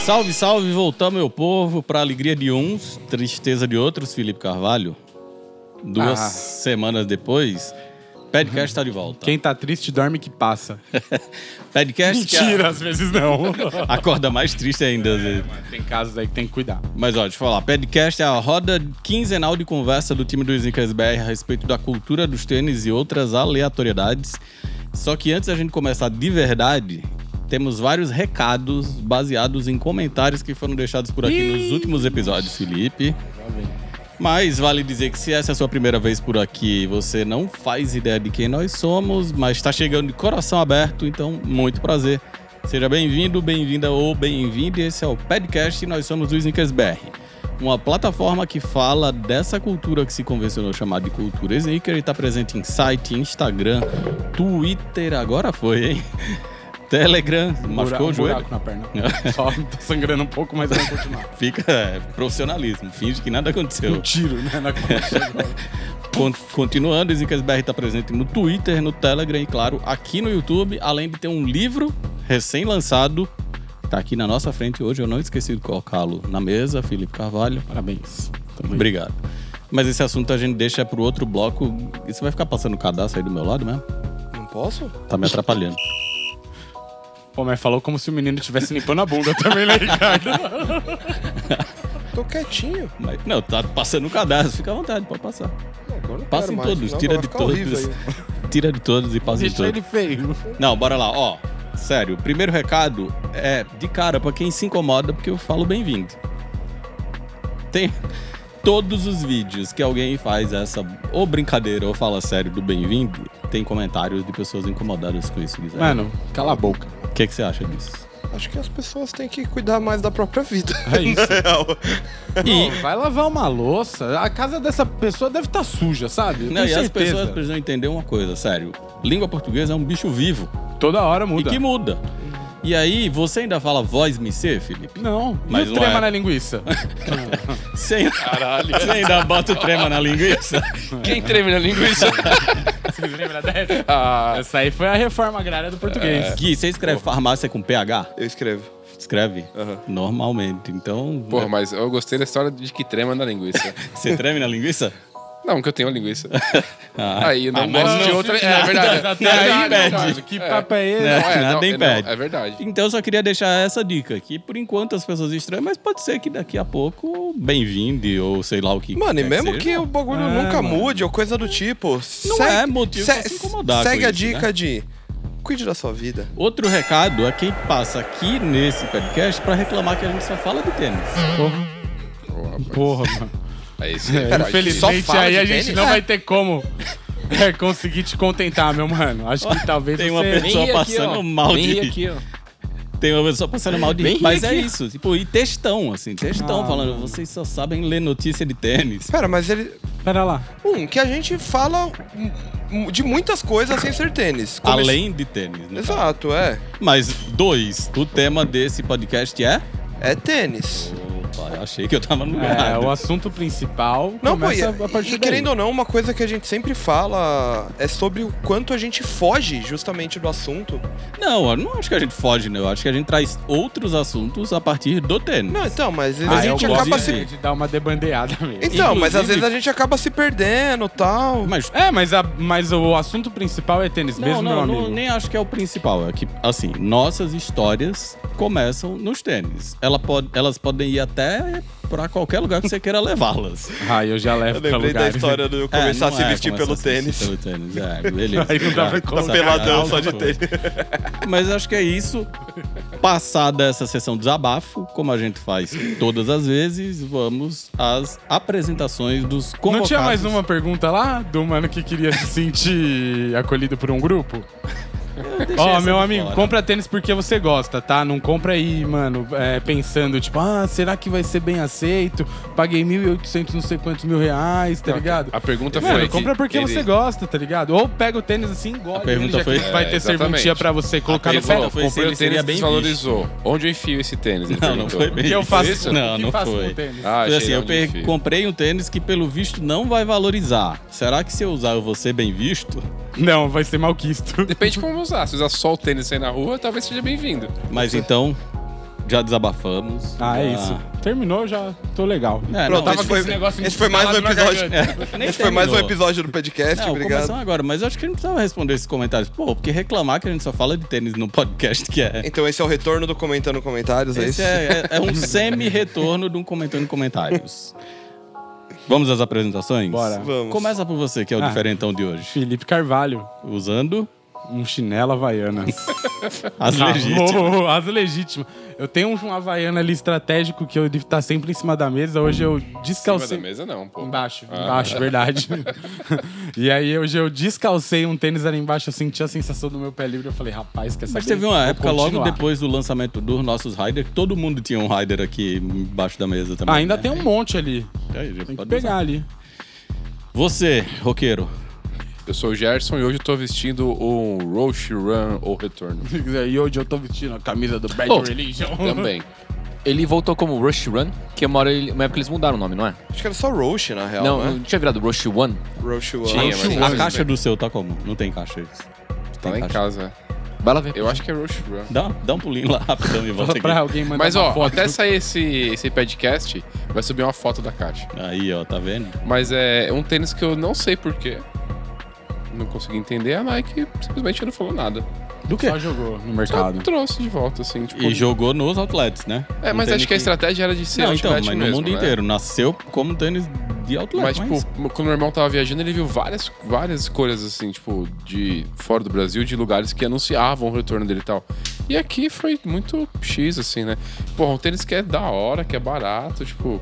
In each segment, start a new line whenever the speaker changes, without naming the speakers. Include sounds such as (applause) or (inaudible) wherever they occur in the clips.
Salve, salve, voltamos, meu povo, para alegria de uns, tristeza de outros, Felipe Carvalho. Duas
Ah.
semanas depois, Podcast está de volta.
Quem tá triste dorme que passa.
(laughs) Podcast que é a-
Mentira, às vezes não. (laughs)
acorda mais triste ainda. às vezes.
Tem casos aí que tem que cuidar.
Mas ó, deixa eu falar, podcast é a roda quinzenal de conversa do time do Snickers BR a respeito da cultura dos tênis e outras aleatoriedades. Só que antes da gente começar de verdade, temos vários recados baseados em comentários que foram deixados por aqui nos últimos episódios, Felipe. Mas vale dizer que se essa é a sua primeira vez por aqui, você não faz ideia de quem nós somos, mas está chegando de coração aberto, então muito prazer. Seja bem-vindo, bem-vinda ou bem-vindo. Esse é o podcast e nós somos o Sneakers BR, uma plataforma que fala dessa cultura que se convencionou chamar de cultura sneaker e está presente em site, Instagram, Twitter, agora foi, hein? (laughs) Telegram, machucou o
um
joelho?
buraco na (laughs) perna. Só tá sangrando um pouco, mas vai continuar.
Fica é, profissionalismo, finge que nada aconteceu.
Um tiro, né? Na coxa (laughs) agora.
Con- Continuando, Zincas BR está tá presente no Twitter, no Telegram e, claro, aqui no YouTube, além de ter um livro recém-lançado. Tá aqui na nossa frente hoje, eu não esqueci de colocá-lo na mesa, Felipe Carvalho.
Parabéns. Tamo aí.
Obrigado. Mas esse assunto a gente deixa pro outro bloco. Isso vai ficar passando o cadastro aí do meu lado mesmo?
Não posso?
Tá me atrapalhando.
Pô, mas falou como se o menino estivesse limpando a bunda também, (laughs) né, Ricardo?
Tô quietinho.
Mas, não, tá passando o cadastro, fica à vontade, pode passar.
Não, agora não
Passa
quero
em
mais,
todos,
senão
tira
vai
de
ficar horrível
todos.
aí.
Tira de todos e passa de
Deixa
todos.
ele feio.
Não, bora lá, ó. Sério, o primeiro recado é de cara pra quem se incomoda, porque eu falo bem-vindo. Tem todos os vídeos que alguém faz essa ou brincadeira ou fala sério do bem-vindo, tem comentários de pessoas incomodadas com isso, Guilherme.
Mano, cala a boca.
O que, que você acha disso?
Acho que as pessoas têm que cuidar mais da própria vida.
É (laughs) isso.
E,
Pô, vai lavar uma louça. A casa dessa pessoa deve estar suja, sabe? Eu
não,
tenho
e as
certeza.
pessoas precisam entender uma coisa, sério. Língua portuguesa é um bicho vivo
Toda hora muda.
e que muda. E aí, você ainda fala voz me ser, Felipe?
Não,
Mas
mas
não
trema
é.
na linguiça.
Sem... Caralho. Você ainda bota o trema na linguiça?
Quem treme na linguiça?
(laughs) Vocês lembram dessa?
(laughs) Ah,
Essa aí foi a reforma agrária do português.
Gui, você escreve farmácia com PH?
Eu escrevo.
Escreve?
Aham.
Normalmente. Então.
porra, mas eu gostei da história de que trema na linguiça.
(laughs) Você treme na linguiça?
Não, que eu tenho a linguiça.
Ah,
Aí, não,
ah,
mas de outra... É verdade.
Até aí,
Nada impede.
Bad, que papo é esse?
Né?
Não, é,
Nada
não, é,
impede.
não, é verdade.
Então eu só queria deixar essa dica aqui. Por enquanto as pessoas estranham, mas pode ser que daqui a pouco bem-vindo ou sei lá o que.
Mano, e
quer
mesmo
seja.
que o bagulho
É,
nunca
mano.
mude ou coisa do tipo.
Não
segue-
é motivo pra
se-
se incomodar
Segue
com
a
isso,
dica
né?
de cuide da sua vida.
Outro recado é quem passa aqui nesse podcast pra reclamar que a gente só fala de tênis.
Pô, rapaz.
Porra, mano.
É isso. É, verdade.
Infelizmente,
fala
aí
de
a gente
tênis?
não
É.
vai ter como (laughs) é, conseguir te contentar, meu mano. Acho que Hum, talvez
Tem uma
você...
pessoa- Só passando mal
Nem
de-
ri aqui, ó.
Tem uma pessoa passando mal de
Bem
Mas é
aqui.
isso. Tipo, e textão, assim, textão
Ah,
falando, vocês só sabem ler notícia de tênis.
Pera, mas ele.
Pera lá.
Um, que a gente fala hum, de muitas coisas sem ser tênis. Come-
Além de tênis, né?
Exato, é.
Mas dois, o tema desse podcast é.
É tênis.
Opa, eu achei que eu tava no lugar.
É,
errado.
o assunto principal
Não, pô, e,
começa a partir
e
daí.
querendo ou não, uma coisa que a gente sempre fala é sobre o quanto a gente foge justamente do assunto.
Não, eu não acho que a gente foge, né? Eu acho que a gente traz outros assuntos a partir do tênis.
Não, então, mas
Ah,
a
eu
gente
gosto
acaba
de-
se
de dar uma debandeada mesmo.
Então, mas às
Inclusive-
vezes a gente acaba se perdendo tal.
Mas.
É, mas, a- mas o assunto principal é tênis
Não,
mesmo, meu
não,
amigo.
não, nem acho que é o principal. É que, assim, nossas histórias começam nos tênis. Ela pode- elas podem ir até pra qualquer lugar que você queira levá-las.
Ah, eu já levo pra né? lugar.
do eu
É, não é começar a se vestir Pelo tênis, é, beleza.
(laughs) Aí não dá
Já.
pra colocar.
peladão só de tênis. (laughs) Mas acho que é isso. Passada essa sessão de desabafo, como a gente faz todas as vezes, vamos às apresentações dos convocados.
Não tinha mais uma pergunta lá do mano que queria se
(laughs)
sentir acolhido por um grupo?
Deixa
Ó,
essa
meu
de
amigo,
fora.
compra tênis porque você gosta, tá? Não compra aí, mano, é, pensando, tipo, ah, será que vai ser bem aceito? Paguei 1.800, não sei quantos mil reais, tá ligado?
A pergunta foi...
Mano,
que
compra porque
ele-
você gosta, tá ligado? Ou pega o tênis assim, engole.
A pergunta
ele, já
foi-
que vai
É,
ter
exatamente.
serventia pra você colocar
Ele
no pé.
falou,
Não, foi se
comprei
ele
o tênis
seria
que
bem
desvalorizou. Onde eu enfio esse tênis? Ele
Não, não
perguntou.
foi bem
O que eu
isso.
faço,
Isso?
o que
Não, não
faço
foi.
com o tênis?
Ah,
Foi
achei
assim,
lá
eu
onde
pe-
enfio.
comprei um tênis que, pelo visto, não vai valorizar. Será que se eu usar eu vou ser bem visto?
Não, vai
(laughs)
ser malquisto.
Depende de como usar. Se usar só o tênis aí na rua, talvez seja bem-vindo.
Mas então, já desabafamos.
é. Ah, é
já-
isso. Terminou, já tô legal.
É,
Pronto,
não,
tava
esse
com
foi,
esse negócio
esse foi mais um
entalado na
episódio.
garganta. É, nem
esse foi mais um
terminou.
episódio do podcast,
Não,
obrigado.
começam agora, mas eu acho que a gente precisava responder esses comentários. Pô, porque reclamar que a gente só fala de tênis no podcast, que é.
Então esse é o retorno do comentando comentários, é
Esse
isso?
é, é- é um semi-retorno de um comentando comentários. Vamos às apresentações?
Bora.
Vamos.
Começa por você, que é o
Ah.
diferentão de hoje.
Felipe Carvalho, (laughs)
Usando
um chinelo Havaianas.
(laughs)
as
Ah,
legítimas.
(laughs) oh, oh, as legítimas. Eu tenho um Havaiana ali estratégico que eu devo estar sempre em cima da mesa. Hoje eu
Cima
descalcei.
da mesa não, pô.
Embaixo,
Ah.
embaixo, verdade. (laughs) e aí hoje eu descalcei um tênis ali embaixo, eu senti a sensação do meu pé livre. Eu falei, rapaz, quer saber?
Mas teve uma
Vou
época logo
continuar.
depois do lançamento dos nossos Rider, que todo mundo tinha um Rider aqui embaixo da mesa também.
Ah, ainda
né?
tem um monte ali.
Aí, já
Tem que
pode
pegar
usar.
ali. (laughs)
Você, roqueiro.
Eu sou o Gerson e hoje eu tô vestindo um Roche Run ou Retorno.
E hoje eu tô vestindo a camisa do Bad
Pô.
Religion.
Também.
(laughs) Ele voltou como Rush Run, que uma hora, ele, uma época eles mudaram o nome, não é?
Acho que era só Roche, na
Ah,
real,
não,
é?
né?
não tinha virado Rush One.
Roche One.
Tinha, mas-
A
Roche.
caixa do seu tá como? Não tem caixa. isso.
Tá
Tem
lá em
caixa.
casa.
Vai lá ver.
Eu acho que é Roche Run.
Dá, dá um pulinho lá (laughs) rapidão e volta
Só
aqui.
pra alguém mandar
Mas
uma
ó,
foto.
até sair esse, esse podcast, vai subir uma foto da caixa.
Aí, ó, tá vendo?
Mas é um tênis que eu não sei porquê. Não consegui entender. A Nike simplesmente não falou nada.
Do quê?
Só jogou no
Só
mercado.
trouxe de volta, assim. Tipo,
E jogou nos outlets, né?
É, mas
Um
acho que a
tênis
estratégia era de ser
Não, então,
outlet
mas no
mesmo,
mundo
né?
inteiro. Nasceu como tênis de outlet.
Mas, tipo, quando meu irmão tava viajando, ele viu várias, várias escolhas, assim, tipo, de fora do Brasil, de lugares que anunciavam o retorno dele e tal. E aqui foi muito X, assim, né? Porra, um tênis que é da hora, que é barato, tipo.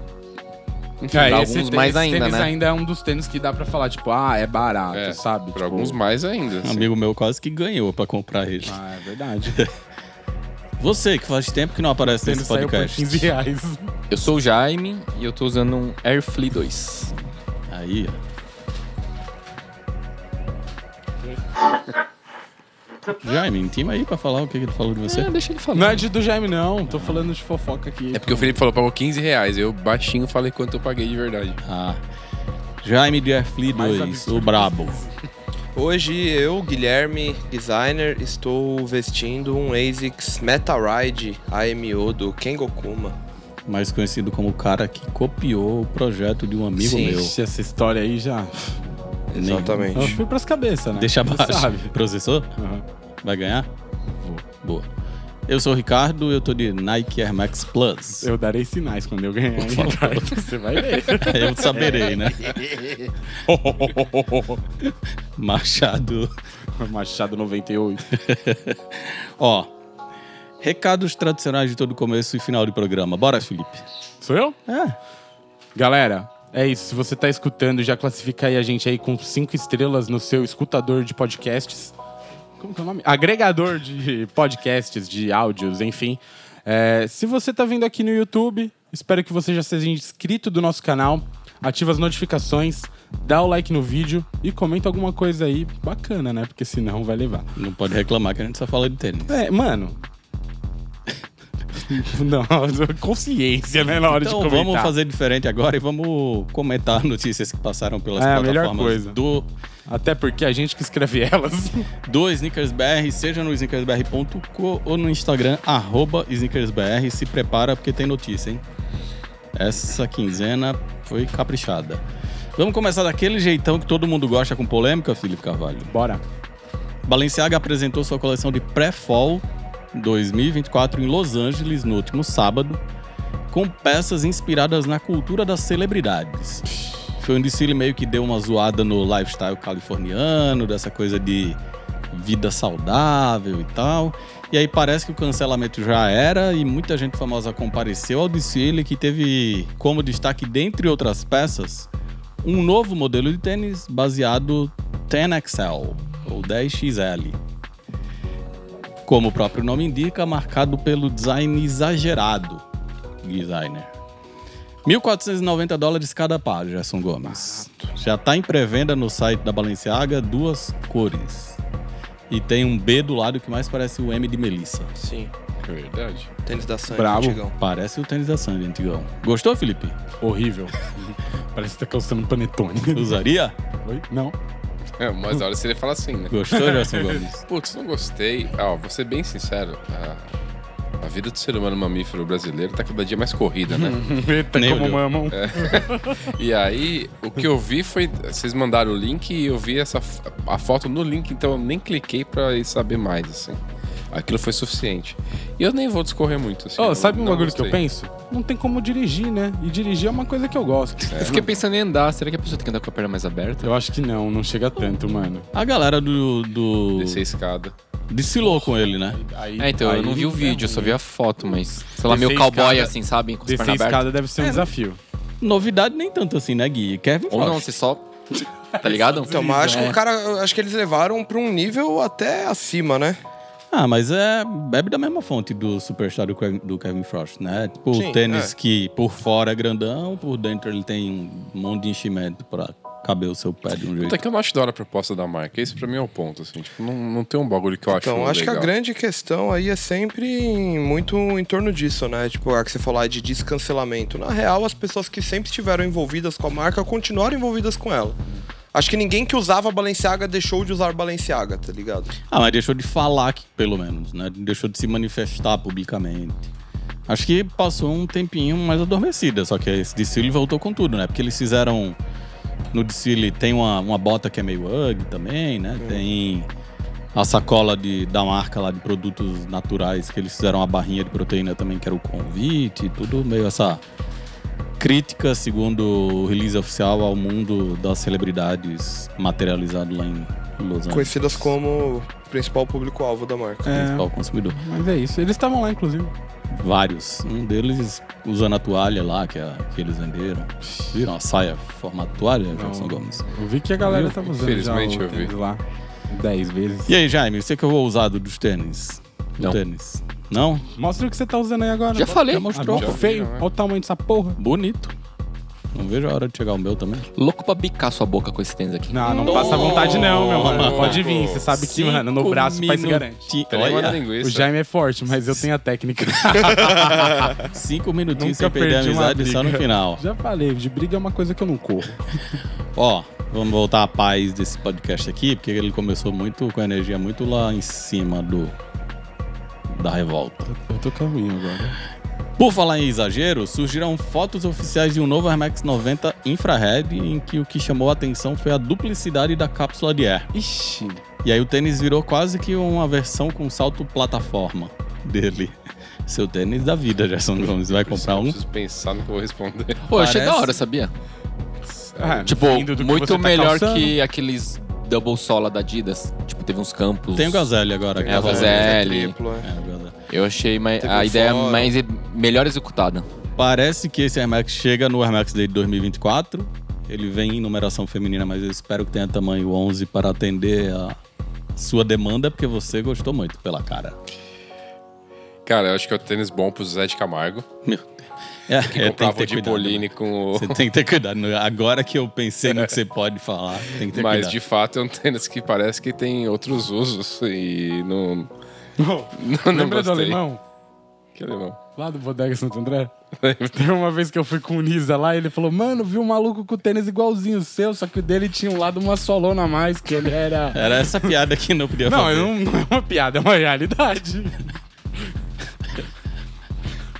Enfim,
É,
Pra
esse
alguns
tênis,
mais ainda,
tênis
né?
ainda é um dos tênis que dá pra falar, tipo, ah, é barato,
É,
sabe?
pra
Tipo,
alguns mais ainda.
Um
assim.
amigo meu quase que ganhou pra comprar ele.
Ah,
(laughs)
é verdade.
Você, que faz tempo que não aparece
Tênis
nesse
saiu por
podcast.
15
(laughs)
reais.
Eu sou o Jaime e eu tô usando um Air Flea 2.
Aí, ó. Jaime, intima aí pra falar o que que ele falou de você.
Ah, deixa ele falar.
Não é de do Jaime, não. Tô falando de fofoca aqui. tipo,
É porque o Felipe falou, pagou 15 reais. Eu baixinho falei quanto eu paguei de verdade.
Ah. Jaime de Airfly
Mais
2,
absurdo
o brabo.
Hoje eu, Guilherme, designer, estou vestindo um ASICS Meta Ride AMO do Kengokuma.
Mais conhecido como o cara que copiou o projeto de um amigo
Sim.
meu.
Ixi, essa história aí já.
Nem-
Eu
Exatamente.
fui pras cabeças, né?
Deixa
Você
abaixo.
Sabe.
Processor?
Aham.
Vai ganhar? Boa. Eu sou o Ricardo, eu tô de Nike Air Max Plus. (laughs) Eu,
Eu darei sinais quando eu ganhar. hein, Eduardo? (laughs) Você vai ver.
saberei,
(laughs)
né? Machado.
Machado 98.
Ó, recados tradicionais de todo começo e final de programa. Bora, Felipe.
Sou eu?
É.
Galera, é isso. Se você tá escutando, já classifica aí a gente aí com cinco estrelas no seu escutador de podcasts. Como que é o nome? Agregador de podcasts, de áudios, enfim. É, se você tá vindo aqui no YouTube, espero que você já seja inscrito do nosso canal, ativa as notificações, dá o like no vídeo e comenta alguma coisa aí bacana, né? Porque senão vai levar.
Não pode reclamar que a gente só fala de tênis.
É, mano. (laughs) Não, (laughs) consciência, né? Na hora
Então
de comentar.
vamos fazer diferente agora e vamos comentar (laughs) notícias que passaram pelas
É, a melhor
plataformas
coisa.
do
Até porque a gente que escreve elas.
do SneakersBR, seja no sneakersbr.com ou no Instagram, arroba sneakersbr. Se prepara porque tem notícia, hein? Essa quinzena foi caprichada. Vamos começar daquele jeitão que todo mundo gosta com polêmica, Felipe Carvalho.
Bora.
Balenciaga apresentou sua coleção de pré-fall 2024 em Los Angeles no último sábado, com peças inspiradas na cultura das celebridades. Foi um desfile meio que deu uma zoada no lifestyle californiano, dessa coisa de vida saudável e tal. E aí parece que o cancelamento já era e muita gente famosa compareceu ao desfile que teve como destaque, dentre outras peças, um novo modelo de tênis baseado 10XL ou 10XL. Como o próprio nome indica, marcado pelo design exagerado designer. 1.490 dólares cada par, Gerson Gomes. Já está em pré-venda no site da Balenciaga, duas cores. E tem um B do lado que mais parece o M de Melissa.
Sim.
Verdade.
Tênis da Sandy,
Brabo.
antigão.
Parece o tênis da Sandy, antigão. Gostou,
(laughs)
Felipe?
(laughs) Horrível. Parece que tá calçando panetone.
Usaria?
Oi? (laughs) Não.
É, mas da hora seria falar assim, né?
Gostou, Gerson Gomes?
Putz, não gostei. Ah, ó, vou ser bem sincero. ah, A vida do ser humano mamífero brasileiro tá cada dia mais corrida, né?
Uhum.
Eita,
Nem
como
olhou.
mamam.
E aí, o que eu vi foi. Vocês mandaram o link e eu vi essa, f- a foto no link, então eu nem cliquei pra ir saber mais, assim. Aquilo foi suficiente. E eu nem vou discorrer muito, assim.
Ô,
eu
sabe um
não
bagulho que eu
gostei.
penso? Não tem como dirigir, né? E dirigir é uma coisa que eu gosto.
Eu
É.
fiquei pensando em andar. Será que a pessoa tem que andar com a perna mais aberta?
Eu acho que não, não chega tanto, mano.
A galera do. do...
Descer a escada.
Desfilou com ele, né?
Aí, né?
É, então, eu não vi o vídeo, eu só vi a foto, mas... Sei lá, meio
Descer
cowboy
escada-
assim, sabe? Com as
Descer a
pernas abertas.
escada deve ser um desafio.
Novidade nem tanto assim, né, Gui? Kevin
Ou não,
Fox.
você só... Tá ligado?
Então, mas acho que
É.
o cara. Acho que eles levaram pra um nível até acima, né?
Ah, mas é. Bebe da mesma fonte do Superstar do Kevin, do Kevin Frost, né? Tipo,
Sim,
o tênis
é.
que por fora é grandão, por dentro ele tem um monte de enchimento pra caber o seu pé de um jeito.
Puta que eu não acho da hora a proposta da marca. Esse pra mim é o ponto, assim. Tipo, não, não tem um bagulho que eu acho.
Então, acho que a
legal.
grande questão aí é sempre em- muito em torno disso, né? Tipo, a que você falar de descancelamento. Na real, as pessoas que sempre estiveram envolvidas com a marca continuaram envolvidas com ela. Acho que ninguém que usava Balenciaga deixou de usar Balenciaga, tá ligado?
Ah, mas deixou de falar, que- pelo menos, né? Deixou de se manifestar publicamente. Acho que passou um tempinho mais adormecida, só que esse desfile voltou com tudo, né? Porque eles fizeram. No desfile tem uma, uma bota que é meio UG também, né? Tem a sacola de, da marca lá de produtos naturais, que eles fizeram uma barrinha de proteína também, que era o convite, tudo meio essa crítica, segundo o release oficial, ao mundo das celebridades materializado lá em Los Angeles.
Conhecidas como principal público-alvo da marca.
É,
principal consumidor.
mas é isso. Eles estavam lá, inclusive.
Vários. Um deles usando a toalha lá que, é a- que eles venderam. Viram a saia formato toalha, Jackson Gomes?
Eu vi que a galera
Eu-
tava usando
infelizmente
já o
eu vi.
tênis lá 10 vezes.
E aí, Jaime, você que eu vou usar do- dos tênis? Do
Não.
tênis. Não?
Mostra o que você tá usando aí agora.
Já falei.
Já mostrou.
Ah,
Já
bom,
vi,
feio.
já, né?
Olha o tamanho dessa porra.
Bonito. Não vejo a hora de chegar o meu também.
Louco pra bicar sua boca com esse tênis aqui.
Não, não passa vontade não, meu mano.
Nossa.
Pode vir, você sabe que, mano, no braço o pai se garante.
minuti-
Tem uma
Olha,
linguiça.
O Jaime é forte, mas eu tenho a técnica.
cinco minutinhos
Nunca
sem perder a
perdi uma
amizade só no
briga.
final.
(laughs) Já falei, de briga é uma coisa que eu não corro.
Ó, vamos voltar à paz desse podcast aqui, porque ele começou muito com a energia muito lá em cima do da revolta.
Eu tô caminho agora.
Por falar em exagero, surgiram fotos oficiais de um novo Air Max 90 Infrared em que o que chamou a atenção foi a duplicidade da cápsula de ar.
Ixi.
E aí o tênis virou quase que uma versão com salto plataforma dele. (laughs) Seu tênis da vida, Gerson Gomes. Vai comprar
Eu
um?
preciso pensar no que eu vou responder. (laughs)
Pô, eu achei
Parece-
da hora, sabia?
Ah,
Tipo,
dependendo do que
muito
você tá
melhor
calçando. (laughs)
que aqueles double sola da Adidas. Tipo, teve uns campos.
Tem um o Gazelle agora.
É, o
que tá
Gazelle.
rolando.
É
L.
triplo, é.
É, o Gazelle.
Eu achei mais-
Teve
a
um
ideia
fora.
mais melhor executada.
Parece que esse Air Max chega no Air Max Day de 2024. Ele vem em numeração feminina, mas eu espero que tenha tamanho 11 para atender a sua demanda, porque você gostou muito pela cara.
Cara, eu acho que é o tênis bom pro Zé de Camargo.
Meu Deus. É,
Que
é, tem
comprava
que ter
o de
cuidado.
Pauline com o.
Você tem que ter cuidado. né? Agora que eu pensei no que você pode falar, tem que ter
Mas
cuidado.
de fato é um tênis que parece que tem outros usos e não. Não, não
Lembra do
gostei.
alemão?
Que alemão?
Lá do Bodega Santo André? Teve uma vez que eu fui com o Nisa lá e ele falou: Mano, vi um maluco com tênis igualzinho o seu, só que o dele tinha um lado uma solona a mais, que ele era.
Era essa piada que não podia
Não,
fazer.
eu não, não é uma piada, é uma realidade.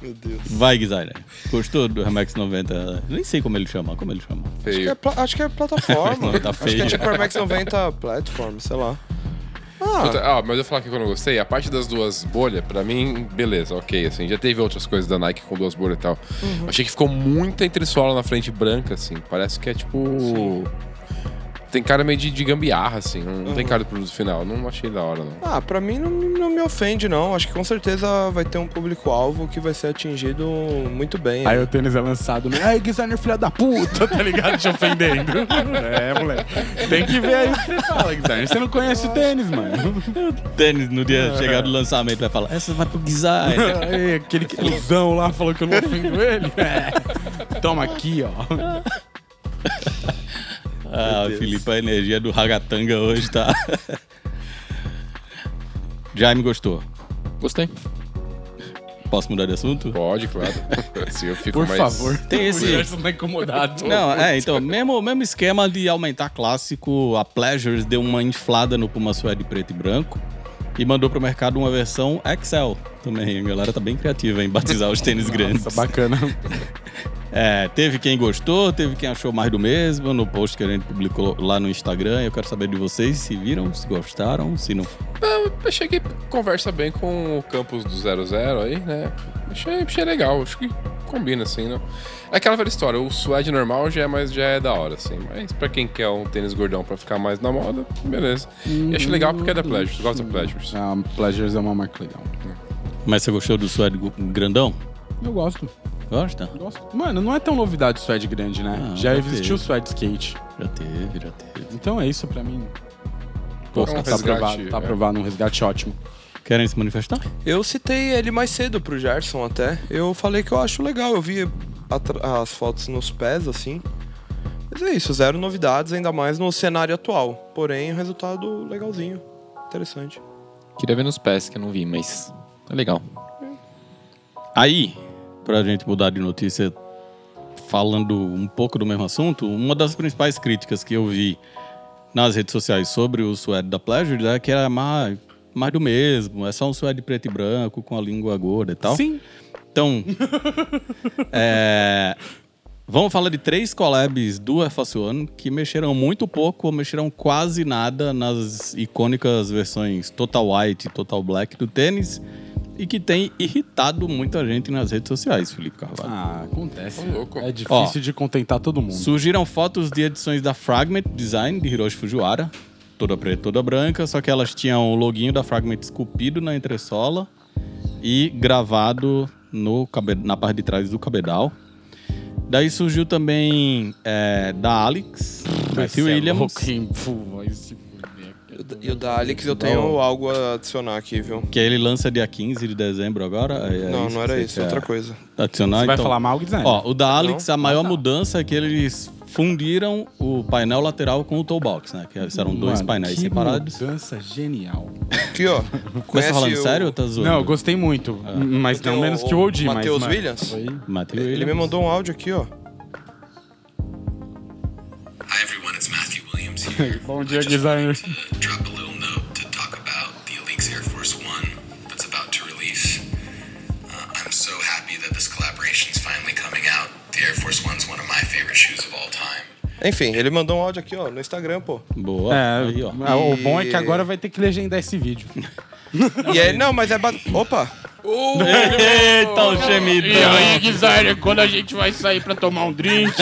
Meu Deus.
Vai, Guizara. Gostou do Air Max 90? Nem sei como ele chama. Como ele chama?
Acho que é,
Feio.
pla- acho que é plataforma.
Tá
acho que é
feio.
tipo Air Max 90 Platform, sei lá. Ah,
Puta, ah, mas eu falar que eu não gostei. A parte das duas bolhas, pra mim, beleza, ok. Assim, já teve outras coisas da Nike com duas bolhas e tal.
Uhum.
Achei que ficou muita entressola na frente branca, assim. Parece que é tipo. Tem cara meio de, de gambiarra, assim. Não,
Uhum.
não tem cara de produto final. Não achei da hora, não.
Ah, pra mim não, não me ofende, não. Acho que com certeza vai ter um público-alvo que vai ser atingido muito bem.
Aí o tênis é lançado, né? Ai, designer filha da puta, tá ligado? Te ofendendo. (laughs) É, moleque. Tem que ver aí o que você fala, designer. Você não conhece o tênis, mano.
Tênis no dia chegado do lançamento vai falar: Essa vai pro Guizara.
Aí, aquele cuzão lá falou que eu não ofendo ele. É. Toma aqui, ó.
Ah, Felipe, a energia do Ragatanga hoje tá. (laughs) Jaime gostou.
Gostei.
Posso mudar de assunto?
(laughs)
Pode, claro. assim, eu fico
Por
mais.
favor.
Tem
O
esse.
Gerson tá incomodado.
Não, é, então, mesmo, mesmo esquema de aumentar clássico, a Pleasures deu uma inflada no Puma Suede preto e branco e mandou pro mercado uma versão Excel, Também, a galera tá bem criativa em batizar os tênis grandes.
(laughs) Nossa, bacana.
É, teve quem gostou, teve quem achou mais do mesmo no post que a gente publicou lá no Instagram. Eu quero saber de vocês se viram, se gostaram, se não.
Achei que conversa bem com o campus do 00 aí, né? Achei, achei legal, acho que combina, assim, né? É aquela velha história, o suede normal já é, mais, já é da hora, assim. Mas pra quem quer um tênis gordão pra ficar mais na moda, beleza. E acho legal porque é da Pleasures, eu gosto da Pleasures.
Ah, Pleasures é uma marca legal.
Mas você gostou do suede grandão?
Eu gosto,
Gosta?
gosto. Mano, não é tão novidade o suede grande, né?
Ah,
já
ok.
existiu o suede skate.
Já teve, já teve.
Então é isso pra mim. Pô,
É
tá
um resgate,
aprovado, tá
é.
aprovado um resgate ótimo.
Querem se manifestar?
Eu citei ele mais cedo pro Gerson até. Eu falei que eu acho legal, eu vi atra- as fotos nos pés, assim. Mas é isso, zero novidades, ainda mais no cenário atual. Porém, resultado legalzinho. Interessante.
Queria ver nos pés, que eu não vi, mas tá legal.
Aí, pra gente mudar de notícia, falando um pouco do mesmo assunto, uma das principais críticas que eu vi nas redes sociais sobre o suede da Pleasure é que era mais, mais do mesmo, é só um suede preto e branco, com a língua gorda e tal.
Sim.
Então, (laughs) é, vamos falar de três collabs do Air Force One que mexeram muito pouco ou mexeram quase nada nas icônicas versões Total White e Total Black do tênis e que tem irritado muita gente nas redes sociais, Felipe Carvalho.
Ah, acontece.
Ô, louco.
É difícil de contentar todo mundo.
Surgiram fotos de edições da Fragment Design de Hiroshi Fujiwara, toda preta, toda branca, só que elas tinham o loguinho da Fragment esculpido na entressola e gravado no cabe- na parte de trás do cabedal. Daí surgiu também é, da Alex, Matthew
é
Williams,
E o da- E o da Alex, eu tenho algo a adicionar aqui, viu?
que ele lança dia 15 de dezembro agora. É- é
não, não
que
era
você
isso,
quer
outra Ah, coisa.
Adicionar,
Você vai
então,
falar mal, Guilherme?
Ó, o da Alex, a
tá.
maior mudança é que eles fundiram o painel lateral com o toolbox, né? Que eram dois
Mano,
painéis
que
separados.
mudança genial.
Aqui,
(laughs)
ó.
Mas
conhece
tá falando
o-
sério ou tá zoando?
Não, eu gostei muito. Mas
Tem
não
o-
menos que o
o
OG, mas...
Matheus
mano,
Williams?
foi-
Matthew
Ele me
Williams.
mandou um áudio aqui, ó.
Hi everyone, it's Matthew Williams here.
Bom dia, Guilherme.
Uh, drop a little note to talk about the Elix Air Force One that's about to release. Uh, I'm so happy that this collaboration is finally coming out. The Air Force One's one of my favorite shoes of all time.
Enfim, ele mandou um áudio aqui, ó, no Instagram, pô.
Boa.
É,
Aí, ó.
o bom é
E-
que agora vai ter que legendar esse vídeo.
E aí, não, mas é. ba- Opa!
tá
Eita, o gemidão.
Guilherme, quando a gente vai sair pra tomar um drink?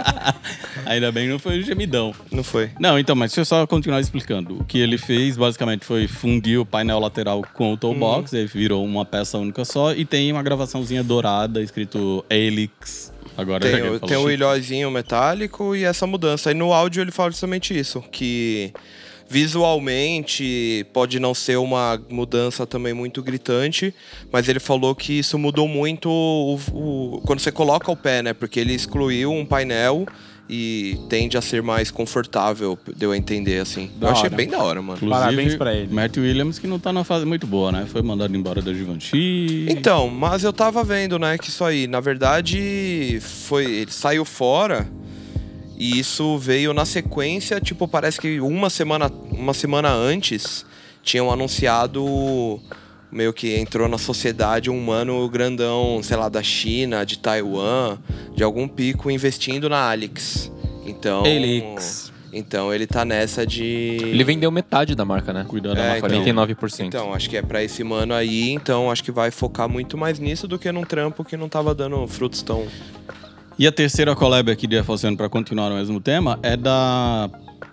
(laughs) Ainda bem que não foi o gemidão.
Não foi.
Não, então, mas deixa eu só continuar explicando. O que ele fez, basicamente, foi fundir o painel lateral com o
Hum.
toolbox, aí virou uma peça única só, e tem uma gravaçãozinha dourada escrito Helix. Agora
Tem,
já que
o-
eu falo
tem o
chique.
ilhózinho metálico e essa mudança. E no áudio ele fala justamente isso, que visualmente pode não ser uma mudança também muito gritante, mas ele falou que isso mudou muito o- o- quando você coloca o pé, né? Porque ele excluiu um painel e tende a ser mais confortável, deu a entender, assim.
Da
Eu achei
hora.
bem da hora, mano.
Inclusive,
Parabéns pra ele.
Matthew Williams, que não tá numa fase muito boa, né? Foi mandado embora da Givenchy.
Então, mas eu tava vendo, né, que isso aí, na verdade, foi. Ele saiu fora e isso veio na sequência, tipo, parece que uma semana, uma semana antes tinham anunciado. Meio que entrou na sociedade um mano grandão, sei lá, da China, de Taiwan, de algum pico, investindo na Alix. Então.
Helix.
Então ele tá nessa de.
Ele vendeu metade da marca, né?
Cuidado
É,
da
então.
marca dele.
49%.
Então, acho que é pra esse mano aí, então acho que vai focar muito mais nisso do que num trampo que não tava dando frutos tão.
E a terceira collab aqui de Afalciano, para continuar o mesmo tema, é da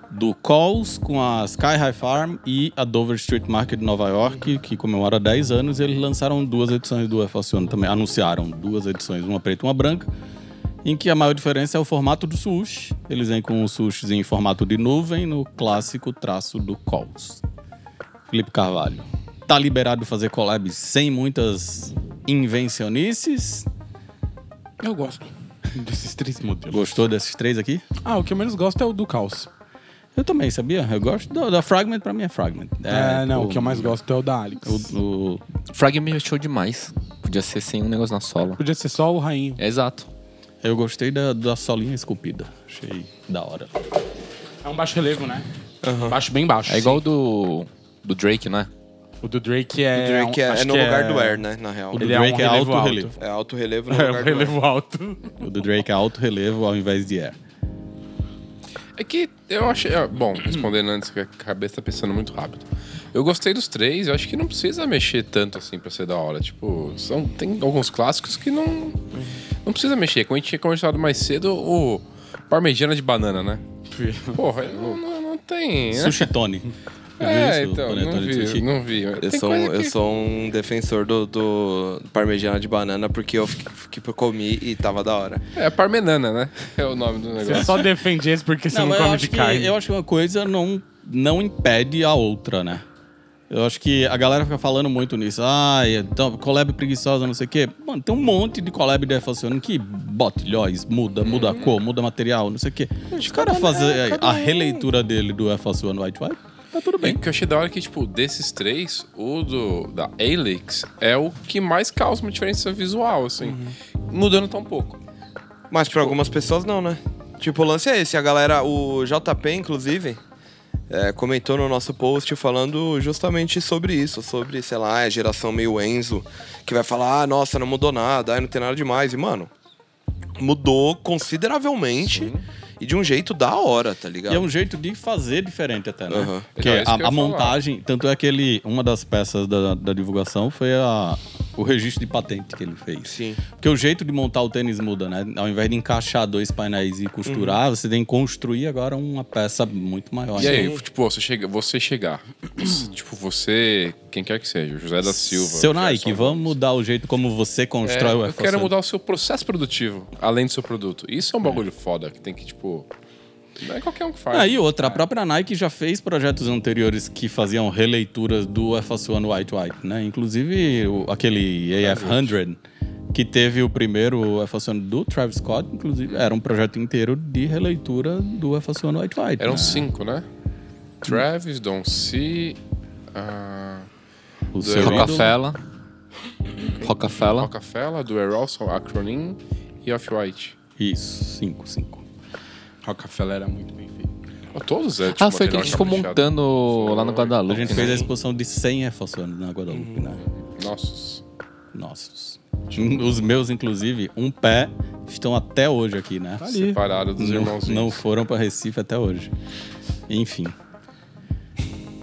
do Calls com a Sky High Farm e a Dover Street Market de Nova York, que comemora 10 anos. Eles lançaram duas edições do Afalciano também, anunciaram duas edições, uma preta e uma branca, em que a maior diferença é o formato do sushi. Eles vêm com os sushis em formato de nuvem, no clássico traço do Calls. Felipe Carvalho, tá liberado fazer collabs sem muitas invencionices?
(laughs) Eu gosto desses três modelos.
Gostou desses três aqui?
Ah, o que eu menos gosto é o do caos.
Eu também, sabia? Eu gosto da, da Fragment, pra mim é Fragment.
É, não, o que eu mais gosto é o da Alex.
O, o-
Frag me mexeu demais. Podia ser sem um negócio na sola. É
Podia ser só o rainho.
Exato.
eu gostei da, da solinha esculpida. Achei da hora.
É um baixo relevo, né? Baixo bem baixo.
É igual o do, do Drake, né?
O do Drake é.
O Drake é,
acho
é no
que
lugar do Air, né? Na real.
O do
Ele é um
Drake é,
relevo
alto,
alto.
relevo.
É alto
(laughs)
relevo no
É um
lugar do Air.
relevo alto.
O do Drake é alto relevo ao invés de
(laughs)
air.
É que eu achei. ah, Bom, respondendo antes, que a cabeça tá pensando muito rápido. Eu gostei dos três, eu acho que não precisa mexer tanto assim pra ser da hora. Tipo, são, tem alguns clássicos que não. Não precisa mexer. Como a gente tinha conversado mais cedo, o parmegiana de banana, né? Porra, não, não, não tem. né?
Sushi Tony.
É,
Viu isso,
então, não
panetone de
vi,
sushi?
não vi.
Eu
Tem
sou,
coisa
eu
que-
sou um defensor do, do parmegiana de banana porque eu fiquei, fiquei- eu comi e tava da hora.
É parmenana, né? (laughs) É o nome do
Você
negócio.
só defende esse porque você não,
mas eu
come
acho
de
que-
carne.
Eu acho que uma coisa não, não impede a outra, né? Eu acho que a galera fica falando muito nisso. Ai, então, collab preguiçosa, não sei o quê. Mano, tem um monte de collab de Fashion que bota ilhóis, muda, muda a cor, muda material, não sei o quê. Os caras fazer a releitura dele do Fashion White White, tá tudo
E
bem.
o que eu achei da hora é que, tipo, desses três, o do, da Alex é o que mais causa uma diferença visual, assim. Mudando tão pouco.
Mas
Tipo,
pra algumas pessoas não, né? Tipo, o lance é esse. A galera, o JP, inclusive, é, comentou no nosso post falando justamente sobre isso. Sobre, sei lá, a geração meio Enzo, que vai falar, ah, nossa, não mudou nada, ah, não tem nada demais. E, mano, mudou consideravelmente e de um jeito da hora, tá ligado?
E é um jeito de fazer diferente até, né?
Aham.
Porque
Então, é isso
a,
que eu ia
a
falar.
montagem, tanto é que ele, uma das peças da, da divulgação foi a, o registro de patente que ele fez.
Sim.
Porque o jeito de montar o tênis muda, né? Ao invés de encaixar dois painéis e costurar, você tem que construir agora uma peça muito maior.
E
né?
aí, tipo, você, chega, você chegar. (clears throat) você- tipo, você. Quem quer que seja, o José da Silva. é
Seu
o Gerson
Nike, vamos mudar o jeito como você
É,
constrói o
eu
Air Force
quero
One.
mudar o seu processo produtivo, além do seu produto. Isso é um bagulho foda que tem que, tipo. Não é qualquer um que faz.
Ah, e outra, a própria Nike já fez projetos anteriores que faziam releituras do FS One White White, né? Inclusive o- aquele AF100, que teve o primeiro FS One do Travis Scott, inclusive era um projeto inteiro de releitura do FS One White White.
Eram
né?
cinco, né? Travis, Don C. ah,
O
Eu
seu
ídolo.
Rocafella. Rocafella.
Rockefeller, do Erosol, Acronym e Off-White.
Isso, cinco, cinco.
Rockefeller era muito bem feito.
Ó, Todos é, tipo,
Ah, foi aquele
material
que ficou
caprichado.
montando lá no
A
Guadalupe.
gente
né?
fez a exposição de 100 FS One na Guadalupe, né?
Nossa.
Nossos. Os meus, inclusive, um pé, estão até hoje aqui,
Tá
né?
Separado dos
não,
irmãozinhos.
não foram para Recife até hoje. Enfim.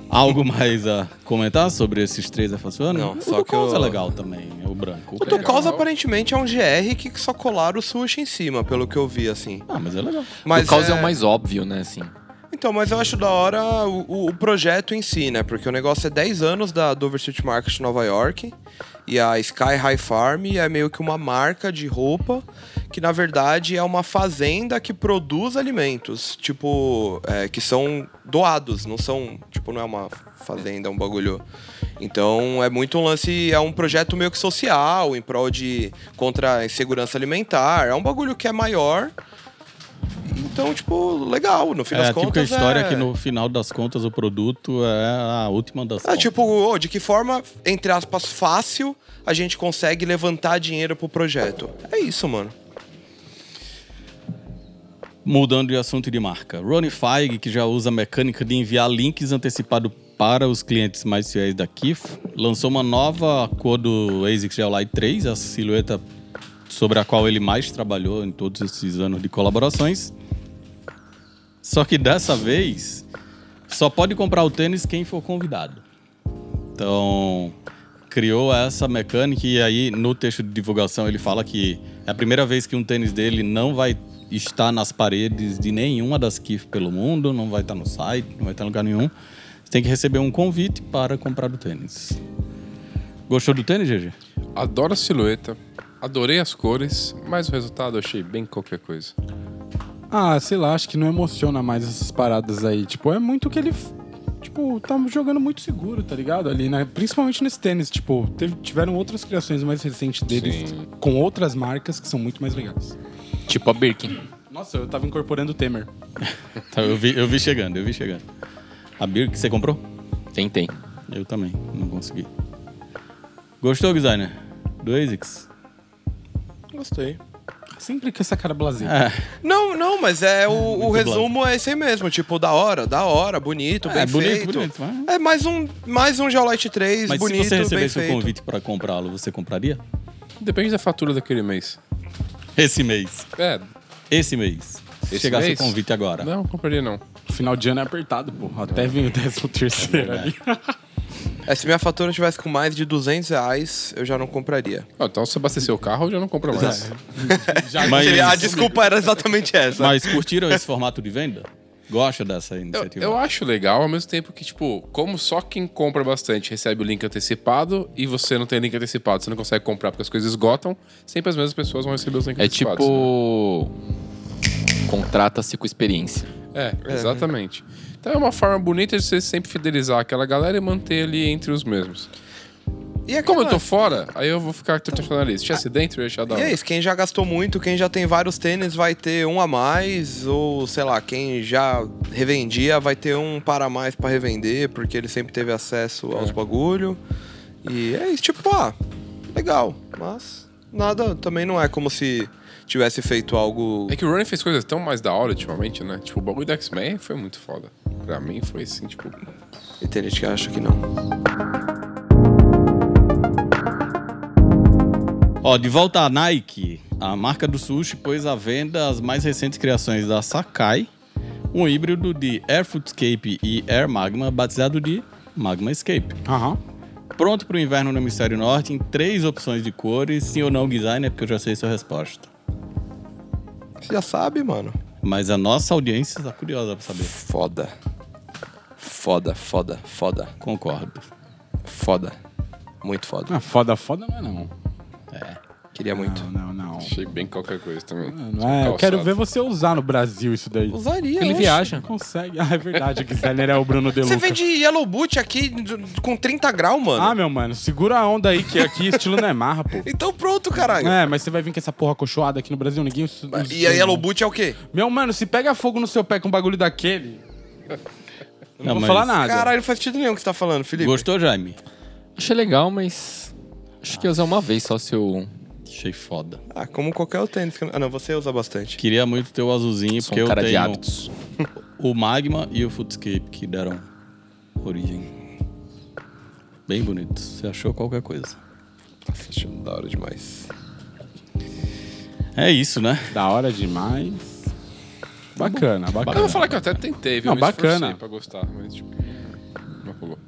Algo mais a comentar sobre esses três afastos?
Não,
o
só
do
que eu-
Causa é legal também, o branco.
O Tucosa
Legal.
aparentemente é um GR que só colaram o sushi em cima, pelo que eu vi, assim.
Ah, mas é legal.
Mas
o caos é... o mais óbvio, né? Assim.
Então, mas eu acho da hora o, o- o projeto em si, né? Porque o negócio é 10 anos da Dover Street Market de Nova York. E a Sky High Farm é meio que uma marca de roupa que, na verdade, é uma fazenda que produz alimentos, tipo, é, que são doados, não são, tipo, não é uma fazenda, é um bagulho. Então, é muito um lance, é um projeto meio que social, em prol de contra a insegurança alimentar. É um bagulho que é maior. Então, tipo, legal, no fim
É,
das
a típica
contas.
história
é...
que no final das contas o produto é a última das
Ah,
contas.
tipo, ô, de que forma, entre aspas, fácil a gente consegue levantar dinheiro pro projeto? É isso, mano.
Mudando de assunto e de marca. Ronnie Feig, que já usa a mecânica de enviar links antecipado para os clientes mais fiéis da Kif, lançou uma nova cor do ASICS Geolite 3, a silhueta sobre a qual ele mais trabalhou em todos esses anos de colaborações. Só que dessa vez, só pode comprar o tênis quem for convidado. Então, criou essa mecânica e aí no texto de divulgação ele fala que é a primeira vez que um tênis dele não vai estar nas paredes de nenhuma das KIF pelo mundo, não vai estar no site, não vai estar em lugar nenhum. Você tem que receber um convite para comprar o tênis. Gostou do tênis, GG?
Adoro a silhueta, adorei as cores, mas o resultado eu achei bem qualquer coisa.
Ah, sei lá, acho que não emociona mais essas paradas aí. Tipo, é muito que ele. f- Tipo, tá jogando muito seguro, tá ligado? Ali, né? Principalmente nesse tênis. Tipo, teve- tiveram outras criações mais recentes deles
Sim.
com outras marcas que são muito mais legais.
Tipo a Birkin.
Nossa, eu tava incorporando o Temer.
Tá, Eu vi, eu vi chegando, eu vi chegando. A Birk, você comprou?
Tem, tem.
Eu também, não consegui. Gostou, designer? Do ASICS?
Gostei.
Sempre com essa cara blazer.
É,
Não, não, mas é o, o resumo é esse aí mesmo. Tipo, da hora, da hora, bonito, bem
É, bonito,
feito.
bonito, mas-
É mais um, mais um Geolite 3,
Mas
bonito,
se você
bem
recebesse o
feito.
convite pra comprá-lo, você compraria?
Depende da fatura daquele mês.
Esse mês.
É,
Esse mês. Se
Esse
chegasse
mês?
o convite agora.
não, compraria não.
Final de ano é apertado, pô. Até vem o décimo terceiro ali.
É, se minha fatura tivesse com mais de 200 reais, eu já não compraria.
Ah, então se abastecer o carro, eu já não compro mais.
Mas-
Seria- a desculpa era exatamente essa.
Mas curtiram esse formato de venda? Gosta dessa
Eu,
iniciativa?
eu acho legal, ao mesmo tempo que, tipo, como só quem compra bastante recebe o link antecipado e você não tem link antecipado, você não consegue comprar porque as coisas esgotam, sempre as mesmas pessoas vão receber os links
É
antecipados.
tipo.
né?
Contrata-se com experiência.
É,
né?
exatamente. Então é uma forma bonita de você sempre fidelizar aquela galera e manter ali entre os mesmos.
E é
Como eu
aquela-
Ah.
tô fora, aí eu vou ficar tradicionalista. Tinha acidente, eu ia achar da
E
hora.
é isso, quem já gastou muito, quem já tem vários tênis vai ter um a mais, ou sei lá, quem já revendia vai ter um para mais pra revender, porque ele sempre teve acesso aos bagulho. E é isso, tipo, ah, legal, mas nada, também não é como se tivesse feito algo.
É que o Ronnie fez coisas tão mais da hora ultimamente, né? Tipo, o bagulho do X-Men foi muito foda. Pra mim foi assim, tipo.
E tem gente que acha que não.
Ó, de volta à Nike, a marca do sushi pôs à venda as mais recentes criações da Sakai, um híbrido de Air Footscape e Air Magma, batizado de Magma Escape.
Aham.
Pronto para o inverno no Hemisfério Norte, em três opções de cores, sim ou não designer, porque eu já sei sua resposta.
Você já sabe, mano.
Mas a nossa audiência está curiosa para saber.
Foda. Foda, foda, foda,
Concordo.
foda. Muito foda.
Ah, foda, foda, mas não.
Queria muito.
Não, não, não.
Achei bem qualquer coisa também.
Não é, eu
Calçado.
quero ver você usar no Brasil isso daí.
Usaria,
Ele
oxe.
viaja.
Consegue. Ah, é verdade. O designer é o Bruno De
Você
Luca.
vende Yellow Boot aqui d- com 30 graus, mano?
Ah, meu mano, segura a onda aí, que aqui estilo não é marra, pô.
Então pronto, caralho.
É, mas você vai vir com essa porra cochoada aqui no Brasil, ninguém... us- usa-
E a Yellow Boot é o quê?
Meu mano, se pega fogo no seu pé com um bagulho daquele... Eu
Não,
não, vou
mas-
falar nada.
Caralho, não faz sentido nenhum o que você tá falando, Felipe.
Gostou, Jaime?
Achei legal, mas. Acho que ia usar uma vez só se eu.
Achei foda.
Ah, como qualquer outro tênis. que- Ah, não, você usa bastante.
Queria muito ter o azulzinho,
Sou
porque
um
eu
cara de
tenho
hábitos.
o Magma e o Footscape que deram origem. Bem bonito. Você achou qualquer coisa.
Nossa, achei da hora demais.
É isso, né?
Da hora demais. Bacana,
Eu
bacana.
vou falar que eu até tentei,
Não,
viu? Me esforcei
bacana.
pra gostar, mas tipo. Não rolou.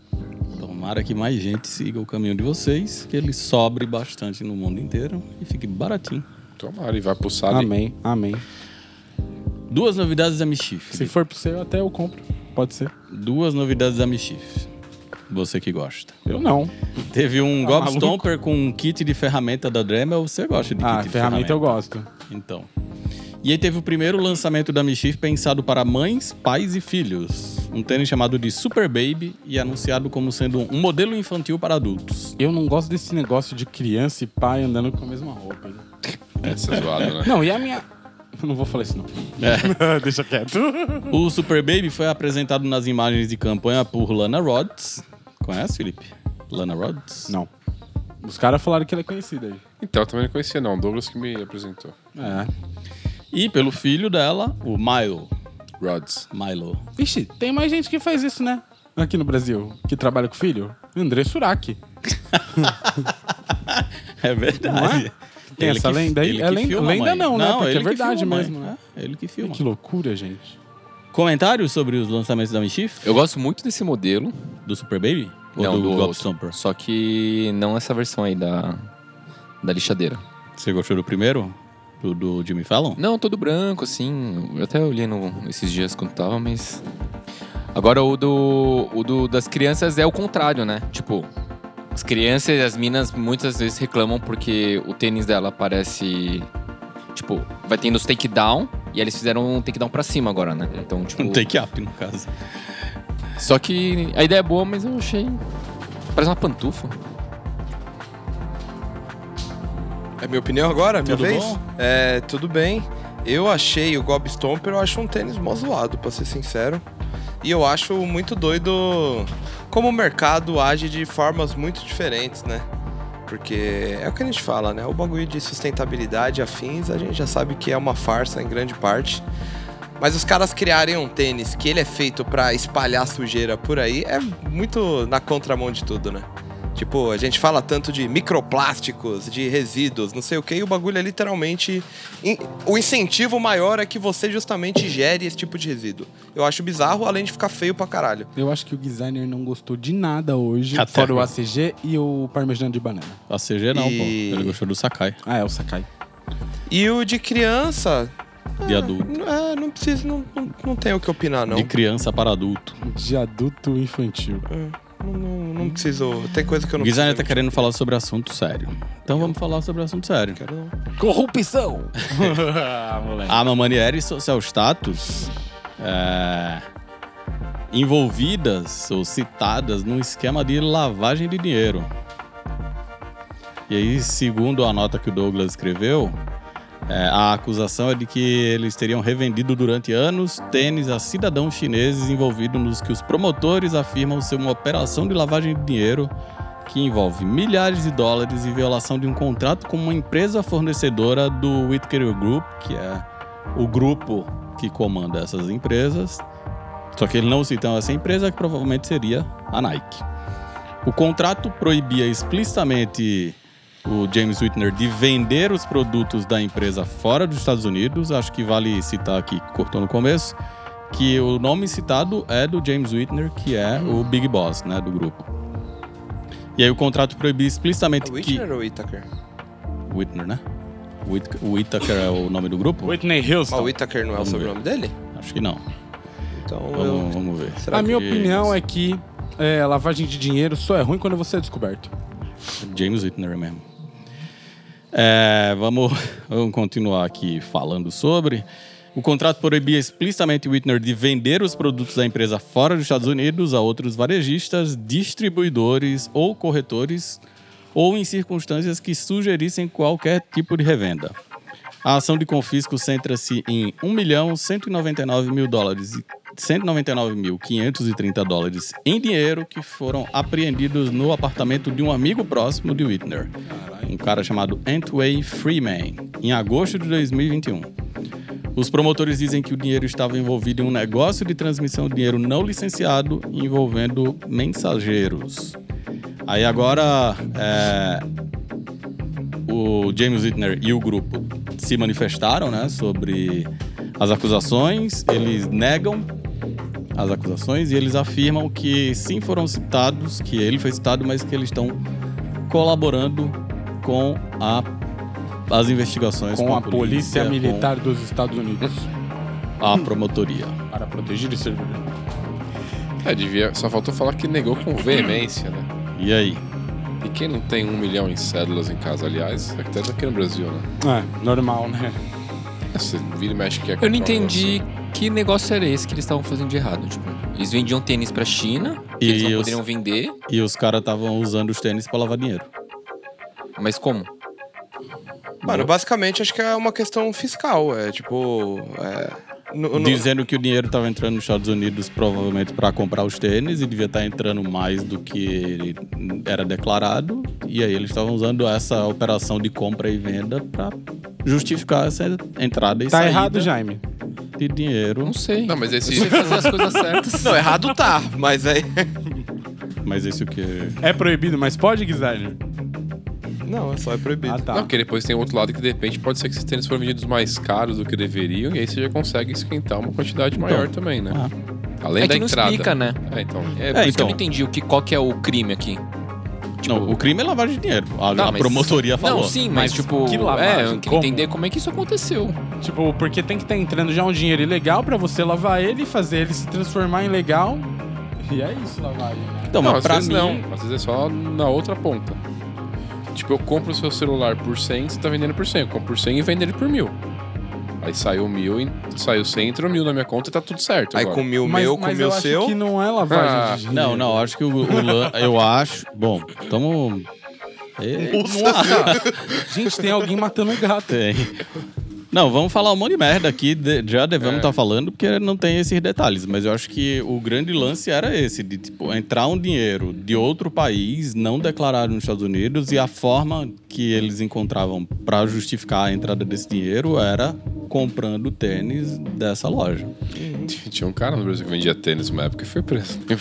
Tomara que mais gente siga o caminho de vocês, que ele sobre bastante no mundo inteiro e fique baratinho.
Tomara, e vai pulsar ali.
Amém, amém.
Duas novidades da Michif.
Se for pro seu, até eu compro. Pode ser.
Duas novidades da Michif. Você que gosta.
Eu não.
Teve um
Tá
Gobstomper com um kit de ferramenta da Dremel. Você gosta de
Ah,
kit de
ferramenta eu gosto.
Então. E aí teve o primeiro lançamento da Mischief pensado para mães, pais e filhos. Um tênis chamado de Super Baby e anunciado como sendo um modelo infantil para adultos.
Eu não gosto desse negócio de criança e pai andando com a mesma roupa. né?
(laughs) Essa é zoada, né?
Não, e a minha... Eu não vou falar isso, não. Ah, Deixa quieto.
É. O Super Baby foi apresentado nas imagens de campanha por Lana Rhodes. Conhece, Felipe? Lana Rhodes?
Não. Os caras falaram que ele é conhecido aí.
Então, eu também não conhecia, não. O Douglas que me apresentou.
É.
E pelo filho dela, o Milo.
Rods.
Milo.
Ixi, tem mais gente que faz isso, né? Aqui no Brasil, que trabalha com filho. André Suraki.
É verdade.
Não é? Tem essa lenda aí?
ele
É
que
lenda-
filma,
lenda
mãe.
não, né? Porque é
ele que
verdade
filma, mãe.
mesmo, né?
É, ele que filma.
Que loucura, gente.
Comentários sobre os lançamentos da Mischief?
Eu gosto muito desse modelo.
Do Super Baby?
não,
Ou do,
do
Gobstomper?
outro. Só que não essa versão aí da. Da lixadeira.
Você gostou do primeiro? Do, do Jimmy Fallon?
Não, todo branco, assim. Eu até olhei no- esses dias quando tava, mas. Agora o do, o do das crianças é o contrário, né? Tipo, as crianças e as minas muitas vezes reclamam porque o tênis dela parece. Tipo, vai tendo os takedown e eles fizeram um takedown pra cima agora, né? Então, tipo.
Um take-up, no caso.
Só que a ideia é boa, mas eu achei. Parece uma pantufa.
É minha opinião agora? Minha
Tudo
vez?
bom?
É, tudo bem. Eu achei o Gob Stomper, eu acho um tênis mó zoado, pra ser sincero. E eu acho muito doido como o mercado age de formas muito diferentes, né? Porque é o que a gente fala, né? O bagulho de sustentabilidade afins, a gente já sabe que é uma farsa em grande parte. Mas os caras criarem um tênis que ele é feito pra espalhar sujeira por aí é muito na contramão de tudo, né? Tipo, a gente fala tanto de microplásticos, de resíduos, não sei o que, e o bagulho é literalmente. in- O incentivo maior é que você justamente gere esse tipo de resíduo. Eu acho bizarro, além de ficar feio pra caralho.
Eu acho que o designer não gostou de nada hoje,
Até
fora o
agora.
ACG e o parmesão de banana.
A CG não,
E-
pô. Ele gostou do Sakai,
Ah, é, o Sakai.
E o de criança.
de adulto.
É, não preciso, não, não, não tenho o que opinar, não.
De criança para adulto.
De adulto infantil.
Não, não, não preciso. Tem coisa que eu
O
não
Guizani tá
preciso.
querendo falar sobre assunto sério. Então vamos falar sobre assunto sério.
Corrupção!
ah, moleque.
A Mamanieri Social Status é, envolvidas ou citadas num esquema de lavagem de dinheiro. E aí, segundo a nota que o Douglas escreveu, é, a acusação é de que eles teriam revendido durante anos tênis a cidadãos chineses envolvidos nos que os promotores afirmam ser uma operação de lavagem de dinheiro que envolve milhares de dólares e violação de um contrato com uma empresa fornecedora do Whitaker Group, que é o grupo que comanda essas empresas. Só que ele não citou essa empresa, que provavelmente seria a Nike. O contrato proibia explicitamente o James Whitner de vender os produtos da empresa fora dos Estados Unidos. Acho que vale citar aqui, que cortou no começo, que o nome citado é do James Whitner, que é o Big Boss, né, do grupo. E aí o contrato proibia
É
explicitamente que... Tá.
Whitner ou Whittaker?
Whitner, né? Whit... Whitaker é o nome do grupo?
Whitney
Mas o
Houston.
Whittaker não é o
Vamos ver.
sobrenome dele?
Acho que não.
Então
Vamos, vamos ver.
eu. Será
A minha
que-
opinião é que é, lavagem de dinheiro só é ruim quando você é descoberto.
James Whitner mesmo. É, vamos, (laughs) vamos continuar aqui falando sobre. O contrato proibia explicitamente Whitner de vender os produtos da empresa fora dos Estados Unidos a outros varejistas, distribuidores ou corretores, ou em circunstâncias que sugerissem qualquer tipo de revenda. A ação de confisco centra-se em 1 milhão 199 mil dólares e 199.530 dólares em dinheiro que foram apreendidos no apartamento de um amigo próximo de Whitner, um cara chamado Antway Freeman, em agosto de 2021. Os promotores dizem que o dinheiro estava envolvido em um negócio de transmissão de dinheiro não licenciado envolvendo mensageiros. Aí agora, é, o James Whitner e o grupo se manifestaram né, sobre as acusações. Eles negam as acusações e eles afirmam que sim foram citados, que ele foi citado, mas que eles estão colaborando com a- as investigações
Com a polícia
com
militar dos Estados Unidos.
a promotoria.
para proteger e servir. bem.
É, devia. Só faltou falar que negou com veemência, né?
E aí?
E quem não tem um milhão em cédulas em casa, aliás, é que tá aqui no Brasil, né?
É, normal, né?
É, Você vira e mexe que é
Eu não entendi que negócio era esse que eles estavam fazendo de errado. Tipo, eles vendiam tênis pra China, que
E
eles não
os-
poderiam vender,
E os caras estavam usando os tênis para lavar dinheiro.
mas como?
Mano, basicamente acho que é uma questão fiscal. É tipo. É, no- no-
Dizendo que o dinheiro estava entrando nos Estados Unidos provavelmente para comprar os tênis e devia estar entrando mais do que era declarado. E aí eles estavam usando essa operação de compra e venda para justificar essa entrada e
Tá
saída
né?
errado, Jaime.
de dinheiro.
Não sei.
Não, mas esse-
Você fazer as coisas certas.
Não, errado tá, mas aí.
Mas isso que
É proibido, mas pode, designer?
Não, é só é proibido.
Ah, tá.
Não, porque depois tem o outro lado que de repente pode ser que esses tênis foram vendidos mais caros do que deveriam, e aí você já consegue esquentar uma quantidade maior também, né? Além
Então, É
da
que não
entrada.
explica, né?
É, então.
É, por
É,
isso que eu
então.
não entendi o que, qual que é o crime aqui.
não, o crime é lavagem de dinheiro. A,
Tipo- Não,
a
mas-
promotoria falou.
Não, sim, mas,
Mas
tipo,
que lavagem?
é, eu queria
Como?
entender como é que isso aconteceu.
Tipo, porque tem que estar entrando já um dinheiro ilegal pra você lavar ele e fazer ele se transformar em legal. E é isso, lavar ele.
tipo,
né?
Então,
não,
mas
às
pra
vezes
mim,
não. Às vezes é só na outra ponta. Tipo, eu compro o seu celular por 100, você tá vendendo por 100. Eu compro por 100 e vendo ele por mil. Aí saiu mil, e- saiu 100, entrou mil na minha conta e tá tudo certo.
Aí
agora.
comeu o
Mas-
meu,
mas
comeu
eu
o
acho
seu.
que não é lavagem
Ah,
de dinheiro.
Não, não, acho que o, o lan- eu acho. Bom, tamo. É,
(laughs) Nossa! Gente, tem alguém matando um gato.
tem. Não, vamos falar um monte de merda aqui, de- já
É.
devemos estar falando, porque não tem esses detalhes, mas eu acho que o grande lance era esse, de tipo, entrar um dinheiro de outro país, não declarado nos Estados Unidos, e a forma que eles encontravam para justificar a entrada desse dinheiro era comprando tênis dessa loja.
(laughs) Tinha um cara no Brasil que vendia tênis uma época e foi preso. (laughs)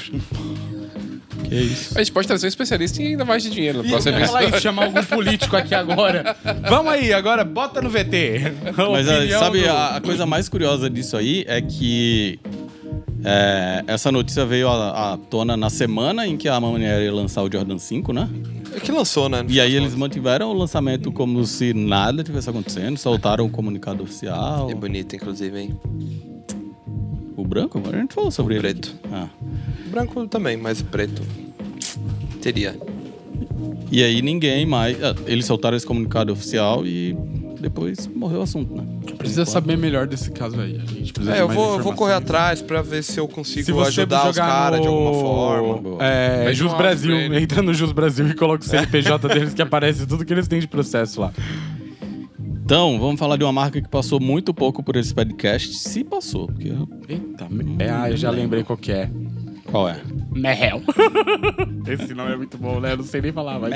Que é isso.
A gente pode trazer um especialista em lavagem de dinheiro no próximo
Falar
episódio.
isso, chamar algum político aqui agora. Vamos aí, agora bota no VT. A
Mas ah,
opinião
sabe,
do-
a, a coisa mais curiosa disso aí é que é, essa notícia veio à, à tona na semana em que a Manera ia lançar o Jordan 5, né?
É que lançou, né?
E aí eles mantiveram o lançamento como se nada tivesse acontecendo, soltaram o comunicado oficial.
É bonito, inclusive, hein?
O branco? A gente falou sobre
O
ele.
preto.
Ah.
Branco também, mas preto. Teria.
E aí ninguém mais. ah, Eles soltaram esse comunicado oficial e depois morreu o assunto, né?
Precisa
Enquanto.
saber melhor desse caso aí. A gente precisa
É,
de
eu
mais
vou, eu vou
informações.
correr atrás pra ver se eu consigo
Se você
ajudar os
jogar
caras de
no-
alguma forma.
É,
Mas
Jus
não abre
Brasil,
ele.
entra no Jus Brasil e coloca o (laughs) CNPJ deles que aparece tudo que eles têm de processo lá.
Então, vamos falar de uma marca que passou muito pouco por esse podcast. Se passou, porque.
Eita, me- é, ah, eu já lembrei qual que é.
Qual é?
Merrel. (laughs) Esse nome é muito bom, né? Eu não sei nem falar, mas...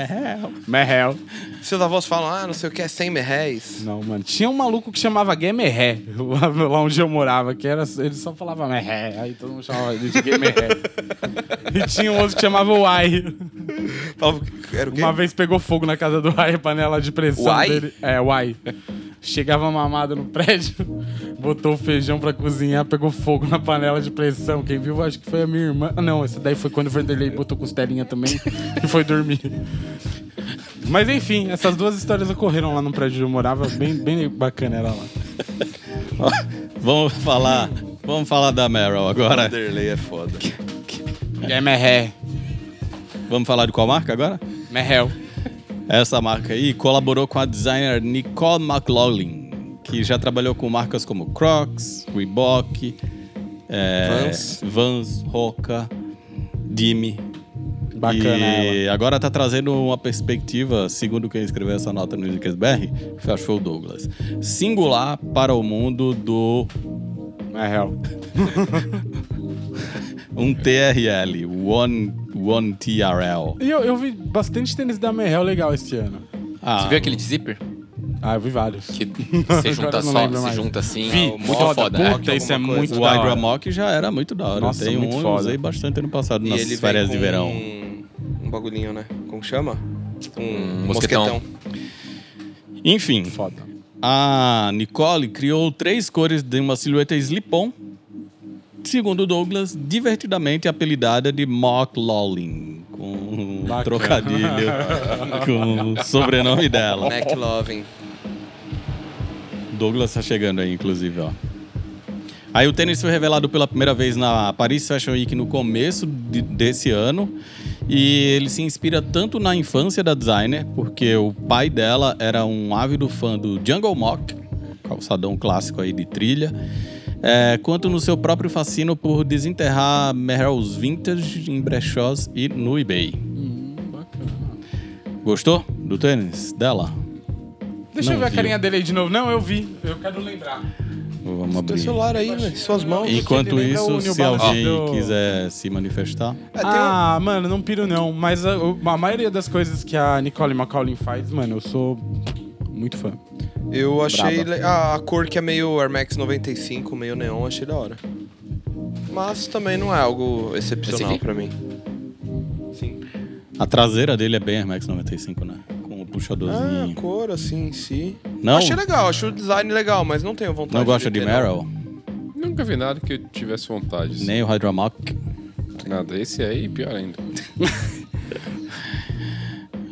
Merrel.
Seus avós falam, ah, não sei o que, é 100
(laughs)
mil réis.
Não, mano. Tinha um maluco que chamava Gamerré, lá, lá onde eu morava, que era, ele só falava Merré, aí todo mundo chamava ele de Gamerré. (laughs) e tinha um outro que chamava Uai.
Falava que era o quê?
Uma vez pegou fogo na casa do Uai, a panela de pressão
Uai?
dele. É, Uai. Chegava mamada no prédio, botou o feijão pra cozinhar, pegou fogo na panela de pressão. Quem viu, acho que foi a minha irmã. Ah, Não, essa daí foi quando o Vanderlei botou costelinha também (laughs) e foi dormir. Mas enfim, essas duas histórias ocorreram lá no prédio onde eu morava, bem, bem bacana era lá.
Vamos falar. Vamos falar da Meryl agora.
Vanderlei é foda.
É merré,
Vamos falar de qual marca agora?
merrel.
Essa marca aí colaborou com a designer Nicole McLaughlin, que já trabalhou com marcas como Crocs, Reebok, é,
Vans.
Vans, Roca, Dime.
Bacana
e agora tá trazendo uma perspectiva, segundo quem escreveu essa nota no Zikesberg, achou o Douglas, singular para o mundo do
ela. Merrel.
um TRL, One, one TRL.
E eu, eu vi bastante tênis da Merrel legal esse ano.
Ah,
Você viu aquele de zíper?
Ah, eu vi vários.
Que você
Agora
junta
não
só,
lembro
se
mais.
junta assim.
Vi,
muito
foda,
foda.
puta,
né?
isso é
alguma coisa.
muito
O
da hora.
Hydramok já era muito da hora.
Nossa,
eu tenho
muito
um, eu
foda.
usei bastante ano passado
E
nas
ele vem
férias de
com
verão.
Um, um bagulhinho, né? Como chama? Um,
Um
mosquetão.
mosquetão.
Enfim,
Foda.
a Nicole criou três cores de uma silhueta slip-on, segundo Douglas, divertidamente apelidada de Mock Lolling, com um
Bacana. (laughs)
trocadilho com o sobrenome dela.
Neck Loving.
Douglas tá chegando aí, inclusive, ó. Aí o tênis foi revelado pela primeira vez na Paris Fashion Week no começo de- desse ano. E ele se inspira tanto na infância da designer, porque o pai dela era um ávido fã do Jungle Mock, calçadão clássico aí de trilha, é, quanto no seu próprio fascino por desenterrar Merrells vintage em brechós e no eBay. Gostou do tênis dela?
Deixa
Não,
eu ver a
viu.
carinha dele aí de novo. Não, eu vi. Eu quero lembrar.
Vamos
Teu
abrir.
celular aí, né? Suas mãos.
Enquanto
Ele lembra
isso,
o New
se alguém
Balance do-
quiser se manifestar,
É, tem um-
Ah, mano, não piro não. Mas a, o- a maioria das coisas que a Nicole McCollin faz, mano, eu sou muito fã.
Eu achei
Braba.
le- a, a cor que é meio Air Max 95, meio neon, achei da hora. Mas também não é algo excepcional
aqui?
pra mim. Sim.
a traseira dele é bem Air Max 95, né? Com o
Ah,
puxadorzinho.
a cor assim em si.
Não?
Achei legal, achei o design legal, mas não tenho vontade
Não gosta de
ter, não.
Merrell?
Nunca vi nada que eu tivesse vontade. assim.
Nem o Hydromock?
Nada. Esse aí, pior ainda.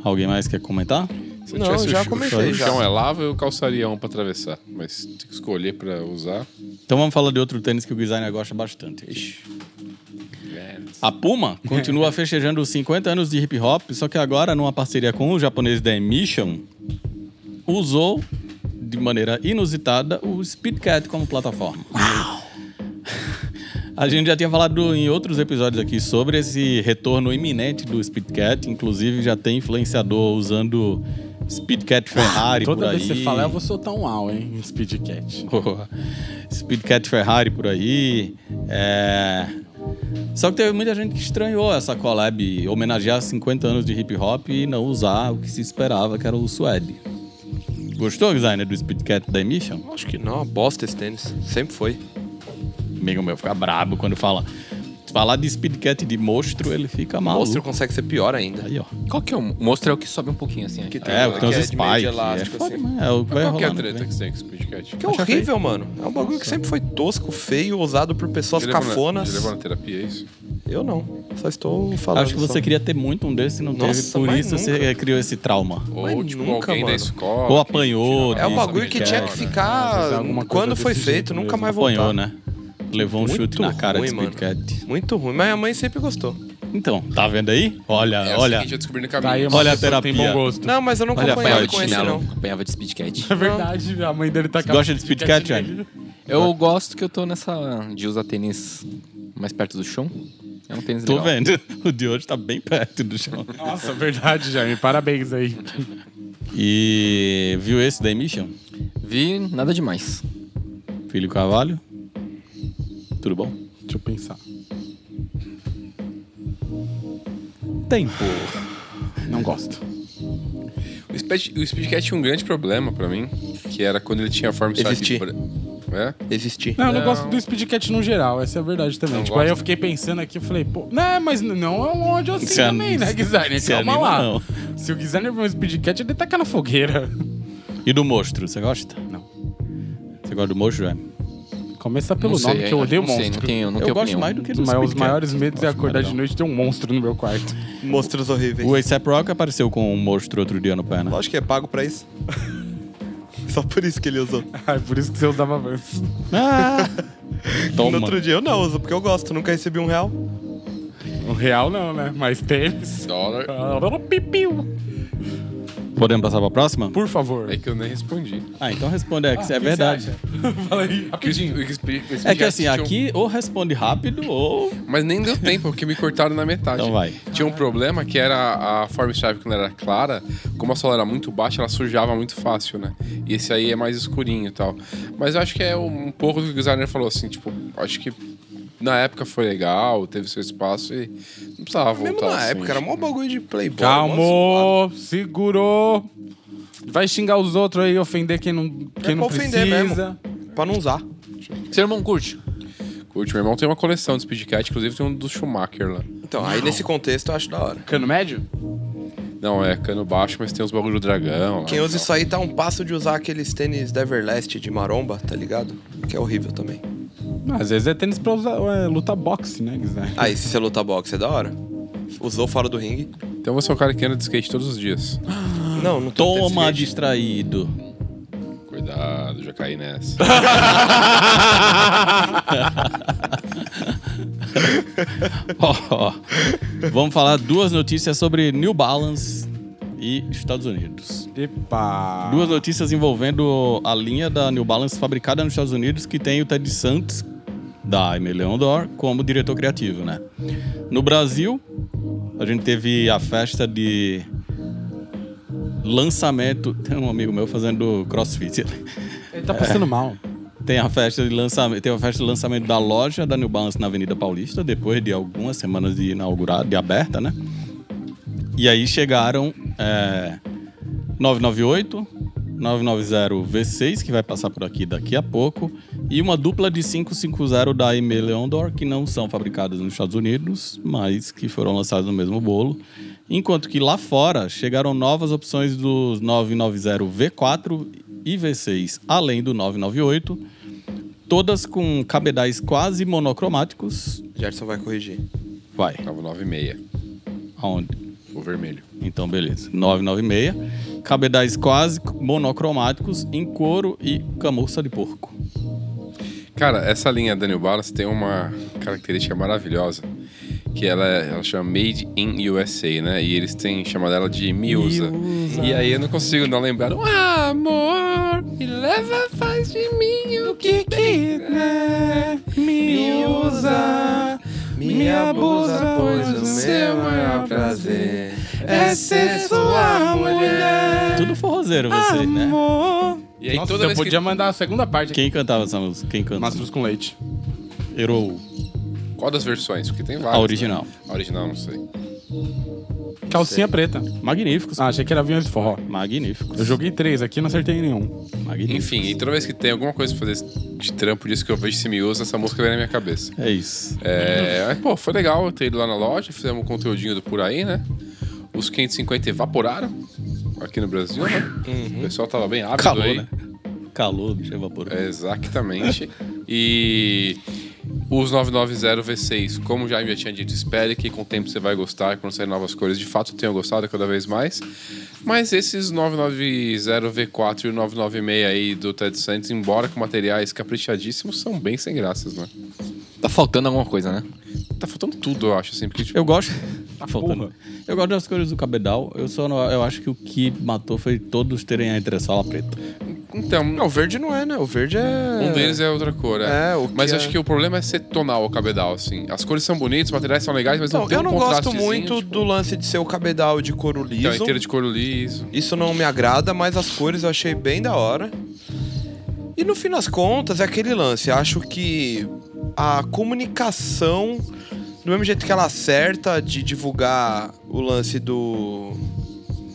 Alguém mais quer comentar?
Se eu
Não,
tivesse
já
o, chu-
comentei,
o
já.
chão é lava, eu calçaria um pra atravessar. Mas tem que escolher pra usar.
Então vamos falar de outro tênis que o designer gosta bastante. A Puma continua festejando os 50 anos de hip hop, só que agora, numa parceria com o japonês da Emission, usou de maneira inusitada o Speedcat como plataforma. A gente já tinha falado em outros episódios aqui sobre esse retorno iminente do Speedcat, inclusive já tem influenciador usando Speedcat Ferrari
Toda
por aí.
vez que você fala, eu vou soltar um au, hein? Speedcat.
Porra. Speedcat Ferrari por aí. É... Só que teve muita gente que estranhou essa collab homenagear 50 anos de hip hop e não usar o que se esperava, que era o suede. Gostou, designer, do Speedcat da Emission?
Acho que não, é uma bosta esse tênis. Sempre foi.
Amigo meu fica brabo quando fala. Se falar de Speedcat de monstro, ele fica maluco.
Monster consegue ser pior ainda.
Aí, ó.
Qual que é o mostra é o que sobe um pouquinho assim. né?
É, o que tem uns
é de meio de
spikes.
elástico,
é, foda,
assim.
mas é o que vai
Qual que é a
rolar, né?
treta que você tem com o Speedcat?
Que é horrível, mano. É um bagulho que sempre foi tosco, feio, usado por pessoas
Ele levou na-
cafonas.
Ele levou na terapia, é isso?
Eu não. Só estou falando.
Acho que você
só.
queria ter muito um desse e não teve,
Nossa,
por
mas
isso você
nunca.
criou esse trauma.
Ou,
Mas
tipo,
nunca,
alguém da
mano.
escola.
Ou
que
apanhou
tirava
É um
isso,
bagulho que
Speed
tinha
Cat,
Às
que
né?
vezes é
ficar.
alguma coisa
Quando foi
desse
feito,
jeito
nunca
mesmo.
mais
Apanhou,
voltar.
né? Levou um
Muito
chute na cara de
ruim, mano.
Speedcat.
Muito ruim. Mas a mãe sempre gostou.
Então, tá vendo aí? Olha,
É assim
olha.
que a gente descobriu
Tá
no
Daí
caminho.
uma
Olha a
pessoa que Tem
terapia.
bom gosto.
Não, mas eu não
Olha,
acompanhava
Apanhava de
com esse,
chinelo,
não.
apanhava de speedcat.
(laughs) É verdade, a mãe dele tá
Você gosta de Speed Cat, Thiago?
Eu gosto que eu tô nessa de usar tênis mais perto do chão. É um tênis
Tô
legal.
vendo. (laughs) O de hoje tá bem perto do chão.
Nossa, verdade, Jaime. Parabéns aí.
E viu esse da Emission?
Vi nada demais.
Filho Carvalho? Tudo bom?
Deixa eu pensar.
Tempo.
Não gosto.
O, Speed, o Speedcat tinha um grande problema pra mim, que era quando ele tinha a forma
Existir.
É?
Existir.
Não, eu não,
Não.
gosto do Speedcat no geral, essa é a verdade também.
Não
tipo, aí
gosta?
eu fiquei pensando aqui, eu falei, pô, não, mas não é um ódio assim
Se an-
também, né, Guizani?
se
Calma
anima,
lá.
não.
Se o Guizani for um Speedcat, ele taca na fogueira.
E do monstro, você gosta?
Não.
Você gosta do monstro, é?
Começa pelo
não sei,
nome, que eu
é,
odeio
não Sei, não
monstro.
tenho, não
Eu
tenho
gosto
opinião.
mais do que é do
Mas os
Speedcat.
maiores medos
Gosto
é
mais
acordar de
não.
noite e ter um monstro no meu quarto.
(laughs)
(laughs)
Monstros horríveis.
O ASAP Rock apareceu com um monstro outro dia no pé, né?
Lógico que é pago pra isso. (laughs) Só por isso que ele usou.
Ai, por isso que você usava Vans.
Ah! Toma.
No outro dia eu não uso, porque eu gosto, nunca recebi um real.
Um real não, né? Mas tênis.
Dólar.
Ah, Pipiu.
Podemos passar pra próxima?
Por favor.
É que eu nem respondi.
Ah, então responde, é, que é verdade.
Fala aí.
Porque o Spe- o Spe- o
É que
Speedcat
assim,
tinha um-
aqui ou responde rápido ou.
Mas nem deu tempo, porque me cortaram na metade.
Então vai.
Tinha um problema que era a forma chave que não era clara, como a sola era muito baixa, ela sujava muito fácil, né? E esse aí é mais escurinho e tal. Mas eu acho que é um pouco do que o designer falou, assim, tipo, acho que na época foi legal, teve seu espaço e não precisava voltar.
Mesmo na
assim,
época, era é mó bagulho de playboy. mó
Calmo, segurou. Vai xingar os outros aí, ofender quem não, quem
É
não
pra ofender
precisa.
zoado. Pra não usar. um-
Seu irmão curte.
Curte, meu irmão tem uma coleção de Speedcat, inclusive tem um do Schumacher lá.
Então, aí nesse contexto eu acho da hora.
Cano médio?
Não, é cano baixo, mas tem os bagulho do dragão. lá
Quem
e
usa
tal.
isso aí tá um passo de usar aqueles tênis da Everlast de maromba, tá ligado? Que é horrível também.
Não, às vezes é tênis pra usar, é, lutar boxe, né, Guizar?
Aí, se você lutar boxe, é da hora. Usou fora do ringue?
Então você é um cara que anda de skate todos os dias.
Não, não tô
Toma,
tênis skate.
distraído.
Cuidado, já caí nessa. (laughs)
Ó, ó. Vamos falar duas notícias sobre New Balance e Estados Unidos.
Epa!
Duas notícias envolvendo a linha da New Balance fabricada nos Estados Unidos, que tem o Ted Santos, da Aime Leondor, como diretor criativo, né? No Brasil, a gente teve a festa de lançamento. Tem um amigo meu fazendo crossfit.
Ele tá passando mal.
Tem a festa de lançamento, tem a festa de lançamento da loja da New Balance na Avenida Paulista, depois de algumas semanas de inaugurada, de aberta, né? E aí chegaram é, 998, 990 V6, que vai passar por aqui daqui a pouco, e uma dupla de 550 da Aimee Leondor, que não são fabricadas nos Estados Unidos, mas que foram lançadas no mesmo bolo. Enquanto que lá fora chegaram novas opções dos 990 V4 e V6, além do 998, todas com cabedais quase monocromáticos.
Gerson vai corrigir.
Vai,
Tava 9,6.
aonde?
O vermelho.
Então, beleza. 996. Cabedais quase monocromáticos em couro e camurça de porco.
Cara, essa linha Daniel Ballas tem uma característica maravilhosa. Que ela, ela chama Made in USA, né? E eles têm chamado ela de Miusa. E aí eu não consigo não lembrar. Um amor, me leva faz de mim o que quiser. Me usa,
me abusa, pois o meu maior prazer
é ser sua mulher.
Tudo Sonzeiro
Ah,
vocês, né?
E aí
Nossa,
toda
eu
vez que...
podia mandar a segunda parte aqui.
Quem cantava essa música? Quem canta?
Mastros com leite.
Herou.
Qual das versões? Porque tem várias.
A original.
né? A original, não sei.
Calcinha preta.
Magníficos.
Ah, achei que era aviões de forró.
Magníficos.
Eu joguei três aqui e não acertei nenhum.
Magníficos.
Enfim, e toda vez que tem alguma coisa pra fazer de trampo, disso que eu vejo esse miúdo, essa música vem na minha cabeça.
É isso. Uhum.
É, mas, pô, foi legal eu ter ido lá na loja, fizemos um conteúdinho do por aí, né? Os 550 evaporaram aqui no Brasil, né? O pessoal tava bem ávido
Uhum. Calor,
aí.
né? Calor, deixa eu evaporar.
É. Exatamente. e os 990 V6, como já já tinha dito, espere que com o tempo você vai gostar, quando sair novas cores. De fato, eu tenho gostado cada vez mais. Mas esses 990 V4 e o 996 aí do Ted Santos, embora com materiais caprichadíssimos, são bem sem graças, né?
Tá faltando alguma coisa, né?
Tá faltando tudo, eu acho, assim, porque tipo,
Eu gosto. Tá faltando. Eu gosto das cores do cabedal. Eu só não- eu acho que o que matou foi todos terem a entressola preta.
Então,
Não, o verde não é, né? O verde é.
um deles é outra cor, é.
É, o que
mas
é-
acho que o problema é ser tonal o cabedal, assim. As cores são bonitas, os materiais são legais, mas não,
Então,
tem
eu
um
não gosto
contrastezinho,
muito
tipo,
do lance de ser o cabedal de couro
Então,
liso.
inteiro de couro liso.
Isso não me agrada, mas as cores eu achei bem da hora. E no fim das contas, é aquele lance. Acho que a comunicação, do mesmo jeito que ela acerta de divulgar o lance do.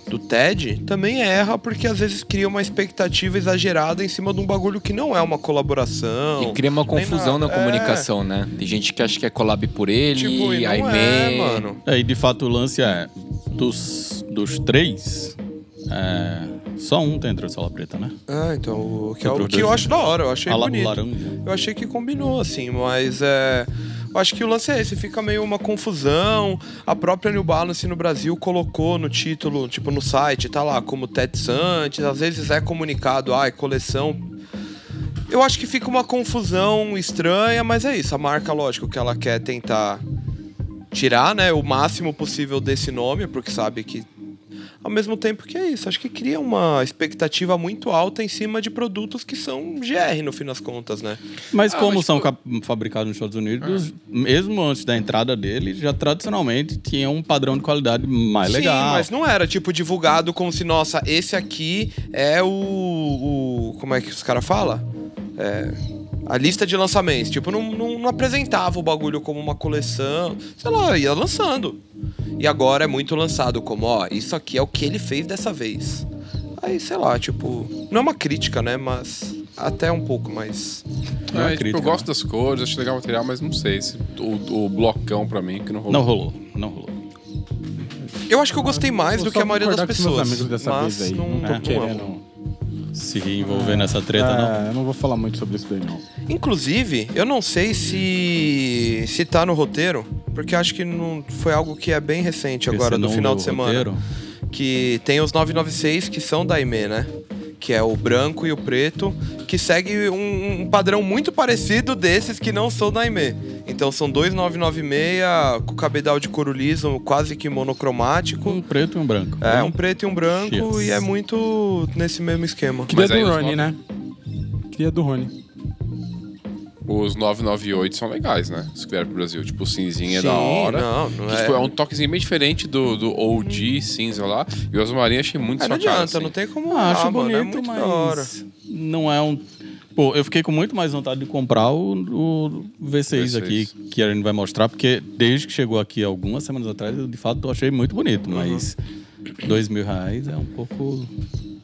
Do TED também erra porque às vezes cria uma expectativa exagerada em cima de um bagulho que não é uma colaboração.
E cria uma
nem
confusão na
nada. É.
comunicação, né? Tem gente que acha que é collab por ele,
Tipo, e
aí
não
meio.
é, mano.
É, E de fato o lance é. Dos, dos três, é, só um tem entressola preta, né?
Ah, então, o que, é
Pro
o que
dois,
eu
né?
acho da hora, eu achei
A la-
bonito.
laranja.
Eu achei que combinou, assim, mas é. Eu acho que o lance é esse, fica meio uma confusão. A própria New Balance no Brasil colocou no título, tipo no site, tá lá, como Ted Santos, às vezes é comunicado, ai, coleção. Eu acho que fica uma confusão estranha, mas é isso. A marca, lógico, que ela quer tentar tirar, né, o máximo possível desse nome, porque sabe que. Ao mesmo tempo que é isso, acho que cria uma expectativa muito alta em cima de produtos que são GR, no fim das contas, né?
Mas
Ah,
como
mas,
são
tipo-
cap- fabricados nos Estados Unidos,
Ah.
mesmo antes da entrada dele, já tradicionalmente tinha um padrão de qualidade mais
Sim,
Ah, é legal.
mas não era, tipo, divulgado como se, nossa, esse aqui é o. o- como é que os caras falam? É, A lista de lançamentos. Tipo, não, não- não apresentava o bagulho como uma coleção. Sei lá, ia lançando. E agora é muito lançado como, ó, isso aqui é o que ele fez dessa vez. Aí, sei lá, tipo. Não é uma crítica, né? Mas. Até um pouco, mas.
Não é
É, tipo,
crítica,
eu gosto das cores, acho legal o material, mas não sei. Esse, o, o blocão pra mim que não rolou.
Não rolou, não rolou.
Eu acho que eu gostei mais
Vou
do
só
que a maioria das
concordar com os meus
pessoas.
amigos dessa
mas
vez aí.
não, é.
Não,
não
tô
amo.
querendo.
Se envolver nessa treta, não.
é, Eu não vou falar muito sobre isso daí, não.
Inclusive, eu não sei se se tá no roteiro, porque acho que não foi algo que é bem recente agora
Esse
do
não
final
do
de semana,
roteiro.
que tem os 996 que são da IME, né? Que é o branco e o preto, que segue um, um padrão muito parecido desses que não são da IME. Então são dois 996 com cabedal de couro liso, quase que monocromático.
Um
Hum.
preto e um branco.
É, um preto e um branco,
Yes.
e é muito nesse mesmo esquema.
Queria
Mas aí
do
os
Rony,
nove-
né? Queria do Rony.
Os 998 são legais, né? Os que vieram pro Brasil. Tipo, o cinzinho é
Sim,
da hora.
não, não
Que,
é-
tipo, é um toquezinho bem diferente do, do OG cinza lá. E o azul marinho achei muito
É, não
sua cara,
adianta,
assim.
não tem como.
Ah, acho
mudar, mano,
bonito,
é muito
mas
da hora.
não é um. Pô, eu fiquei com muito mais vontade de comprar o, o V6,
V6.
aqui, que a gente vai mostrar, porque desde que chegou aqui algumas semanas atrás, eu de fato achei muito bonito, mas dois mil reais é um pouco.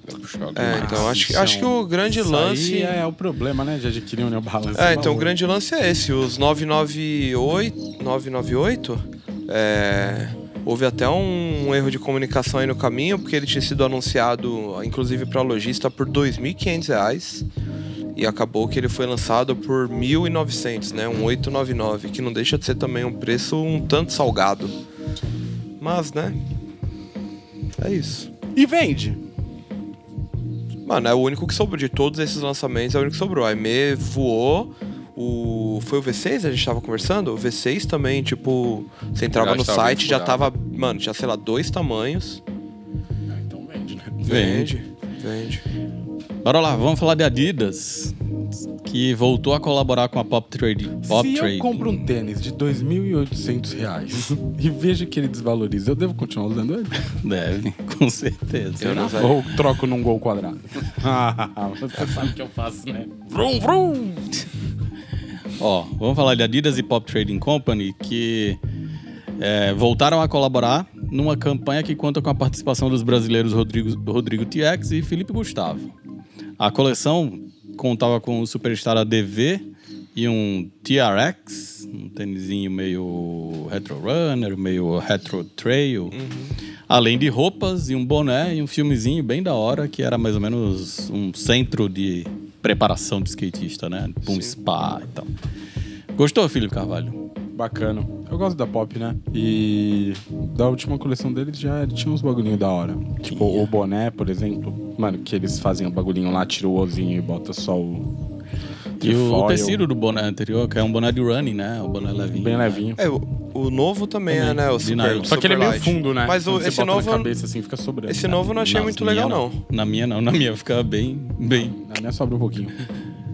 Tá puxado
É,
demais.
então acho que,
são-
acho que o grande
Isso
lance.
aí é o problema, né? De adquirir um New Balance.
É, então o
Valor.
grande lance é esse. Os 998. 998 é, houve até um, erro de comunicação aí no caminho, porque ele tinha sido anunciado, inclusive, para lojista por R$ 2.500. E acabou que ele foi lançado por 1.900, né? Um 899, que não deixa de ser também um preço um tanto salgado. Mas, né? É isso.
E vende.
Mano, é o único que sobrou. De todos esses lançamentos, é o único que sobrou. A EME voou. O... Foi o V6 a gente tava conversando? O V6 também, tipo, você entrava
Verdade,
no
tava
site,
bem
já
furado.
tava. Mano, tinha, sei lá, dois tamanhos.
Então vende, né?
Vende.
Vende. Vende.
Bora lá, vamos falar de Adidas, que voltou a colaborar com a Pop Trade. Pop
Se
Trade.
eu compro um tênis de 2.800 (laughs) reais e vejo que ele desvaloriza, eu devo continuar usando ele?
Deve, (laughs) com certeza.
Eu não usaria.
Ou troco num gol quadrado? (laughs) Ah, Você sabe o que eu faço, né? Vrum, vrum!
Ó, vamos falar de Adidas e Pop Trading Company, que é, voltaram a colaborar numa campanha que conta com a participação dos brasileiros Rodrigo, Rodrigo Tiex e Felipe Gustavo. A coleção contava com o Superstar ADV e um TRX, um tênisinho meio retro runner, meio retro trail. Além de roupas e um boné e um filmezinho bem da hora, que era mais ou menos um centro de preparação de skatista, né? Pra Um spa e tal. Gostou, Felipe Carvalho?
Bacana. Eu gosto da pop, né? E da última coleção deles já tinha uns bagulhinhos da hora. Tipo, o boné, por exemplo. Mano, que eles fazem o bagulhinho lá, tira o ozinho e bota só o.
E o,
foil.
tecido do boné anterior, que é um boné de running, né? O boné levinho.
Bem levinho.
É, o, o novo também, é, né? O
De
super,
nylon.
super
Só que ele é meio
light.
fundo, né?
Mas o-
Quando você
esse
bota
novo.
na cabeça assim, fica sobrando.
Esse novo eu não achei
Nas
muito
minha,
legal, não.
Na minha não, na minha fica bem, bem.
Na minha sobra um pouquinho.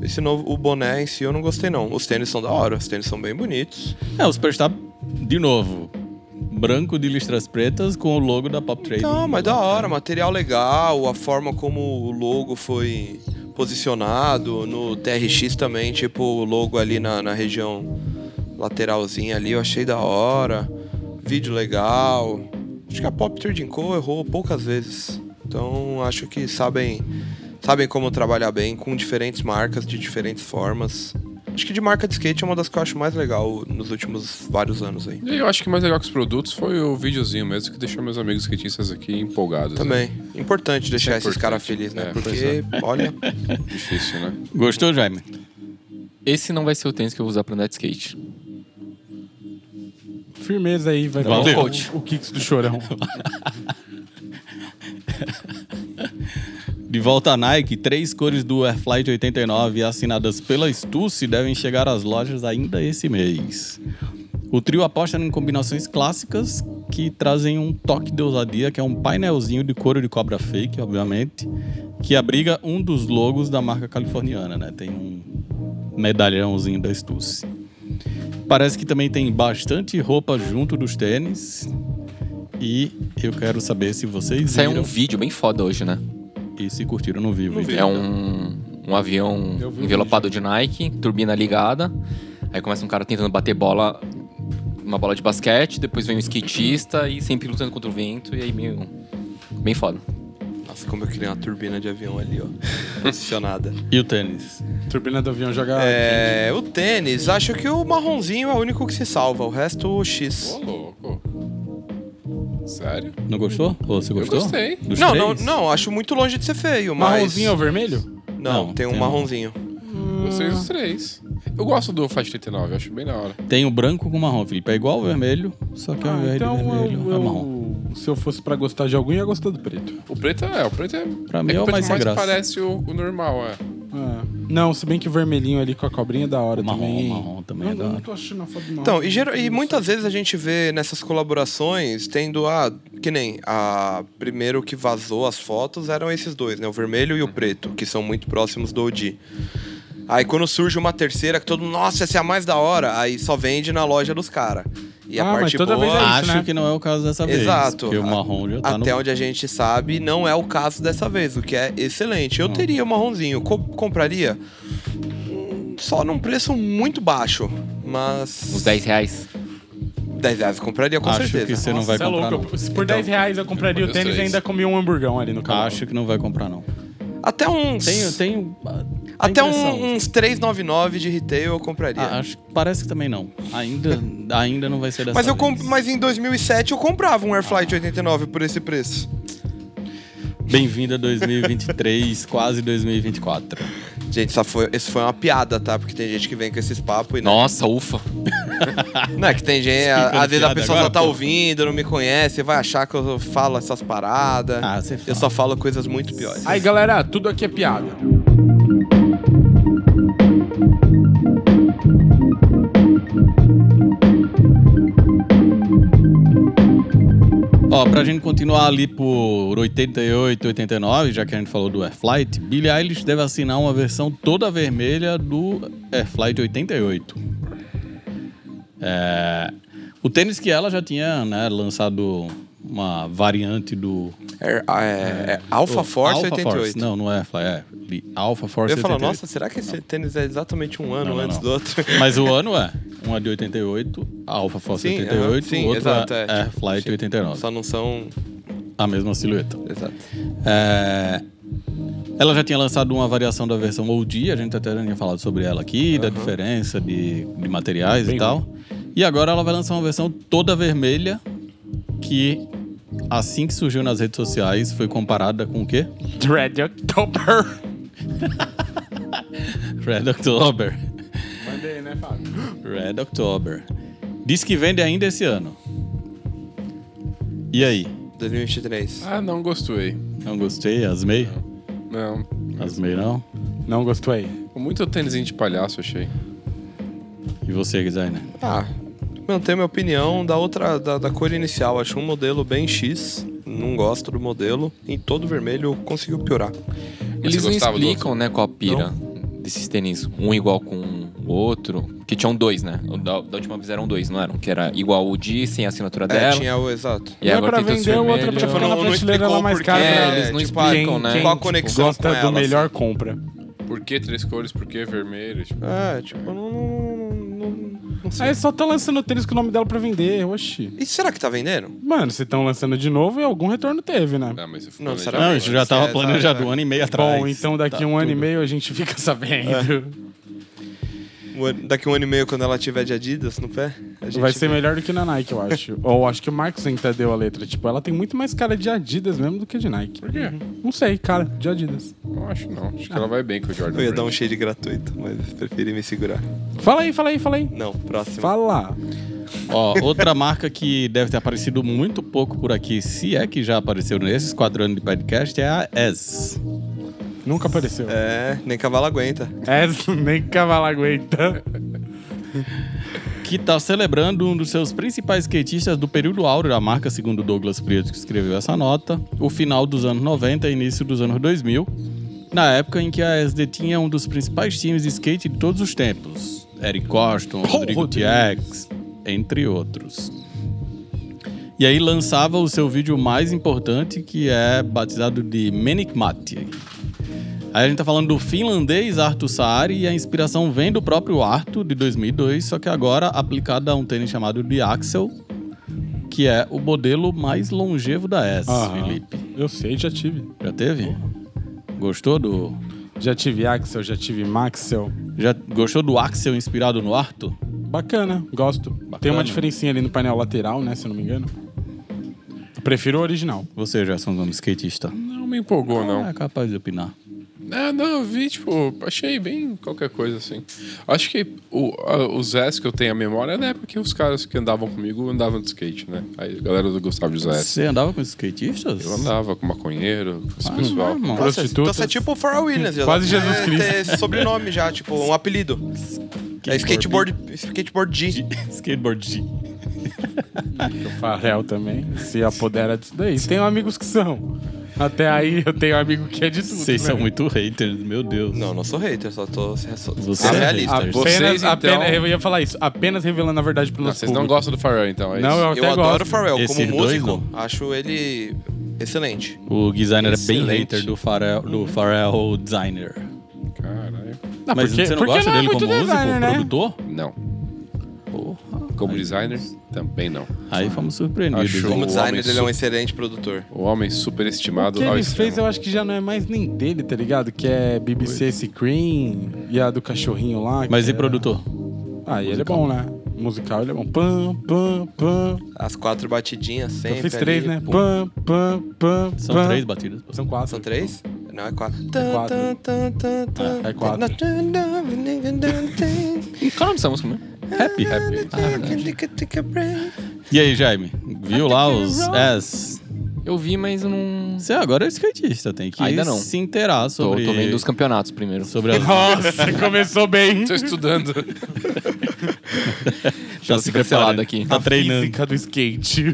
Esse novo, o boné em si eu não gostei, não. Os tênis são da hora, os tênis são bem bonitos.
É, o Superstar, de novo, branco de listras pretas com o logo da Pop Trading.
Não, mas da hora, material legal, a forma como o logo foi posicionado no TRX também, tipo o logo ali na, na região lateralzinha ali, eu achei da hora. Vídeo legal. Acho que a Pop Trading Co errou poucas vezes. Então acho que sabem sabem como trabalhar bem com diferentes marcas de diferentes formas. Acho que de marca de skate é uma das que eu acho mais legal nos últimos vários anos aí.
E eu acho que mais legal que os produtos foi o videozinho mesmo, que deixou meus amigos skatistas aqui empolgados. né?
Também. Importante deixar
é
esses caras
importante.
felizes, né?
É, pois
Porque, olha,
Né? Difícil, né?
Gostou, Jaime?
Esse não vai ser o tênis que eu vou usar pra andar de skate.
Firmeza aí, vai
Valeu.
virar o, o Kicks do (laughs) chorão.
De volta à Nike, três cores do Airflight 89 assinadas pela Stussy devem chegar às lojas ainda esse mês. O trio aposta em combinações clássicas que trazem um toque de ousadia, que é um painelzinho de couro de cobra fake, obviamente, que abriga um dos logos da marca californiana, né? Tem um medalhãozinho da Stussy. Parece que também tem bastante roupa junto dos tênis. E eu quero saber se vocês
Saiu
viram
um vídeo bem foda hoje, né?
e se curtiram no vivo. então.
É um, um avião
Eu vi o
envelopado de Nike, turbina ligada. Aí começa um cara tentando bater bola, uma bola de basquete. Depois vem um skatista e sempre lutando contra o vento. E aí meio. Bem foda.
Nossa, como eu queria uma turbina de avião ali, ó. Posicionada.
E o tênis?
Turbina do avião joga.
É, o tênis, acho que o marronzinho é o único que se salva. O resto, o X.
Ô, louco. Sério?
Não gostou? Ou você gostou?
gostei.
Dos
Não, não,
três?
não, acho muito longe de ser feio, mas.
Marronzinho ou vermelho?
Não,
Não,
tem um
tem
marronzinho.
Vocês os três. Eu gosto do Flash 39, eu acho bem da hora.
Tem o branco com o marrom, Felipe. É igual o vermelho, só que ao invés
então
de vermelho,
eu,
é marrom.
eu- se eu fosse pra gostar de algum, ia gostar do preto.
O preto é, o preto é.
Pra mim
que
é o
preto
mais sem graça.
parece o, o normal, é.
É. Não, se bem que o vermelhinho ali com a cobrinha é da hora
O marrom,
também.
o marrom também é
Não,
da
Não
hora.
tô achando a foto do marrom.
Então,
Uhum.
e, geral- e muitas vezes a gente vê nessas colaborações tendo a. Que nem a. Primeiro que vazou as fotos eram esses dois, né? O vermelho e o preto, que são muito próximos do OG. Aí quando surge uma terceira, que todo mundo, nossa, essa é a mais da hora, aí só vende na loja dos caras. E
Ah,
a
mas
parte
toda
boa. Ah,
vez é isso,
Acho
né?
que não é o caso dessa vez.
Exato.
Porque o marrom já tá
Até
no...
onde a gente sabe, não é o caso dessa vez, o que é excelente.
Uhum.
Eu teria o marronzinho, co- compraria hum, só num preço muito baixo, mas
Uns 10 reais.
10 reais eu compraria com
Acho
certeza.
que você não vai
Nossa,
comprar,
é louco.
não. Então,
Se por 10 reais eu compraria
Eu
o tênis,
sei.
ainda comia um hamburgão ali no carro.
Acho que não vai comprar, não.
Até uns
Tenho, tenho...
até
um, tem impressão.
um, uns 399 de retail eu compraria.
Ah, acho que parece que também não. Ainda, ainda não vai ser dessa
mas eu
vez.
comp- mas em 2007 eu comprava um Airflight 89 por esse preço.
Bem-vindo a 2023, quase 2024.
Gente, isso foi, isso foi uma piada, tá? Porque tem gente que vem com esses papos e não.
Nossa, ufa.
Não, é que tem gente.
Explicando
Às vezes a
piada
pessoa
agora,
só tá
pô.
ouvindo, não me conhece, vai achar que eu falo essas paradas.
Ah, você
Eu
fala.
só falo coisas muito piores.
Aí, galera, tudo aqui é piada.
Ó, pra gente continuar ali por 88, 89, já que a gente falou do Airflight, Billie Eilish deve assinar uma versão toda vermelha do Airflight 88. É, O tênis que ela já tinha né, lançado uma variante do...
É, é, é Alpha Force
Alpha
88.
Force. Não, não é Airflight, é li- Alpha Force
Eu ia falar,
88.
nossa, será que esse tênis é exatamente um ano
Não, não,
antes
não.
do outro?
(laughs) Mas o ano é. Um é de 88, Alpha Force
Sim,
88,
aham, sim,
o outro
exato,
é,
é, tipo,
Airflight
sim.
89.
(laughs) Só não são.
A mesma silhueta.
Exato.
É, Ela já tinha lançado uma variação da versão OG, a gente até já tinha falado sobre ela aqui, da diferença de, de materiais e
Bem
tal. E agora ela vai lançar uma versão toda vermelha, que assim que surgiu nas redes sociais foi comparada com o quê? (laughs)
Dread October.
Red October.
Mandei, né, Fábio?
(gasps) Red October. Diz que vende ainda esse ano. E aí?
2023.
Ah, não gostei.
Não gostei? Asmei?
Não.
Asmei não?
Não gostei.
Muito tênisinho de palhaço, achei.
E você, designer?
Ah, manter minha opinião da outra, da, da cor inicial. Acho um modelo bem X. Não gosto do modelo. Em todo vermelho conseguiu piorar.
Eles
Você
não
gostava do
explicam,
outro?
né, qual a pira desses tênis. Um igual com o outro. Que tinham dois, né? O Da, da última vez eram dois, não eram? Que era igual o de, sem a assinatura
É,
dela.
tinha o exato.
é
E agora tem todos vermelhos.
pra ficar
Não,
na
não
prateleira lá
explicou
mais
por
cara.
quê,
pra-
eles não
tipo,
explicam, né?
Quem,
ah, Qual a
tipo,
conexão
gosta
com
do
ela, assim?
melhor compra.
Por que três cores? Por que vermelho? Tipo,
É, tipo, não. não, não, não, não sei.
Aí só tá lançando tênis com o nome dela pra vender, oxi.
E será que tá vendendo?
Mano, se estão lançando de novo e algum retorno teve, né?
ah, mas eu fui
Não,
planejar
será?
agora.
Não, isso já
isso
estava
é-
planejado
tá-
um ano e meio atrás.
Bom, então daqui
Tá
um ano e
tudo.
meio a gente fica (laughs)
É.
sabendo.
Um ano- Daqui um ano e meio, quando ela tiver de Adidas no pé? a gente
Vai ser
vê.
melhor do que na Nike, eu acho. Ou acho que o Marcos ainda deu a letra. Tipo, ela tem muito mais cara de Adidas mesmo do que de Nike.
Por quê?
Uhum.
Não sei, cara, de Adidas.
Não acho não. Acho que ela vai bem com o Jordan.
Ah. Eu ia dar um
Brand.
shade gratuito, mas preferi me segurar.
Fala aí, fala aí, fala aí.
Não, próximo.
Fala.
Ó, outra marca que deve ter aparecido muito pouco por aqui, se é que já apareceu nesses quatro anos de podcast, é a S.
Nunca apareceu. É,
É, nem cavalo aguenta.
nem cavalo aguenta.
Que tá celebrando um dos seus principais skatistas do período áureo da marca, segundo Douglas Prieto, que escreveu essa nota, o final dos anos 90 e início dos anos 2000, na época em que a SD tinha um dos principais times de skate de todos os tempos. Eric Coston, Rodrigo TX, entre outros. E aí lançava o seu vídeo mais importante, que é batizado de Menikmati. Aí a gente tá falando do finlandês Arthur Saari e a inspiração vem do próprio Arthur, de 2002, só que agora aplicada a um tênis chamado de Axel, que é o modelo mais longevo da S,
Aham.
Felipe.
Eu sei, já tive.
Já teve? Gostou do...
Já tive Axel, já tive Maxel.
Já gostou do Axel inspirado no Arthur?
Bacana, gosto. Tem uma diferencinha ali no painel lateral, né? Se eu não me engano. Eu prefiro o original.
Você, Gerson Gomes, skatista.
Não me empolgou, não.
É capaz de opinar.
Ah, não, eu vi, tipo, achei bem qualquer coisa assim. Acho que o, a, os S que eu tenho a memória é da época que os caras que andavam comigo andavam de skate, né? Aí a galera gostava de usar S.
Você andava com os skatistas?
É. Eu andava com maconheiro, com
Ah,
esse pessoal.
não, irmão.
Nossa, então
Prostitutas.
você é tipo o Pharrell Williams. já
Quase
dá pra
Jesus
ter sobrenome já, tipo, um apelido. É skateboard, skateboard G.
(laughs) Skateboard G.
O Farel também se apodera disso daí. Tenho amigos que são. Até aí eu tenho amigo que é de tudo.
Vocês
né?
são muito haters, meu Deus.
Não, não sou hater, só tô... Só,
Você
sou
é
realista.
hater.
Vocês,
Apenas,
então-
apenas, eu ia falar isso. Apenas revelando a verdade pro
Ah,
nosso
vocês não
público.
gostam do Pharrell, então, é
Não, eu
isso?
até
Eu adoro o
gosto.
Pharrell como
Esses dois
músico.
não.
Acho ele excelente.
O designer é bem
Excelente.
hater do Pharrell, do Pharrell Designer.
Caralho.
Não,
Mas
porque-
você não
porque
gosta
não é
dele
muito
como músico,
designer, né?
produtor?
Não.
Porra.
Como
aí,
designer, também não.
Aí fomos surpreendidos.
Achou.
hein?
Como
O
designer,
homem
ele é um excelente produtor.
O homem
O
superestimado
que
ao
ele
extremo.
fez eu acho que já não é mais nem dele, tá ligado? Que é BBC Screen e a do cachorrinho lá.
Mas e
que
É.
era-
produtor?
Ah, e ele é bom, né? Musical ele é bom. Pam, pam, pam.
As quatro batidinhas sempre
Eu fiz três,
ali,
né?
pum.
Pam, pam, pam.
São
pam.
três batidas. pô.
São quatro.
(laughs) São três? Não, é quatro.
É quatro. É, é quatro.
Qual o nome dessa música mesmo?
Happy. E aí, Jaime? Viu lá os S?
Eu vi, mas eu não...
Você agora é skatista, tem que
Ainda não.
se inteirar
Tô,
sobre...
tô vendo os campeonatos primeiro.
Sobre
(laughs)
as... (laughs)
Nossa, começou bem.
Tô estudando.
Já
cancelado aqui.
Tá
A
Tá
treinando.
física do skate.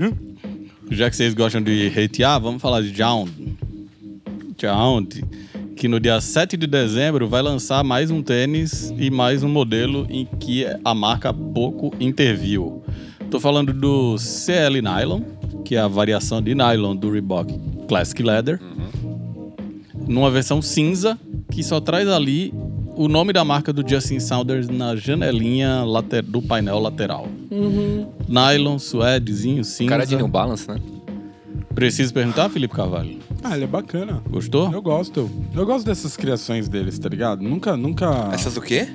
Já que vocês gostam de hatear, vamos falar de Jound. Jound, que no dia 7 de dezembro vai lançar mais um tênis e mais um modelo em que a marca pouco interviu. Tô falando do CL Nylon, que é a variação de nylon do Reebok Classic Leather,
Uhum.
numa versão cinza que só traz ali o nome da marca do Justin Saunders na janelinha later- do painel lateral. Nylon, suedezinho, cinza.
(laughs) Uhum. Cara de New Balance, né?
Preciso perguntar, Felipe Carvalho?
(laughs) Ah, ele é bacana.
Gostou?
Eu gosto. Eu gosto dessas criações deles, tá ligado? Nunca, nunca.
Essas o quê?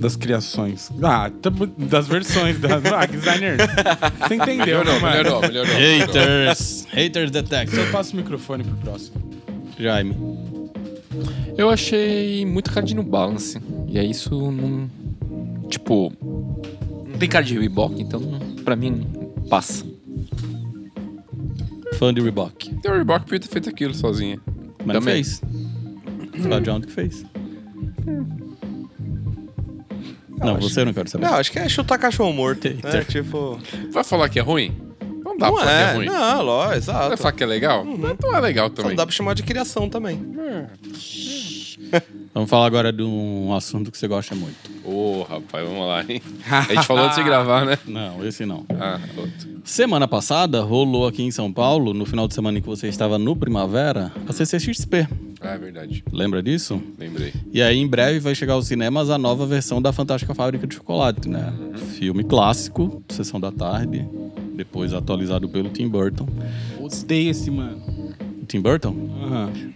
Das criações. Ah, tá bu- das versões. Das...
(laughs)
Ah, designer. Você entendeu, né,
Melhorou,
mano?
melhorou, melhorou.
Haters! Haters detected.
Eu passo o microfone pro próximo.
Jaime.
Eu achei muito cara de New Balance. E aí isso não. Tipo. Não tem cara de Reebok, então pra mim passa.
Fã de Reebok.
Então o Reebok podia ter feito aquilo sozinha.
Mas não
Também.
fez. Só John que fez. Não, você eu não quero saber.
Não, acho que é chutar cachorro morto.
Eita.
Né? Tipo.
Vai falar que é ruim? Não dá
não
pra falar que é
é,
ruim.
não, ló,
Vai
exato.
falar que é legal? Não é legal
Só
também.
não dá pra chamar de criação também.
Vamos falar agora de um assunto que você gosta muito.
Ô, rapaz, vamos lá, hein? A gente falou antes de gravar, né?
Não, esse não.
Ah, outro.
Semana passada rolou aqui em São Paulo, no final de semana em que você estava no Primavera, a CCXP.
Ah, é verdade.
Lembra disso?
Lembrei.
E aí, em breve, vai chegar aos cinemas a nova versão da Fantástica Fábrica de Chocolate, né? Filme clássico, Sessão da Tarde, depois atualizado pelo Tim Burton.
Odeio esse, mano.
Tim Burton?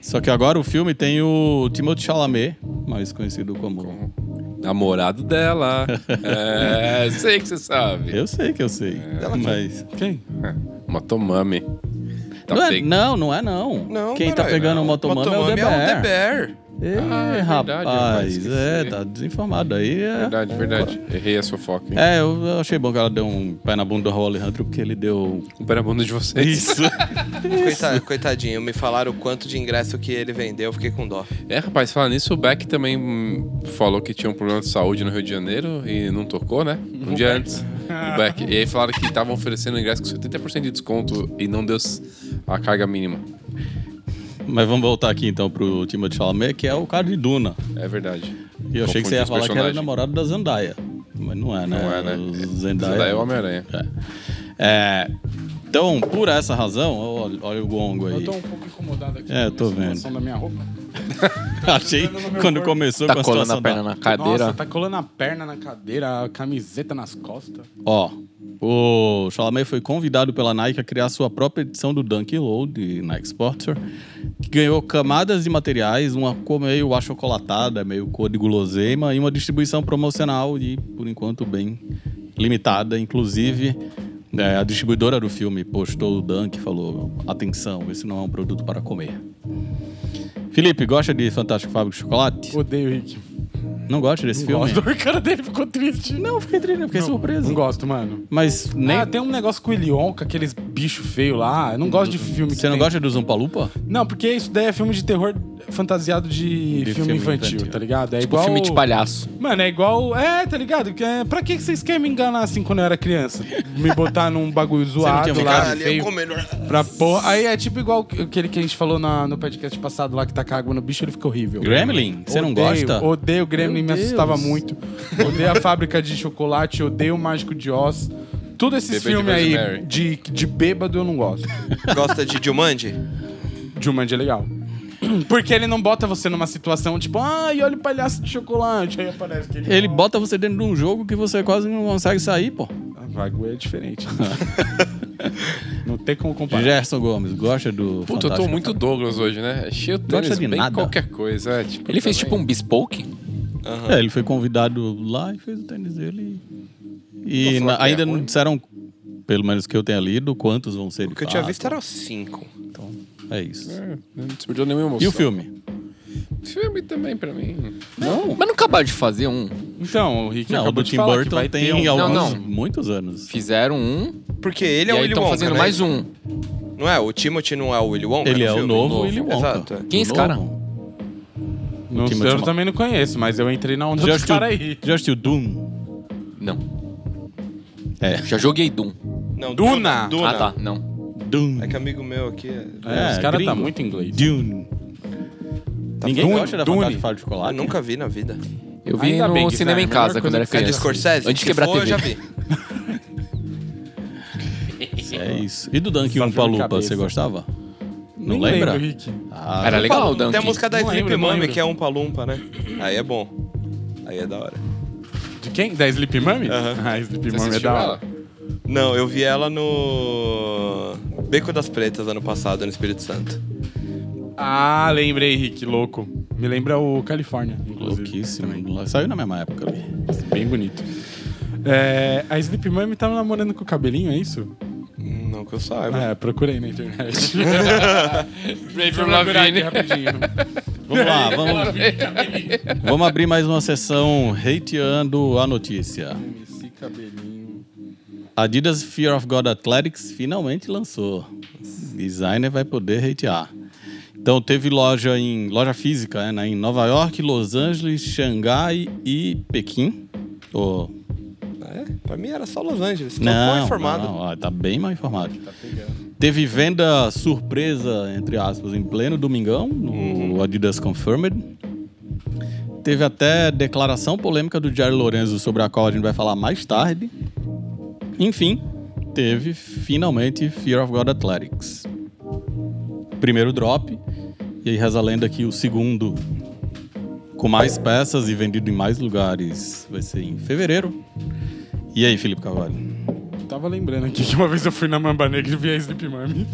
Só que agora o filme tem o Timothée Chalamet, mais conhecido como...
Namorado dela. é, sei que você sabe.
Eu sei que eu sei,
É.
mas...
Quem?
Motomami. Tá
não, é,
peg-
não, não é não.
Não,
Quem tá
caralho,
pegando
não.
o Motomami, é o
é
The Bear.
o Bear.
Ei,
Ah, é verdade, eu
rapaz,
esqueci.
é, tá desinformado aí. É,
Verdade, verdade. Errei a sua foca, hein?
é eu, eu achei bom que ela deu um pé na bunda do Raul Alejandro, porque ele
(laughs)
deu...
Um pé na bunda de vocês.
Coita- coitadinho, me falaram o quanto de ingresso que ele vendeu, eu fiquei com dó.
É, rapaz, falando nisso, o Beck também hum, falou que tinha um problema de saúde no Rio de Janeiro e não tocou, né? Um dia antes. O Beck. E aí falaram que estavam oferecendo ingresso com 70% de desconto e não deu s- a carga mínima.
Mas vamos voltar aqui então pro Timothée Chalamet, que é o cara de Duna.
É verdade.
E eu achei que você ia
Confundi os
falar que era
personagens.
namorado da Zendaya. Mas não é, né?
Não é, né?
O
Zendaya, é o Homem-Aranha.
É. É, Então, por essa razão, olha, olha o gongo
Eu
aí.
tô um pouco incomodado aqui.
É, eu
com
tô
a situação
vendo.
da minha roupa.
(laughs) Achei
olhando no meu
quando
corpo.
começou com
Tá
a
colando a
situação
perna
da...
na cadeira.
Nossa, tá colando a perna na cadeira, a camiseta nas costas.
Ó, o Chalamet foi convidado pela Nike a criar sua própria edição do Dunk Low de Nike Sportster, que ganhou camadas de materiais, uma cor meio achocolatada, meio cor de guloseima e uma distribuição promocional e, por enquanto, bem limitada. Inclusive, é, a distribuidora do filme postou o Dunk e falou: atenção, esse não é um produto para comer. Felipe, gosta de Fantástico Fábrica de Chocolate?
Odeio o Rick.
Não gosta desse filme?
Gosto. A cara dele ficou triste.
Não, eu fiquei triste, eu fiquei surpreso.
Não gosto, mano.
Mas nem.
Ah, tem um negócio com o Elion, com aqueles bichos feios lá. Eu não gosto de filme que
Você não
tem-
gosta do Zumpa Lupa?
Não, porque isso daí é filme de terror fantasiado de,
De
filme,
filme
infantil,
infantil.
tá ligado? É
Tipo
igual...
filme de palhaço.
Mano, é igual... É, tá ligado? Que é- Pra que que vocês querem me enganar assim quando eu era criança? Me botar num bagulho zoado
tinha
lá,
é
ficado
feio.
comendo.
Pra pôr... Aí é tipo igual aquele que a gente falou na- no podcast passado lá, que tá com água no bicho, ele fica horrível.
Gremlin? Você não
Odeio,
gosta?
Odeio o Gremlin, me
Meu
assustava
Deus.
muito. Odeio a fábrica de chocolate, odeio o Mágico de Oz. Tudo esses
Bebê de
filmes aí
Rosemary.
de, de bêbado eu não gosto.
(laughs) Gosta de Jumanji?
Jumanji é legal. Porque ele não bota você numa situação tipo, ai, olha o palhaço de chocolate. Aí aparece aquele.
Ele bota você dentro de um jogo que você quase não consegue sair, pô.
A Vago é diferente. né?
(laughs)
não tem como comparar.
Gerson Gomes, gosta do.
Puta, eu tô
Fantástico?
muito Douglas hoje, né? Achei o tênis
de
bem
nada.
qualquer coisa. é, tipo,
Ele fez
também-
tipo um bespoke?
É, ele foi convidado lá e fez o tênis dele. E
Vou falar
na-
que é
ainda não
ruim.
disseram, pelo menos que eu tenha lido, quantos vão ser.
O que eu tinha visto era cinco.
Então, é isso.
É, não desperdiçou nenhuma emoção.
E o filme?
Filme também, pra mim.
Não. Mas não acabaram de fazer um.
Então, o Rick
Não, o
acabou
do
de
Tim
falar que
Burton
vai ter
tem
um-
alguns,
não.
muitos anos.
Fizeram um.
Porque ele
e
é o
aí
Willy
estão
Wonka,
fazendo
né?
mais um.
Não é? O Timothy não é o Willy Wonka?
Ele
no
é o
filme?
novo Willy Wonka.
Exato. é.
Quem é esse
O
cara?
novo.
Não
Timothy
sei, eu
Chalamet.
também não conheço, mas eu entrei na onda
Já
dos
assistiu-
caras aí.
Já assistiu Doom?
Não.
É.
Já joguei Doom.
Não,
Duna.
Duna.
Ah, tá. Não.
Dune.
É que amigo meu aqui é...
É, os caras tá
gringo.
muito inglês.
Dune. Ninguém
Dune,
gosta da
Dune.
Fantástica Fábrica de
Eu
Chocolate.
nunca vi na vida.
Eu vi
Ainda
no
bem que
cinema
Zayn,
em
a melhor
casa quando
coisa
era
que é
É
criança.
de Scorsese?
Antes de
Se
quebrar a
for, eu
TV.
já vi.
É isso. E do Dunk
Só
1
viu de
Palupa,
cabeça.
você gostava? Não
Nem
lembra?
lembro, Rick.
Ah,
Era legal o
Tem a
Dunkin'.
música da
Não
Sleep
lembro, não
Mummy,
lembro.
que é um palumpa, né? Aí é bom. Aí é da hora.
De quem? Da Sleep Mummy?
Aham.
Ah, Sleep
Você
Mummy é
assistiu
da
ela?
hora.
Não, eu vi ela no Beco das Pretas ano passado, no Espírito Santo.
Ah, lembrei, Rick, louco. Me lembra o Califórnia, inclusive.
Louquíssimo. Saiu na mesma época ali.
Bem bonito. É, a Sleep Mummy tava namorando com o cabelinho, é isso?
Não que eu saiba.
É, procurei na
(laughs)
internet.
Avril Lavigne.
Vamos lá, vamos. vamos abrir mais uma sessão hateando a notícia.
(laughs) Esse cabelinho.
Adidas Fear of God Athletics finalmente lançou. Designer vai poder hatear. Então teve loja em loja física, né, né, em Nova York, Los Angeles, Xangai e Pequim. Ô,
É, pra mim era só Los Angeles. é que eu tô
não,
tá informado.
não, ó, tá bem mal informado. Teve venda surpresa, entre aspas, em pleno domingão, no Adidas Confirmed. Teve até declaração polêmica do Jair Lorenzo, sobre a qual a gente vai falar mais tarde. Enfim, teve finalmente Fear of God Athletics. Primeiro drop, e aí reza a lenda que o segundo, com mais peças e vendido em mais lugares, vai ser em fevereiro. E aí, Felipe Cavalho?
Tava lembrando aqui que uma vez eu fui na Mamba Negra e vi a Sleep
(laughs)
Mummy.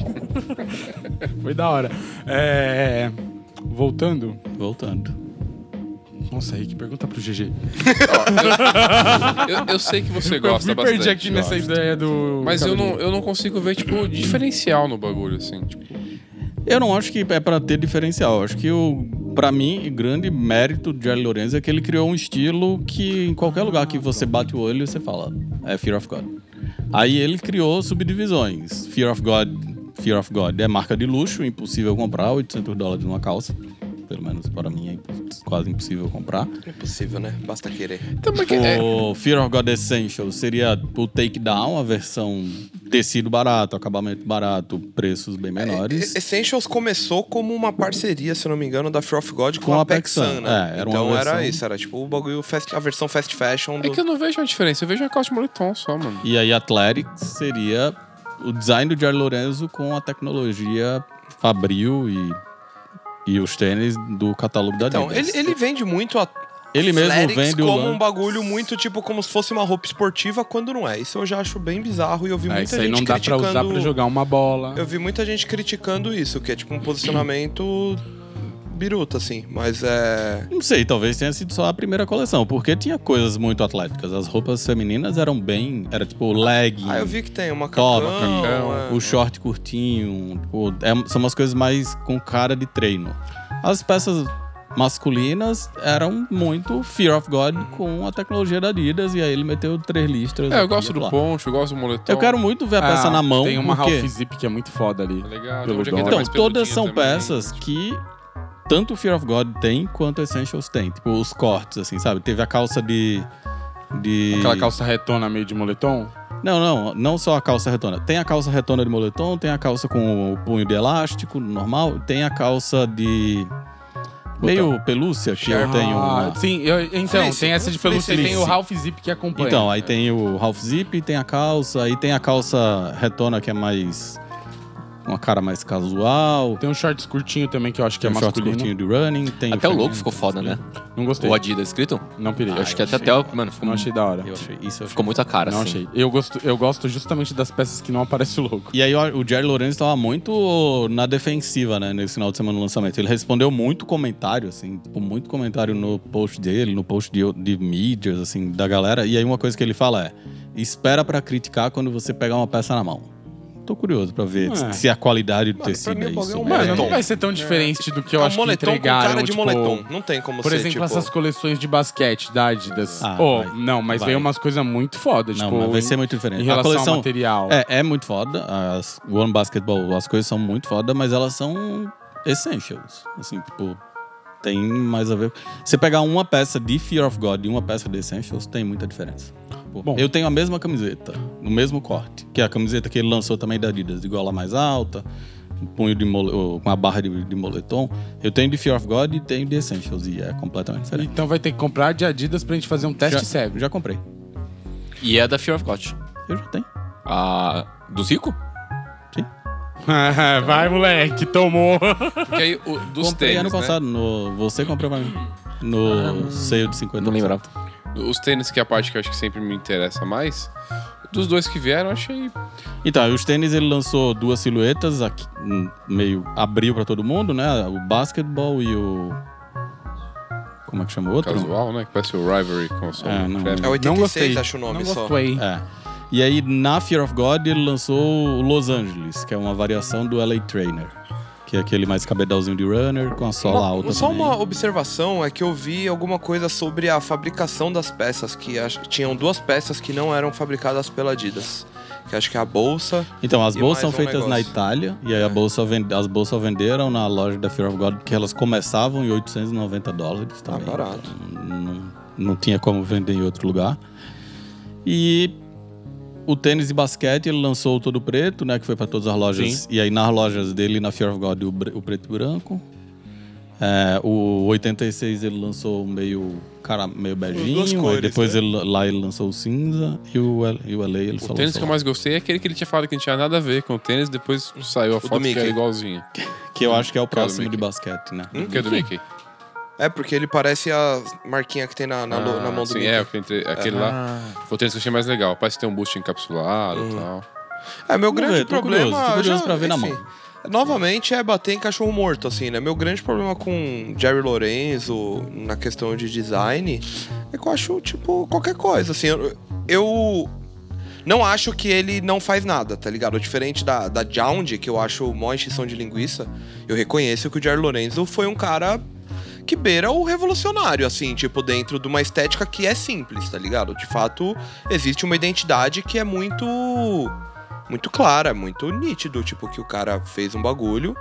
Foi da hora. É, voltando.
Voltando.
Nossa, Rick, pergunta pro GG.
Eu, eu sei que
(laughs)
você
Eu
gosta
me
bastante.
perdi aqui nessa
gosta.
ideia do.
Mas eu
cabelinho.
não, eu não consigo ver, tipo, diferencial no bagulho, assim. Tipo,
Eu não acho que é pra ter diferencial. Eu Acho que o para mim o grande mérito do Jerry Lorenzo é que ele criou um estilo que em qualquer lugar que você bate o olho você fala é Fear of God. Aí ele criou subdivisões. Fear of God, Fear of God é marca de luxo, impossível comprar 800 dólares numa calça. Pelo menos para mim é imposs- quase impossível comprar.
É impossível, né? Basta querer.
então, mas que- é,
O Fear of God Essential seria o takedown, a versão tecido barato, acabamento barato, preços
É,
bem menores.
E- Essentials começou como uma parceria, se eu não me engano, da Fear of God com, a Pac Sun, né?
É, era uma
então era
versão-
isso, era tipo o bagulho, fast- a versão fast fashion do...
é que eu não vejo uma diferença. Eu vejo uma calça de moletom só, mano.
E aí Athletics seria o design do Jair Lorenzo com a tecnologia Fabril e, e os tênis do catálogo da
Então, ele,
Adidas.
ele vende muito a
Ele mesmo
Athletics
vende o
como
lan-
um bagulho muito tipo como se fosse uma roupa esportiva quando não é. Isso eu já acho bem bizarro e eu vi
É,
muita
isso
gente
aí não dá pra
criticando.
usar pra jogar uma bola.
Eu vi muita gente criticando isso, que é tipo um posicionamento biruta assim, mas é
Não sei, talvez tenha sido só a primeira coleção, porque tinha coisas muito atléticas. As roupas femininas eram bem... Era tipo leg,
Ah, eu vi que tem uma
top,
É.
cacão, é.
o short curtinho. tipo, é- são umas coisas mais com cara de treino. As peças masculinas eram muito Fear of God com a tecnologia da Adidas, e aí ele meteu três listras.
Uhum. É, eu
aqui
gosto
e lá.
do então. poncho, eu gosto do moletom.
Eu quero muito ver a peça
Ah,
na mão.
Tem uma
porque...
Ralph Zip que é muito foda ali.
Tá ligado?
Pelo
Onde é que
dólar.
tá
Então,
mais
todas
peludinha
são
também.
peças que tanto o Fear of God tem quanto o Essentials tem. Tipo, os cortes, assim, sabe? Teve a calça de. de...
Aquela calça retona meio de moletom.
Não, não, não só a calça retona. Tem a calça retona de moletom, tem a calça com o punho de elástico normal, tem a calça de. meio pelúcia, que eu tenho.
Ah,
uma-
Sim, eu- então,
Fleece,
tem essa de pelúcia e
fleece.
tem o Ralph Zip que acompanha.
Então, aí tem o half zip, tem a calça, aí tem a calça retona que é mais. uma cara mais casual.
Tem um shorts curtinho também que eu acho que
Tem
é
um short
masculino.
curtinho de running, tem
Até o
feminino,
logo ficou foda, né?
Não gostei.
O Adidas escrito?
Ah, Não pirei.
Eu acho que é até até o. Mano, ficou,
Não achei da hora.
Eu achei, isso eu achei.
ficou muito a cara,
Não
assim.
achei. Eu gosto, eu gosto justamente das peças que não aparece o logo.
E aí o o Jerry Lorenzo tava muito na defensiva, né, nesse final de semana do lançamento. Ele respondeu muito comentário, assim, tipo, muito comentário no post dele, no post de, de mídias, assim, da galera. E aí uma coisa que ele fala é, espera pra criticar quando você pegar uma peça na mão. Tô curioso pra ver
É.
se a qualidade do
Mano, pra
tecido
mim
é
o bagulho é
isso.
um
mesmo.
Mano,
Moletom.
não vai ser tão diferente do que eu
é um
acho que
moletom com
entregaram.
cara de
tipo,
moletom. Não tem como
Por
ser,
exemplo,
tipo...
essas coleções de basquete da Adidas.
Ah,
oh,
vai.
não, mas
Vai.
veio umas coisas muito fodas.
é um
Não,
tipo,
mas vai ser
em-
muito diferente.
Em
A
relação
coleção-
ao material.
É, é muito foda. As One Basketball, as coisas são muito foda, mas elas são essentials. Assim, tipo, tem mais a ver. Você pegar uma peça de Fear of God e uma peça de Essentials, tem muita diferença. Tipo,
Bom.
eu tenho a mesma camiseta, no mesmo corte, que é a camiseta que ele lançou também da Adidas, de gola mais alta, um punho de mole, ou com a barra de, de moletom. Eu tenho de Fear of God e tenho de Essentials, e é completamente diferente.
Então vai ter que comprar de Adidas pra gente fazer um teste
já,
cego.
Já comprei.
E é da Fear of God.
Eu já tenho.
Ah, do Zico?
(laughs) vai, moleque, tomou.
Porque aí, o- dos
comprei
tênis,
ano
né?
passado. No, você comprou pra mim. No seio de 50.
Ah, Não lembrava.
Os tênis, que é a parte que eu acho que sempre me interessa mais. Dos dois que vieram, eu achei.
Então, os tênis ele lançou duas silhuetas, aqui, um, meio abriu pra todo mundo, né? O basketball e o. Como é que chama o outro?
casual, né? Que parece o Rivalry com o Soul
É, não.
Craft.
É
Não
86,
gostei.
acho o nome
Não
só.
gostei.
É. E aí, na Fear of God, ele lançou o Los Angeles, que é uma variação do LA Trainer. Que é aquele mais cabedalzinho de runner, com a sola
Uma-
alta
só
também.
uma observação é que eu vi alguma coisa sobre a fabricação das peças, que ach- tinham duas peças que não eram fabricadas pela Adidas. Que acho que é a bolsa.
Então, as
E
bolsas
mais
são
um
feitas na
negócio. É.
Itália, e aí a bolsa vende- as bolsas só venderam na loja da Fear of God, que elas começavam em 890 dólares também.
tá barato.
Então, não, não tinha como vender em outro lugar. E o tênis de basquete, ele lançou o todo preto, né? Que foi para todas as lojas. E aí, nas lojas dele, na Fear of God, o, bre- o preto e branco. É, o 86 ele lançou o meio, cara, meio beijinho.
duas cores,
depois
né?
ele- lá ele lançou o cinza e o, L- e o LA ele só
O tênis
lançou
que eu mais gostei é aquele que ele tinha falado que não tinha nada a ver com o tênis, depois saiu a foto que
Mickey.
era igualzinho.
Que eu acho que é o próximo de
Mickey.
basquete, né?
Hum?
Que é do Mickey.
É, porque ele parece a marquinha que tem na, na,
Ah,
lo- na mão do
sim,
Mickey.
é, eu entrei- aquele lá. Foi o tênis que eu achei mais legal. Parece que tem um boost encapsulado
Hum.
e tal.
É, meu
Vamos
grande
ver, tô
problema.
curioso, tô curioso
já-
pra ver na
enfim,
mão.
Novamente é bater em cachorro morto, assim, né? Meu grande problema com Jerry Lorenzo na questão de design é que eu acho, tipo, qualquer coisa. Assim, eu, eu não acho que ele não faz nada, tá ligado? Diferente da, da Jound, que eu acho mó extinção de linguiça, eu reconheço que o Jerry Lorenzo foi um cara que beira o revolucionário, assim, tipo, dentro de uma estética que é simples, tá ligado? De fato, existe uma identidade que é muito. Muito clara, muito nítido, tipo, que o cara fez um bagulho.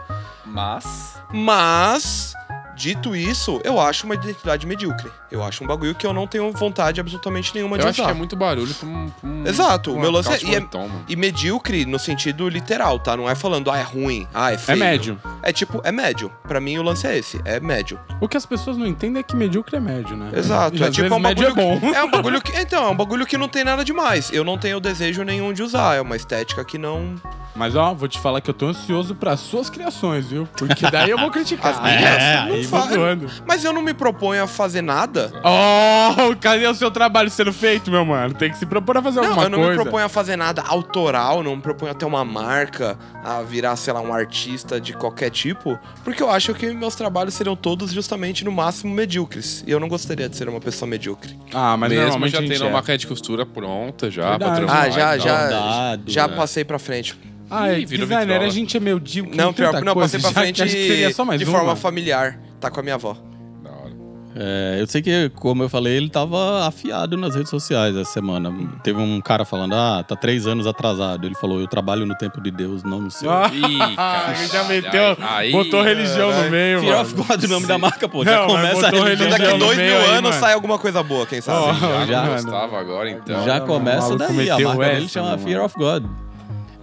Mas.
Mas, dito isso, eu acho uma identidade medíocre. Eu acho um bagulho que eu não tenho vontade absolutamente nenhuma de
eu
usar.
acho que é muito barulho pra um. pra um-
Exato, o
pra
meu
uma
lance é-
calça
e é-
moletom, mano.
E medíocre no sentido literal, tá? Não é falando, ah, é ruim, ah, é
É
feio.
médio.
É tipo, é médio. Pra mim o lance é esse, é médio.
O que as pessoas não entendem é que medíocre é médio, né?
Exato.
E
é
às
tipo,
vezes
é um
médio
bagulho
é bom.
que- é um bagulho que. Então, é um bagulho que não tem nada demais. Eu não tenho desejo nenhum de usar. É uma estética que não.
Mas ó, vou te falar que eu tô ansioso pras suas criações, viu? Porque daí eu vou criticar.
(laughs) As minhas?
não
aí
tô
vai.
zoando.
Mas eu não me proponho a fazer nada.
Oh, (laughs) cadê o seu trabalho sendo feito, meu mano? Tem que se propor a fazer
Não,
alguma
eu não
coisa.
me proponho a fazer nada autoral, não me proponho a ter uma marca, a virar, sei lá, um artista de qualquer tipo, porque eu acho que meus trabalhos seriam todos justamente no máximo medíocres. E eu não gostaria de ser uma pessoa medíocre.
Ah, mas
Mesmo
normalmente
já
a gente
tendo
é.
uma máquina de costura pronta já.
Verdade.
pra
Ah,
transformar
já,
é
um
e tal.
já,
Dado,
é.
já
né?
passei pra frente.
Ah, é,
Ih, virou
designer,
vitrola.
a gente é medíocre.
Não,
em
pior,
tanta
não
coisa,
passei pra
já que
frente
acho que seria só mais
de
uma.
forma familiar. Tá com a minha avó.
Da hora.
É, eu sei que, como eu falei, ele tava afiado nas redes sociais essa semana. Teve um cara falando, ah, tá três anos atrasado. Ele falou, eu trabalho no tempo de Deus, não no seu.
Ah,
Ih, cara.
ele já meteu,
Aí-
botou religião no meio,
Fear
mano.
of God, o nome da marca, pô. Já
Não, mas
começa a
botou
religião.
religião.
Daqui
no
dois
meio
mil
aí,
anos
mano.
sai alguma coisa boa, quem sabe?
Ó,
Já
mano.
gostava agora, então.
Já começa
maluco
daí. A
meteu
marca dele
essa,
chama
meu mano.
Fear of God.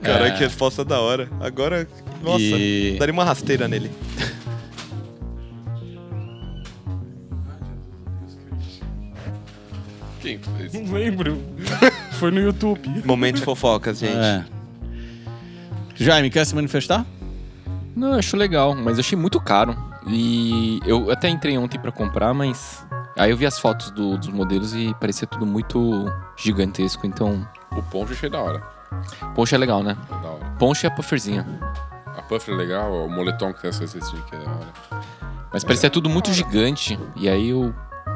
é.
Cara, que resposta da hora. Agora, nossa,
E-
daria uma rasteira nele.
Quem fez?
(laughs) Não lembro. Foi no YouTube. (laughs)
Momento fofocas, gente.
É. Jaime, quer se manifestar?
Não, eu acho legal, mas eu achei muito caro. E eu até entrei ontem pra comprar, mas. Aí eu vi as fotos do- dos moderos e parecia tudo muito gigantesco, então.
O poncho achei da hora.
Ponche é legal, né?
Da hora.
Ponche é a pufferzinha.
A puffer é legal, o moletom que tem essa cestinha aqui é da hora.
Mas parecia tudo muito gigante. E aí eu.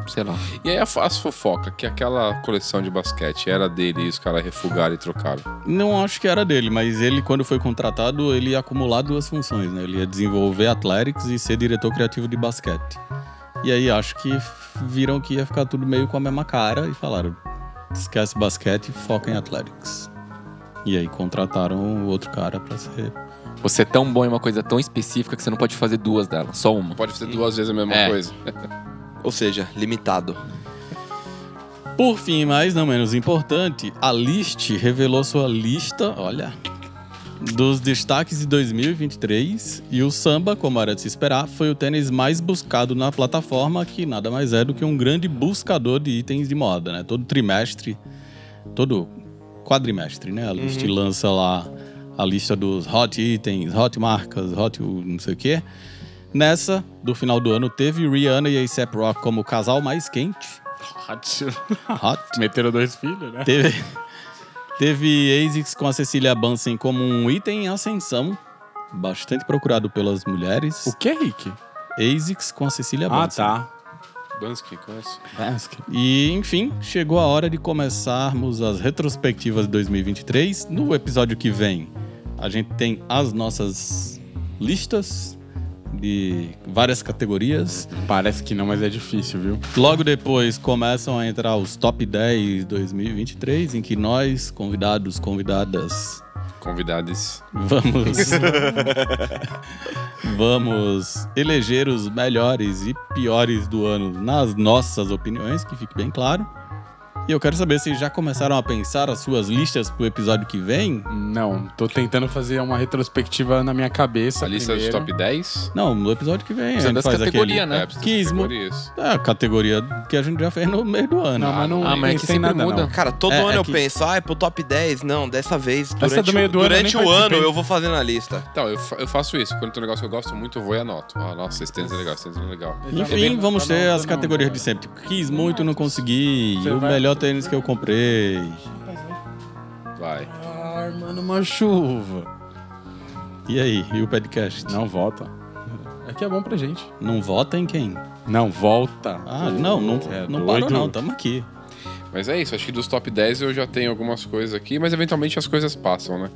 Sei lá.
E aí a- as fofoca, que aquela coleção de basquete era dele e os caras refugaram e trocaram.
Não acho que era dele, mas ele, quando foi contratado, ele ia acumular duas funções, né? Ele ia desenvolver Athletics e ser diretor criativo de basquete. E aí acho que f- viram que ia ficar tudo meio com a mesma cara e falaram: esquece basquete e foca em Athletics. E aí contrataram o outro cara pra ser.
Você é tão bom em uma coisa tão específica que você não pode fazer duas delas, só uma.
É. Pode ser duas vezes a mesma
É.
coisa.
Ou seja, limitado.
Por fim, mas não menos importante, a List revelou sua lista, olha, dos destaques de 2023 e o samba, como era de se esperar, foi o tênis mais buscado na plataforma, que nada mais é do que um grande buscador de itens de moda, né? Todo trimestre, todo quadrimestre, né? A List lança lá a lista dos hot itens, hot marcas, hot não sei o quê. Nessa, do final do ano, teve Rihanna e A$AP Rock como o casal mais quente. Hot.
Meteram dois filhos, né?
Teve, teve ASICS com a Cecília Bansen como um item em ascensão, bastante procurado pelas mulheres.
O que, Rick?
ASICS com a Cecília
Ah,
Bansen.
tá.
Bansky, conhece?
E, enfim, chegou a hora de começarmos as retrospectivas de 2023. No episódio que vem, a gente tem as nossas listas de várias categorias.
Parece que não, mas é difícil, viu?
Logo depois começam a entrar os top 10 2023, em que nós, convidados, convidadas,
Convidados.
Vamos. Vamos eleger os melhores e piores do ano nas nossas opiniões, que fique bem claro. E eu quero saber se já começaram a pensar as suas listas pro episódio que vem.
Não, tô tentando fazer uma retrospectiva na minha cabeça.
A lista dos
primeiro.
top 10?
Não, no episódio que vem. A
São
gente
das
faz
categorias,
aquele...
né?
É, precisa de
Quismo.
categorias.
É, a categoria que a gente já fez no meio do ano.
Não, mas não
Ah, mas é
nem
que
tem
sempre
nada,
muda.
não.
Cara, todo
É,
ano
é
eu
que-
penso, ah, é pro top 10. Não, dessa vez, durante,
do meio do
o-
ano eu
durante
nem
o ano
participei.
eu vou fazendo a lista.
Então, eu, fa- eu faço isso. Quando tem um negócio que eu gosto muito, eu vou e anoto. Ah, nossa, esse tênis é legal, esse tênis é legal. É
Enfim,
bem-
vamos ter
não,
as
não,
categorias
não.
de sempre. Tipo, Quis muito, não consegui.
Você
o
vai-
melhor tênis que eu comprei.
Vai.
Ah, mano, uma chuva.
E aí? E o podcast?
Não, volta. É que é bom pra gente.
Não vota em quem?
Não, volta.
Ah, não, não,
É
não
doido.
parou não, tá? tamo aqui.
Mas é isso, acho que dos top 10 eu já tenho algumas coisas aqui, mas eventualmente as coisas passam, né?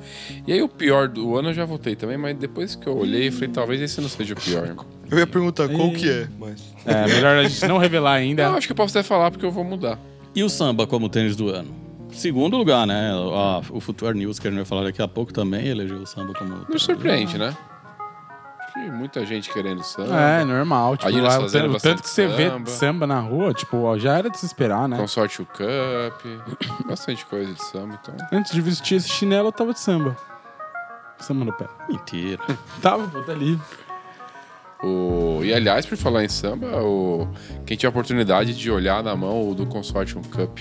E aí o pior do ano eu já votei também, mas depois que eu olhei, eu falei, talvez esse não seja o pior.
Eu ia perguntar qual que é, mas...
É, melhor a gente não revelar ainda.
Não,
(laughs)
acho que eu posso até falar porque eu vou mudar.
E o samba como tênis do ano? Segundo lugar, né? A- o Future News, que a gente vai falar daqui a pouco também, elegeu o samba como. tênis do
Não
ano.
surpreende, né? Tem muita gente querendo samba.
É, normal. Tipo,
A Nina
lá, o
fazendo
tanto, o tanto
bastante
que você vê
samba.
samba na rua, tipo, ó, já era de se esperar, né?
Consorte o Cup, bastante coisa de samba, então.
Antes de vestir esse chinelo, eu tava de samba. Samba no pé.
Mentira.
Tava, pô, tá livre.
O- E aliás, por falar em samba, o... quem tinha a oportunidade de olhar na mão o do Consortium Cup,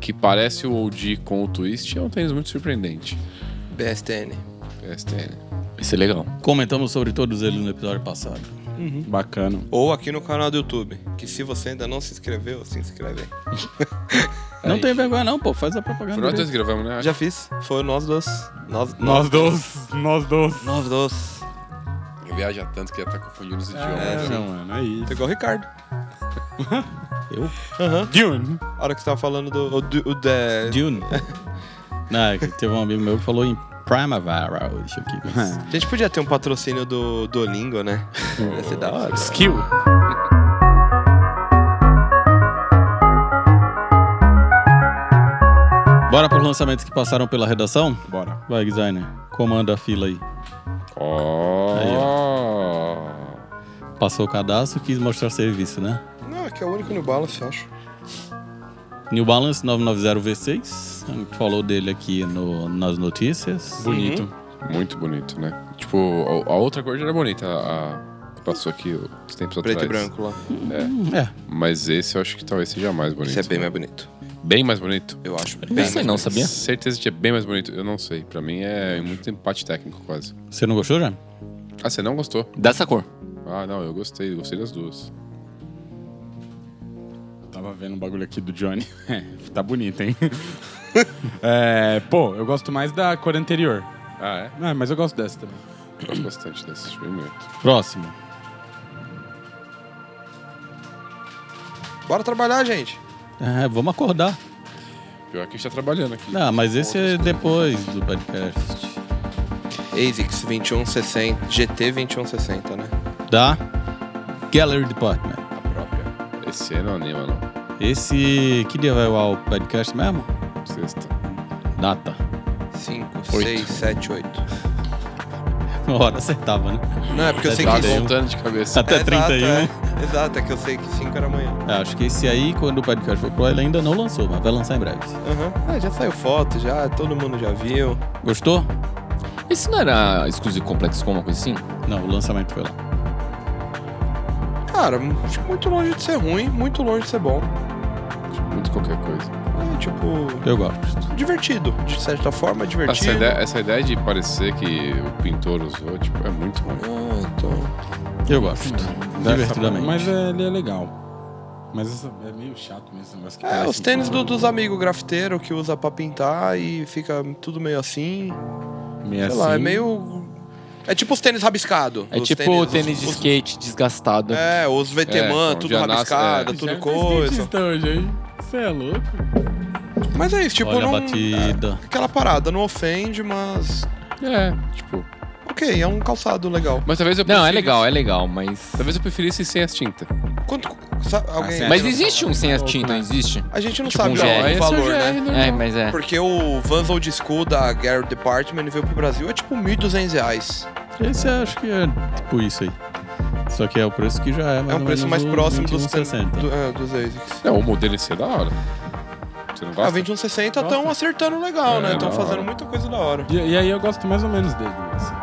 que parece o OG com o twist, é um tênis muito surpreendente.
BSTN.
PSTN.
Isso é legal.
Comentamos sobre todos eles no episódio passado.
Bacana.
Ou aqui no canal do YouTube, que se você ainda não se inscreveu, se inscreve aí.
É
Não tem vergonha, não, pô. Faz a propaganda.
Foi nós
direito.
dois que gravamos, né?
Já fiz. Foi nós dois. Nós,
Nós dois, nós dois.
Nós dois.
Eu viaja tanto que ia estar confundindo os
É,
idiomas.
não, mano, aí.
Pegou o Ricardo.
Eu?
Aham.
Dune.
A hora que você tava falando do. O, do- o
(laughs)
da-
Dune. não, é que teve um amigo meu que falou em Primavera hoje aqui. mas-
(laughs)
A gente podia ter um patrocínio do Duolingo, né? Ia ser da hora.
Skill.
Bora pros lançamentos que passaram pela redação?
Bora.
Vai, designer. Comanda a fila aí.
Ó.
Aí, Passou o cadastro, quis mostrar serviço, né?
Não, aqui é o único no Balance, eu acho.
New Balance 990 V6. A gente falou dele aqui no- nas notícias. Uhum.
Bonito.
Muito bonito, né? Tipo, a a outra cor já era bonita. A... a que Passou aqui os tempos
Preto e
atrás.
branco lá.
É,
Mas esse eu acho que talvez seja mais bonito.
Esse é bem mais bonito.
Bem mais bonito.
Eu acho.
Não
Bem
sei
mais
não,
bonito.
sabia?
Certeza que é bem mais bonito. Eu não sei. Pra mim é muito empate técnico, quase.
você não gostou já?
Ah, você não gostou?
Dessa cor.
Ah, não, eu gostei. Eu gostei das duas.
Tava vendo um bagulho aqui do Johnny. (laughs) É, tá bonito, hein? (laughs) É, pô, eu gosto mais da cor anterior.
Ah,
Ah, mas eu gosto dessa também.
é? Gosto bastante desse. Acho bem bonito.
Próximo.
Bora trabalhar, gente.
É, vamos acordar.
Pior que a gente tá trabalhando aqui.
Não, mas esse é depois do podcast.
ASICS 2160. GT 2160, né?
Da Gallery Department.
A própria. Esse é não anima, não.
Esse. Que dia vai ao podcast mesmo?
Sexta.
Data.
5, 6, 7, 8.
(laughs) Hora acertava, né?
Não, é porque eu sei que.
Tá
Verdade,
isso-
hein?
voltando de cabeça.
Até
É,
31, né?
exato, é. Exato, é que eu sei que 5 era amanhã.
É, acho que esse aí, quando o podcast for pro, ele ainda não lançou, mas vai lançar em breve.
Aham. É, já saiu foto, já, todo mundo já viu.
Gostou?
Esse não era exclusivo complexo como uma coisa assim?
Não, o lançamento foi lá.
Cara, acho que muito longe de ser ruim, muito longe de ser bom.
Muito qualquer coisa.
É, tipo,
Eu gosto.
divertido, de certa forma,
Ah, Essa
divertido.
ideia, essa ideia de parecer que o pintor usou, tipo, é muito ruim.
Ah, então.
Eu gosto. Divertidamente.
Mas é, ele é legal. Mas essa- é meio chato mesmo esse negócio. que
É,
parece
os
um-
tênis do- dos amigos grafiteiro que usa pra pintar e fica tudo meio assim.
Meio
Sei lá, é
assim.
meio. É tipo os tênis rabiscado.
É
os
tipo o
os-
tênis de
os-
skate desgastado.
É, os VTman,
É, então,
tudo
já nasce-
rabiscado,
é.
tudo
Já tem
coisa.
skatista hoje, hein? Você é louco?
Mas é isso, tipo,
Olha
não.
a batida.
Aquela parada, não ofende, mas.
É, tipo.
Ok, é um calçado legal.
Mas talvez eu
Não, é
prefira-
legal, é legal, mas.
Talvez eu preferisse sem as tintas.
Quanto. sa-
Ah,
alguém
certo.
é
Mas
É, não
tipo,
né?
existe um sem a tinta, não existe?
sabe? A gente não
tipo
sabe
um
qual
GR.
é
Esse
o
é
valor, né?
É, mas é.
Porque o Vans Old School da Garrett Department veio pro Brasil é tipo 1.200 reais.
Esse eu acho que é tipo isso aí. Só que é o preço que já é mais
é um
ou
preço
menos
mais
o
próximo dos,
21,60.
do, é, dos ASICs.
Não, o modelo em si é da hora. Você não
Ah,
gosta?
2160 estão acertando legal,
É,
né? Estão
da
fazendo
hora.
muita coisa da hora.
E, e aí eu gosto mais ou menos dele. assim.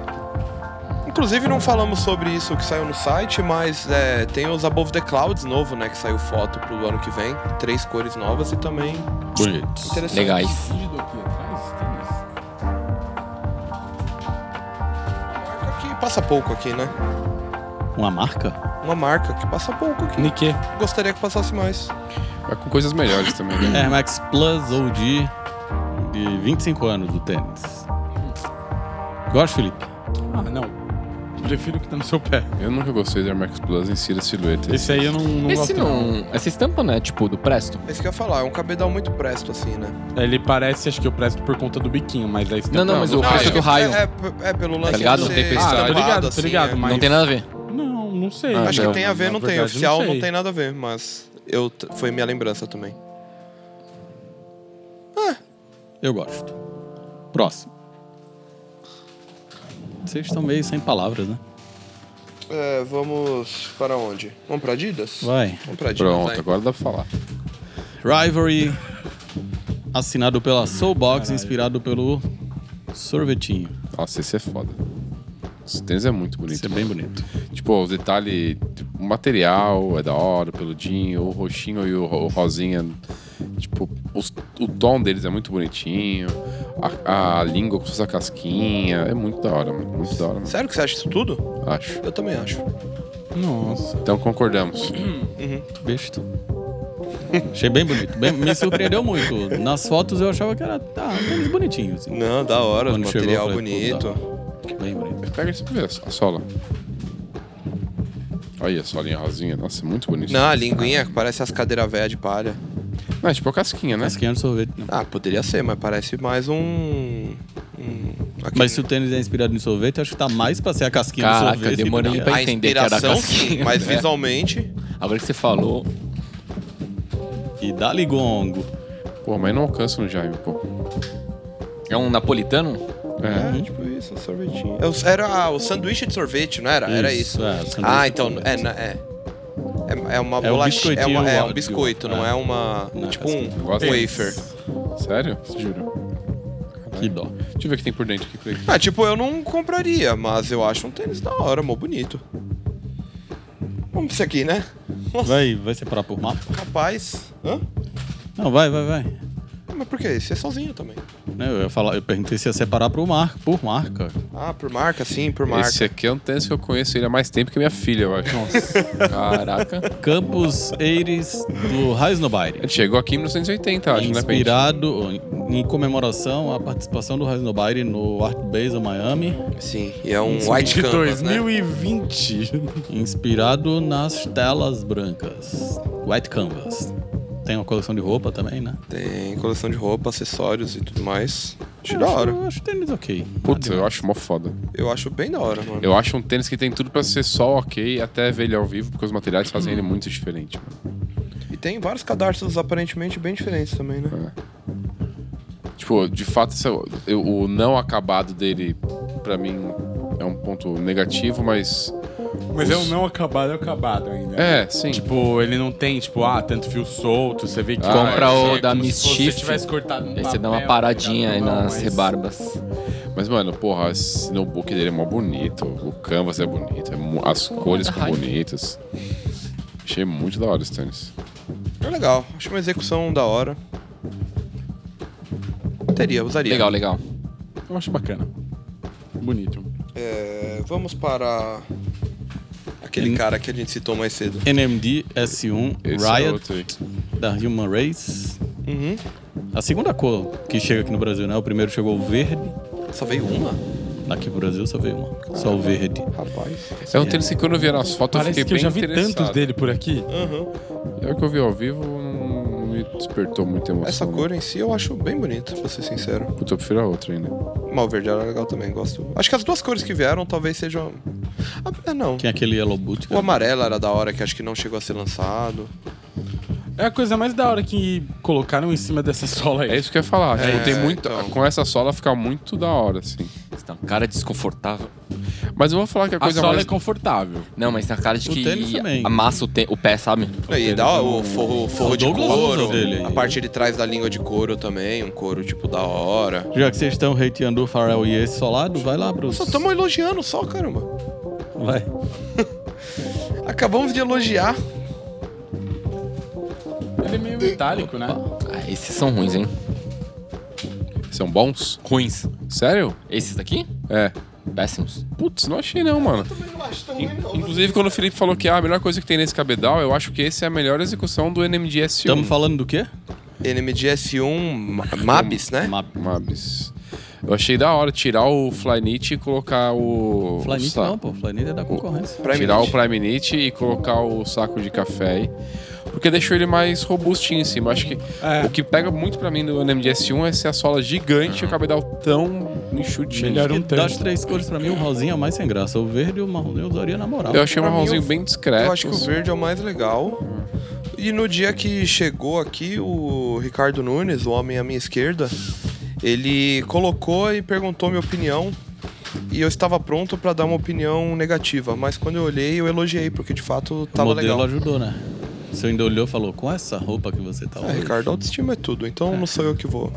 É,
Inclusive, não falamos sobre isso que saiu no site, mas é, tem os Above the Clouds novo, né? Que saiu foto pro ano que vem. Três cores novas e também
Bonitos.
interessante.
Legais.
Fugido aqui atrás, tênis.
Marca que passa pouco aqui, né?
Uma marca?
Uma marca que passa pouco aqui.
Nike.
Gostaria que passasse mais.
mas É com coisas melhores também, né?
Air Max Plus OG de 25 anos do tênis. Gosto, Felipe?
Ah, não. Prefiro o que tá no seu pé.
Eu nunca gostei do Air Max Plus em si da silhueta.
Esse aí eu não, não
Esse
gosto.
não. Essa estampa não é tipo do Presto?
É isso que eu ia falar, é um cabedal muito presto, assim, né?
Ele parece, acho que eu presto por conta do biquinho, mas a estampa.
Não, não, mas o
não,
preço
é,
do raio.
É, é, é pelo lance
ligado?
de ser
Tempestade.
Ah, tô ligado,
assim,
tô ligado,
é.
mas.
Não tem nada a ver.
Não, não sei.
Ah,
Acho
não,
que tem a ver,
na
não tem.
verdade,
Oficial não,
sei.
tem nada a ver, mas eu t- foi minha lembrança também.
Eu gosto. Próximo. Vocês estão meio sem palavras, né?
É, vamos para onde? Vamos pra Adidas?
Vai.
Vamos pra Adidas,
Pronto,
vai.
agora dá pra falar.
Rivalry, assinado pela Soulbox, inspirado pelo Sorvetinho.
Nossa, esse é foda. Esse tênis é muito bonito.
Isso é bem bonito.
Tipo, os detalhes, tipo, o material é da hora, o peludinho, o roxinho e o, ro- o rosinha. Tipo, os- o tom deles é muito bonitinho. A, a língua com essa casquinha. É muito da hora, mano. Muito da hora, mano.
Sério que você acha isso tudo?
Acho.
Eu também acho.
Nossa.
Então concordamos.
Besta. Achei bem bonito. Bem- me surpreendeu muito. Nas fotos eu achava que era tá, um tênis bonitinho. assim.
Não, da hora,
Quando chegou,
material
eu falei,
bonito.
"Puta, Bem bonito.
Pega esse pra ver a sola. Olha a solinha rosinha. Nossa, é muito bonito.
Não, a linguinha que parece as cadeiras velhas de palha.
Não, é tipo a casquinha, né?
Casquinha de sorvete, não.
Ah, poderia ser, mas parece mais um. um aqui-
Mas se o tênis é inspirado em sorvete, acho que tá mais pra ser a casquinha
Caraca,
do sorvete.
demorei
do que-
pra
a
entender que era
inspiração,
casquinha,
sim, mas
né?
visualmente.
Agora que você falou.
E dá-lhe gongo.
Pô, mas não alcança no Jaime, pô.
É um napolitano?
É.
É, tipo isso, um sorvetinho. É o- Era ah, o sanduíche de sorvete, não era? Era isso.
é, sanduíche
Ah,
de
então. É,
sorvete.
na- é. É, é uma
É um
bolacha. É, uma- é
biscoitinho
um biscoito, não
áudio.
é uma.
Não,
tipo
faz
um
sentido.
Eu gosto
wafer.
Sério? É. Juro.
Que dó.
Deixa eu ver o que tem por dentro aqui. Cleiton.
Ah, tipo, eu não compraria, mas eu acho um tênis da hora, mó bonito. Vamos pra isso aqui, né? Nossa,
Vai, vai separar por mapa?
rapaz. Hã?
Não, vai, vai, vai.
Mas por quê? Você é sozinho também.
Não, Eu, ia falar, eu perguntei se ia separar por marca. Por marca.
Ah, por marca, sim, por marca.
Esse aqui é um tênis que eu conheço ele há mais tempo que minha filha, eu acho.
Caraca.
Campos Eires do Raisnobari.
Ele chegou aqui em 1980, acho,
é
né? Pente?
Inspirado em em comemoração à participação do Raisnobari no Art Basel Miami.
Sim, e é um white
de
canvas, né?
2020.
Inspirado nas telas brancas. White Canvas. Tem uma coleção de roupa também, né?
Tem coleção de roupa, acessórios e tudo mais. Acho da hora.
Eu acho tênis ok.
Putz, eu acho mó foda.
Eu acho bem da hora, mano.
Eu acho um tênis que tem tudo pra ser só ok até ver ele ao vivo, porque os materiais fazem ele muito diferente, mano.
E tem vários cadastros aparentemente bem diferentes também, né?
Tipo, de fato, esse é o- eu- o não acabado dele pra mim é um ponto negativo, mas.
Mas é o não acabado, é o acabado ainda.
É, sim.
Tipo, ele não tem, tipo, ah, tanto fio solto, você vê que...
Ah,
Compra
é,
o
é
da
como se
Miss
fosse-
Shift.
Se tivesse cortado um
Aí você dá
papel,
uma paradinha
tá
aí
ligado? Não,
nas
mas-
rebarbas.
Mas, mano, porra, esse notebook dele é mó bonito. O canvas é bonito. é mu- as cores ficam bonitas. Achei muito da hora esse tênis.
É legal. Acho uma execução da hora. Teria, usaria.
Legal, legal.
Eu acho bacana. Bonito.
É, vamos para aquele cara que a gente citou mais cedo.
NMD S1
Esse é
Riot
outro aí.
da Human Race.
Uhum.
A segunda cor que chega aqui no Brasil, né? O primeiro chegou o verde.
Só veio uma?
Aqui pro Brasil só veio uma. Só o verde.
Rapaz.
É um tênis que quando eu vi nas fotos eu
Parece
fiquei
que eu
bem
já vi
interessado.
tantos dele por aqui.
E a que eu vi ao vivo não me despertou muita emoção.
Essa
não.
cor em si eu acho bem bonita, pra ser sincero.
Puta, eu prefiro a outra ainda.
Mal verde era legal também, gosto. Acho que as duas cores que vieram talvez sejam. Ah, é, não.
Tem aquele Yellow Boot. né?
O amarelo era da hora, que acho que não chegou a ser lançado.
É a coisa mais da hora que colocaram em cima dessa sola aí.
É isso que eu ia falar. tipo, tem muito,
então.
Com essa sola fica muito da hora, assim.
Você tem uma Então, cara desconfortável.
Mas eu vou falar que a
A
coisa
sola
mais.
é confortável.
Não, mas tem a cara de
O tênis
que
também.
amassa o, te- o pé, sabe?
E dá o forro, forro
O
de
Douglas
couro.
usa o dele aí.
A parte de trás da língua de couro também, um couro tipo da hora.
Já que vocês estão hateando o Pharrell e esse solado, vai lá, Bruce.
Só estamos elogiando só, caramba.
Vai.
Acabamos de elogiar.
Ele é meio metálico, né?
Ah, esses são ruins, hein?
São bons?
Ruins.
Sério?
Esses daqui?
É.
Péssimos.
Putz, não achei não, mano. Inclusive, quando o Felipe falou que ah, a melhor coisa que tem nesse cabedal, eu acho que esse é a melhor execução do NMD S1.
Estamos falando do quê?
NMD S1 Ma- Mabis, né?
Map.
Mabs. Eu achei da hora tirar o Flyknit e colocar o. o
Flyknit
sa-
não, pô. Flyknit é da concorrência.
Prime
tirar
Knit.
o Prime Knit e colocar o saco de café aí. Porque deixou ele mais robustinho em cima. Acho que
É.
o que pega muito pra mim no NMD S1 é ser a sola gigante e o cabedal tão enxutinho.
Melhor um
Porque das
tanto.
três cores, pra mim, o rosinha é o mais sem graça. O verde e o marrom eu usaria na moral.
Eu achei um
Pra mim,
marronzinho
eu-
bem discreto.
Eu acho que o verde é o mais legal. E no dia que chegou aqui, o Ricardo Nunes, o homem à minha esquerda, ele colocou e perguntou minha opinião. E eu estava pronto para dar uma opinião negativa, mas quando eu olhei, eu elogiei, porque de fato
O
tava
modelo
legal.
ajudou, né? Você ainda olhou e falou, com essa roupa que você tá
É,
usando,
Ricardo, autoestima é tudo, então não sou eu que vou.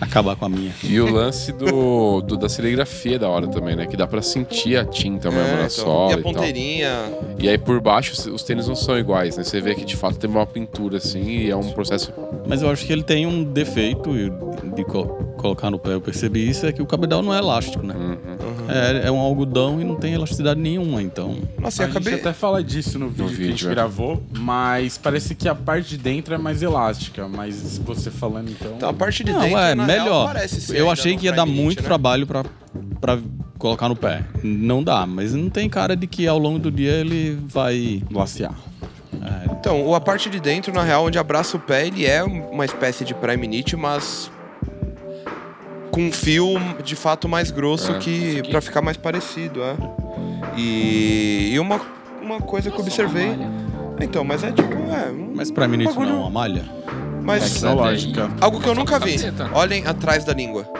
acabar com a minha.
E o lance do, do- da serigrafia é da hora também, né? Que dá pra sentir a tinta mesmo
É,
na
então.
sola
e
e,
a ponteirinha.
tal. E aí por baixo os- os tênis não são iguais, né? Você vê que de fato tem uma pintura assim e é um processo.
Mas eu acho que ele tem um defeito e- de co- colocar no pé, eu percebi isso, é que o cabedal não é elástico, né?
Uhum.
É, é um algodão e não tem elasticidade nenhuma, então...
Nossa,
a
eu acabei.
gente até fala disso no vídeo, que a gente
vídeo, é.
gravou, mas parece que a parte de dentro é mais elástica, mas você falando então...
Então a parte de
não,
dentro.
é
na Real,
melhor.
parece ser
eu
ainda
achei
no
que ia dar
Prime Knit,
muito
né?
trabalho pra, pra colocar no pé. Não dá, mas não tem cara de que ao longo do dia ele vai...
Glaciar.
Então, o- a parte de dentro, na real, onde abraça o pé, ele é uma espécie de prime knit, mas com um fio de fato mais grosso que para ficar mais parecido, é. E, e uma, uma coisa que eu observei. Então, mas é tipo, é, um-
Mas pra mim isso
Bagulho-
não, a malha.
mas
É,
Não, lógica.
algo que eu nunca vi.
Camiseta.
Olhem atrás da língua.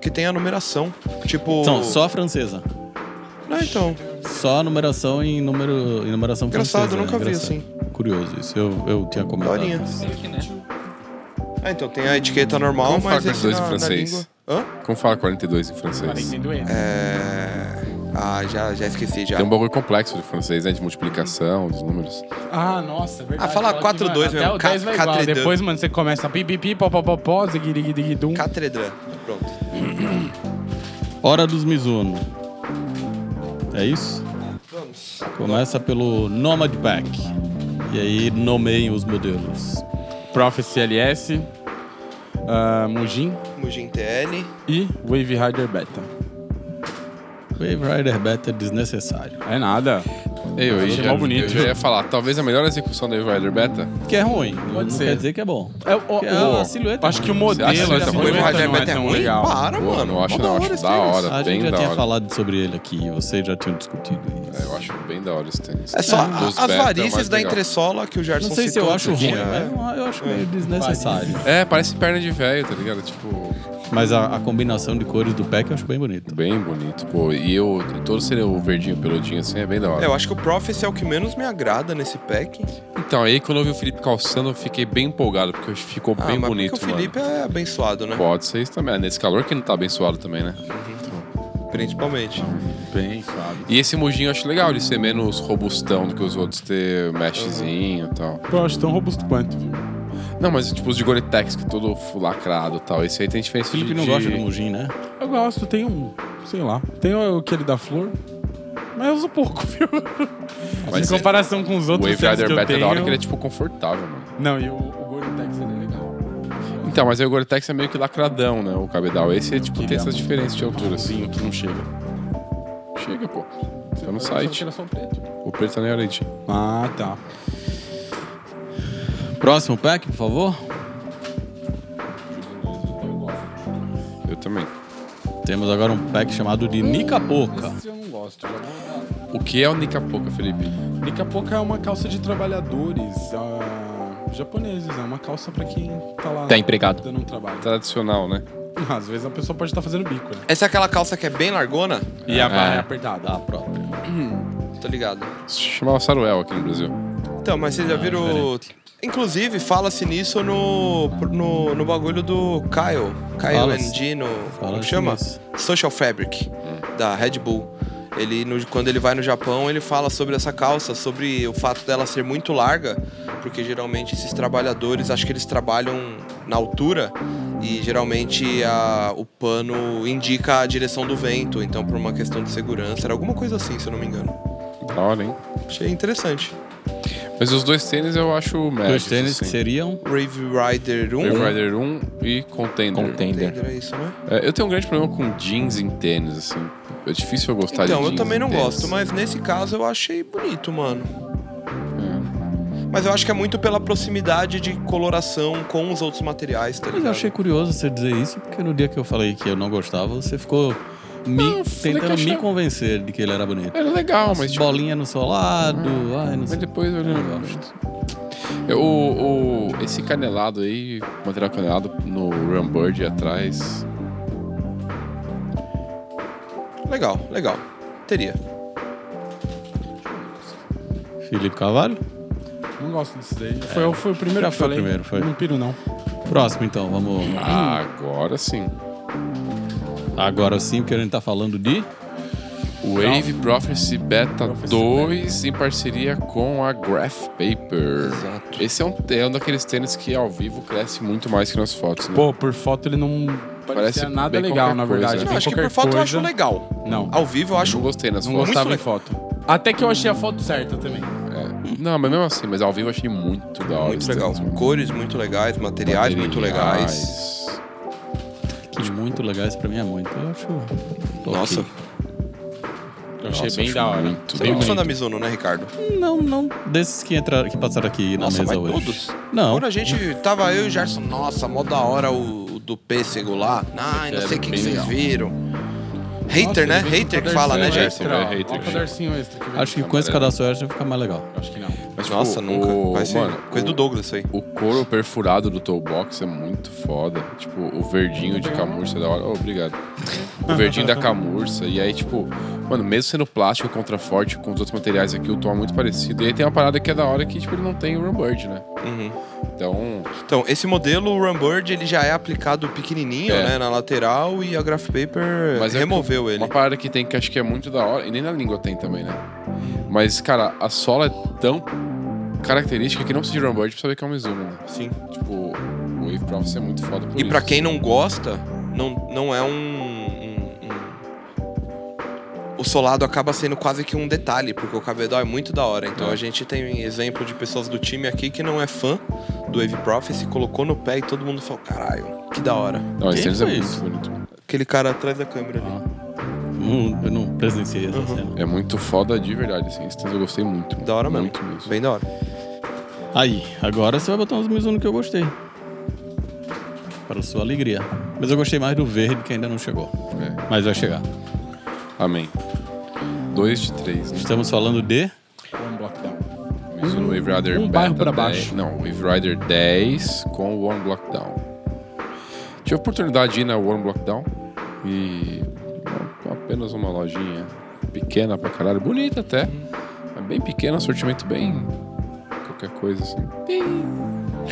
Que tem a numeração. Tipo.
São Então, só a francesa.
Não, então.
Só a numeração em número em numeração
Engraçado,
francesa.
eu nunca vi assim.
Engraçado. Curioso isso. Eu, eu tinha comentado.
Daorinha.
isso.
Ah, então tem a etiqueta normal,
Como fala
mas
com
esse
dois
na,
em
na
francês?
língua. Hã?
Como fala 42 em francês?
É... Ah, já, já esqueci já.
Tem um bagulho complexo de francês, né? De multiplicação, dos números.
Ah, nossa, é verdade.
Ah, fala
que,
4-2
mano,
mesmo,
Até o 10 vai igual.
4-2.
Depois, mano, você começa a pipipi, popopopó, ziguiriguidum.
Catredran. Pronto.
Hora dos Mizuno. É isso?
Vamos.
Começa pelo Nomad Pack. E aí nomeiem os modelos.
Prof CLS, ah, Mujin
Mujin TL.
e Wave Rider Beta.
Wave Rider Beta é desnecessário.
É nada.
Ei, eu,
Achei
já,
mó bonito.
eu já ia falar, talvez a melhor execução do Wave Rider Beta.
Que é ruim. não
ser.
quer dizer que é bom.
É, o,
Que é a silhueta.
Acho que o modelo, a
Você acha
silhueta,
que tá
não
ruim?
Wave Rider
é
Beta é
tão
ruim?
legal.
Para,
Pô,
mano.
não acho
Mó
não, acho
esse
da
tênis.
hora.
Ah, A
Tá bem
gente já
da
tinha
hora.
falado sobre ele aqui. Vocês já tinham discutido
É,
isso.
eu acho bem da hora esse tênis.
É só
Dos
a- as
Beta é o
varizes
mais
da
legal.
entressola que o Gerson
Não sei se
citou
eu acho
outro
ruim. né?
dia.
é, Eu acho meio desnecessário.
É, parece perna de velho, tá ligado? Tipo.
Mas a, a combinação de cores do pack eu acho bem bonito.
Bem bonito, pô. E eu, todo seria o verdinho peludinho assim, é bem da hora.
É, eu acho que o Prophecy é o que menos me agrada nesse pack.
Então, aí quando eu vi o Felipe calçando, eu fiquei bem empolgado, porque ficou
Ah,
bem
mas
bonito,
porque o Felipe é abençoado, né?
mano. Pode ser isso também. Nesse calor que ele tá abençoado também, né?
Principalmente.
Bem suave.
E esse mojinho eu acho legal, ele ser menos robustão do que os outros, ter meshzinho e tal.
Eu acho tão robusto quanto, viu?
Não, mas tipo os de Gore-Tex, que é todo lacrado e tal. Esse aí tem diferença
Felipe
de-
não
de-
gosta do Mujin, né?
Eu gosto, tem um, sei lá, tem o- aquele da flor, mas eu uso pouco, (laughs) viu? Assim,
Mas
em comparação com os
O
outros
Wave
sets que
Rider
eu
Beta é
tenho...
da hora que ele é tipo confortável, mano.
Não, e o, o Gore-Tex ele é legal.
Então, mas aí o Gore-Tex é meio que lacradão, né? O cabedal. Esse é, tipo, tem
queria
essas
muito.
diferenças de altura, assim.
que não chega.
Chega, pô. Tá no
Eu achava que
site.
era só preto.
O preto tá na orelha.
Ah, tá.
Próximo pack, por favor.
Eu também.
Temos agora um pack chamado de Nica Poca.
Esse eu não gosto.
O que é o Nicapoca, Felipe?
Daqui a pouco é uma calça de trabalhadores ah, japoneses. É uma calça pra quem tá lá...
Tá empregado.
Dando um trabalho. (laughs)
Tradicional, né?
Às vezes a pessoa pode estar fazendo bico, né?
Essa é aquela calça que é bem largona?
E a barra
é.
é apertada.
Da própria.
Tô ligado.
Se chamava Saruel aqui no Brasil.
Então, mas
Ah,
vocês já viram. Inclusive, fala-se nisso no, no, no bagulho do Kyle. Kyle
Fala-se.
Endino. Como
Fala-se
chama?
nisso. É.
Social Fabric, da Red Bull. Ele, no- quando ele vai no Japão, ele fala sobre essa calça, sobre o fato dela ser muito larga, porque geralmente esses trabalhadores, acho que eles trabalham na altura e geralmente a- o pano indica a direção do vento, então por uma questão de segurança, era alguma coisa assim, se eu não me engano.
Da hora, hein?
Achei interessante.
Mas os dois tênis eu acho
É,
médios.
Dois tênis que
assim.
seriam.
Rave Rider 1.
Wave Rider 1 e Contender.
Contender.
Entender, é isso, né?
É, eu tenho um grande problema com jeans em tênis, assim. É difícil eu gostar de
Então,
jeans
eu também
em
não
tênis.
gosto, mas nesse caso eu achei bonito, mano. Mas eu acho que é muito pela proximidade de coloração com os outros materiais, tá
Mas
ligado?
eu achei curioso você dizer isso, porque no dia que eu falei que eu não gostava, você ficou me,
Não, eu falei que eu
tentando me
achava-
convencer de que ele era bonito.
Era legal, mas
Mas
tipo,
bolinha no solado, ai, não
Ah, Mas
sei.
depois eu não gosto. Eu- o, o- esse canelado aí, material canelado no Runbird atrás.
Legal, legal. Teria.
Felipe Cavalho.
Não gosto disso daí.
É.
Foi, foi o primeiro
Já
que
foi o
falei.
primeiro, foi.
Não piro, não.
Próximo então, vamos.
Agora sim.
Agora sim, porque a gente tá falando de.
Wave Prophecy Beta
Prophecy
2 em parceria com a Graph Paper. Exato. Esse é um, é um daqueles tênis que ao vivo cresce muito mais que nas fotos, né?
Pô, por foto ele não
Parece
parecia nada
bem
legal,
qualquer
na verdade.
coisa. né?
Não,
Bem
acho que
qualquer
por foto eu
coisa.
acho legal.
Não,
Ao vivo eu acho.
não gostei nas
não
fotos.
gostava em
legal.
foto. Até que eu achei a foto certa também.
Não, mas mesmo assim, mas ao vivo eu achei muito da hora.
Muito
esse
legal.
tênis, mano.
Cores muito legais, materiais, muito legais.
Materiais.
Que muito legais pra mim é muito. Eu acho.
Nossa.
Ok.
Eu achei
Nossa,
bem
acho
da hora.
Você
muito
é
da
muito
hora.
fã da Mizuno, né, Ricardo?
Não, não desses que entraram, que passaram aqui na
Nossa,
mesa
mas
hoje.
todos?
Não.
Quando a gente tava eu e o Gerson, nossa, mó da hora o, o do pêssego lá. Ai, não sei o que, que vocês viram. Hater, né? Hater que fala, né,
extra,
Gerson?
Gerson?
Olha
É, hater,
o
gente.
cadarcinho extra que vem.
Acho que com esse cadastro extra vai ficar mais legal.
Acho que não.
Mas, tipo,
Nossa, nunca.
o-
Vai ser
mano,
coisa do
o-
Douglas isso aí.
O couro perfurado do Toolbox é muito foda. Tipo, o verdinho de camurça é da hora. Ô, obrigado. O verdinho da camurça. E aí, tipo, mano, mesmo sendo plástico contra forte com os outros materiais aqui, o tom é muito parecido. E aí tem uma parada que é da hora que, tipo, ele não tem o Runbird, né? Então,
Uhum. Então, esse modelo, o Runbird, ele já é aplicado pequenininho,
É.
né, na lateral e a Graph Paper
Mas é
removeu ele.
uma parada que tem que acho que é muito da hora. E nem na língua tem também, né? Mas, cara, a sola é tão característica que não precisa de Runbird pra saber que é um Mizuno, né?
Sim.
Tipo, o Wave Prophecy é muito foda por
E
isso.
pra quem não gosta, não, não é um, um- um- O solado acaba sendo quase que um detalhe, porque o cabedal é muito da hora. Então
É.
a gente tem exemplo de pessoas do time aqui que não é fã do Wave Prophecy, colocou no pé e todo mundo falou, caralho, que da hora.
Não, esse
Quem
tênis é
foi
muito
isso?
bonito.
Aquele cara atrás da câmera ali.
Não, eu não presenciei essa cena.
É muito foda de verdade, assim. Esse tênis eu gostei muito. mano.
Da hora mesmo.
Muito mesmo.
Bem da hora.
Aí, agora você vai botar uns Mizuno que eu gostei. Para sua alegria. Mas eu gostei mais do verde que ainda não chegou.
É.
Mas vai chegar.
Amém. Dois de três, né?
Estamos falando de.
Um block down.
Mesmo no Wave Rider
um
Beta
bairro pra
10
baixo.
Não, Wave Rider 10 com One Block Down. Tive a oportunidade de ir na Warm Lockdown e apenas uma lojinha pequena pra caralho, bonita até.
Uhum.
mas Bem pequena, um sortimento bem qualquer coisa assim. Bem...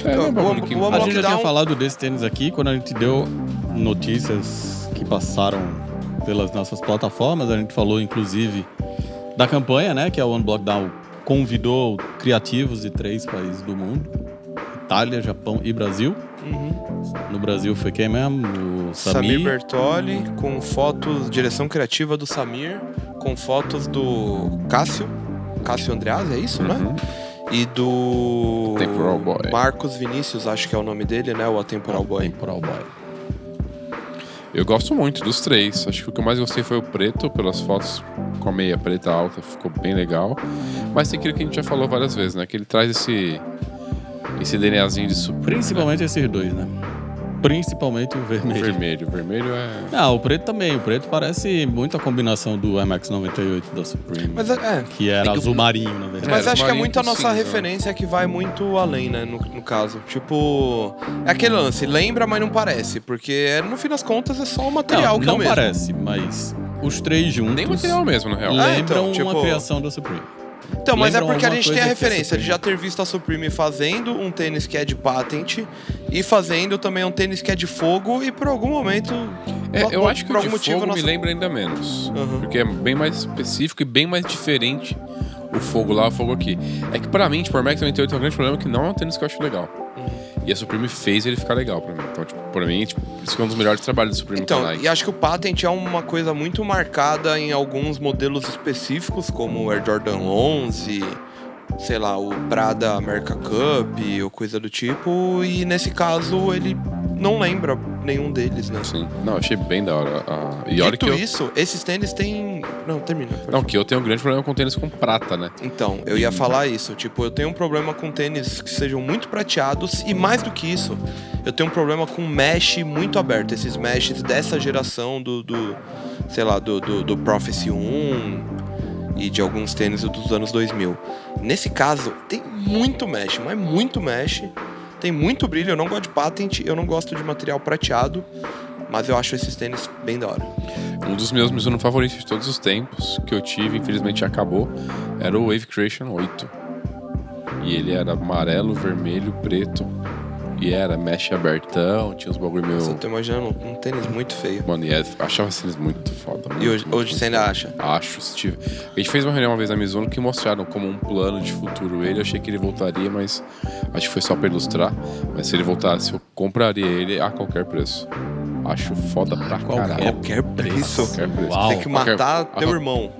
É,
Então,
não é um bagulho
o-
que
o Warm
A gente já
lockdown.
tinha falado desse tênis aqui quando a gente deu notícias que passaram pelas nossas plataformas. A gente falou, inclusive, da campanha, né? Que a One Block Down convidou criativos de três países do mundo. Itália, Japão e Brasil. No Brasil foi quem mesmo? O
Samir
Samir.
Bertoli, com fotos, direção criativa do Samir, com fotos do Cássio, Cássio Andreas, é isso, né? E do
Temporal Boy.
Marcos Vinícius, acho que é o nome dele, né? O Atemporal Boy.
Temporal Boy.
Eu gosto muito dos três. Acho que o que eu mais gostei foi o preto, pelas fotos com a meia preta alta, ficou bem legal. Mas tem aquilo que a gente já falou várias vezes, né? Que ele traz esse, esse DNAzinho de
né?
surpresa.
Principalmente esses dois, né? Principalmente o vermelho.
Vermelho. Vermelho é.
Uhum.
Ah, o preto também. O preto parece muito a combinação do MX-98 da Supreme.
Mas é,
Que era azul marinho, na verdade.
Mas
É,
acho que é
Marinho
muito a
com
nossa
cinza, né?
referência que vai muito além, né? No, no caso. Tipo, é aquele lance, lembra, mas não parece. Porque é, no fim das contas é só o material
não,
que é
não
o mesmo.
parece, mas os três juntos
Nem material mesmo, na real.
lembram
É, então, tipo-
uma criação da Supreme.
Então, mas é
Lembra
porque a
alguma
gente tem a
coisa que é
referência de
Supreme.
já ter visto a Supreme fazendo um tênis que é de patente e fazendo também um tênis que é de fogo e por algum momento.
É,
por-
eu acho que
por
o
algum
de
motivo
fogo
a
me
nossa-
lembra ainda menos.
Uhum.
Porque é bem mais específico e bem mais diferente o fogo lá, o fogo aqui. É que pra mim, tipo, o Max 98 é um grande problema que não é um tênis que eu acho legal.
Uhum.
E a Supreme fez ele ficar legal pra mim. Então, tipo, pra mim, tipo, isso foi um dos melhores trabalhos da Supreme com a
Então,
Nike.
e acho que o patent é uma coisa muito marcada em alguns modelos específicos, como o Air Jordan 11, sei lá, o Prada America Cup ou coisa do tipo, e nesse caso ele não lembra nenhum deles, né?
Sim. Não, achei bem da hora. a- E olha que
Dito
eu...
isso, esses tênis têm... Não, termina. por
Não, que eu tenho um grande problema com tênis com prata, né?
Então, eu ia falar isso. Tipo, eu tenho um problema com tênis que sejam muito prateados e mais do que isso, eu tenho um problema com mesh muito aberto. Esses meshes dessa geração do, do sei lá, do, do, do Prophecy 1 e de alguns tênis dos anos 2000. Nesse caso, tem muito mesh, mas muito mesh. Tem muito brilho, eu não gosto de patent, eu não gosto de material prateado, mas eu acho esses tênis bem da hora.
Um dos meus Mizuno favoritos de todos os tempos, que eu tive, infelizmente já acabou, era o Wave Creation 8. E ele era amarelo, vermelho, preto. E era mesh abertão, tinha uns bagulho
Nossa, eu
meio.
tô imaginando um tênis muito feio.
Mano, e é- achava esses muito foda.
E
muito,
hoje,
muito,
hoje você
muito.
ainda acha?
Acho, se tiver. A gente fez uma reunião uma vez na Mizuno que mostraram como um plano de futuro ele. Eu achei que ele voltaria, mas acho que foi só pra ilustrar. Mas se ele voltasse, eu compraria ele a qualquer preço. Acho foda pra
Qualquer
caralho.
Qualquer preço.
Qualquer preço.
Uau.
Tem que
Qualquer-
matar
Ah,
teu
não.
irmão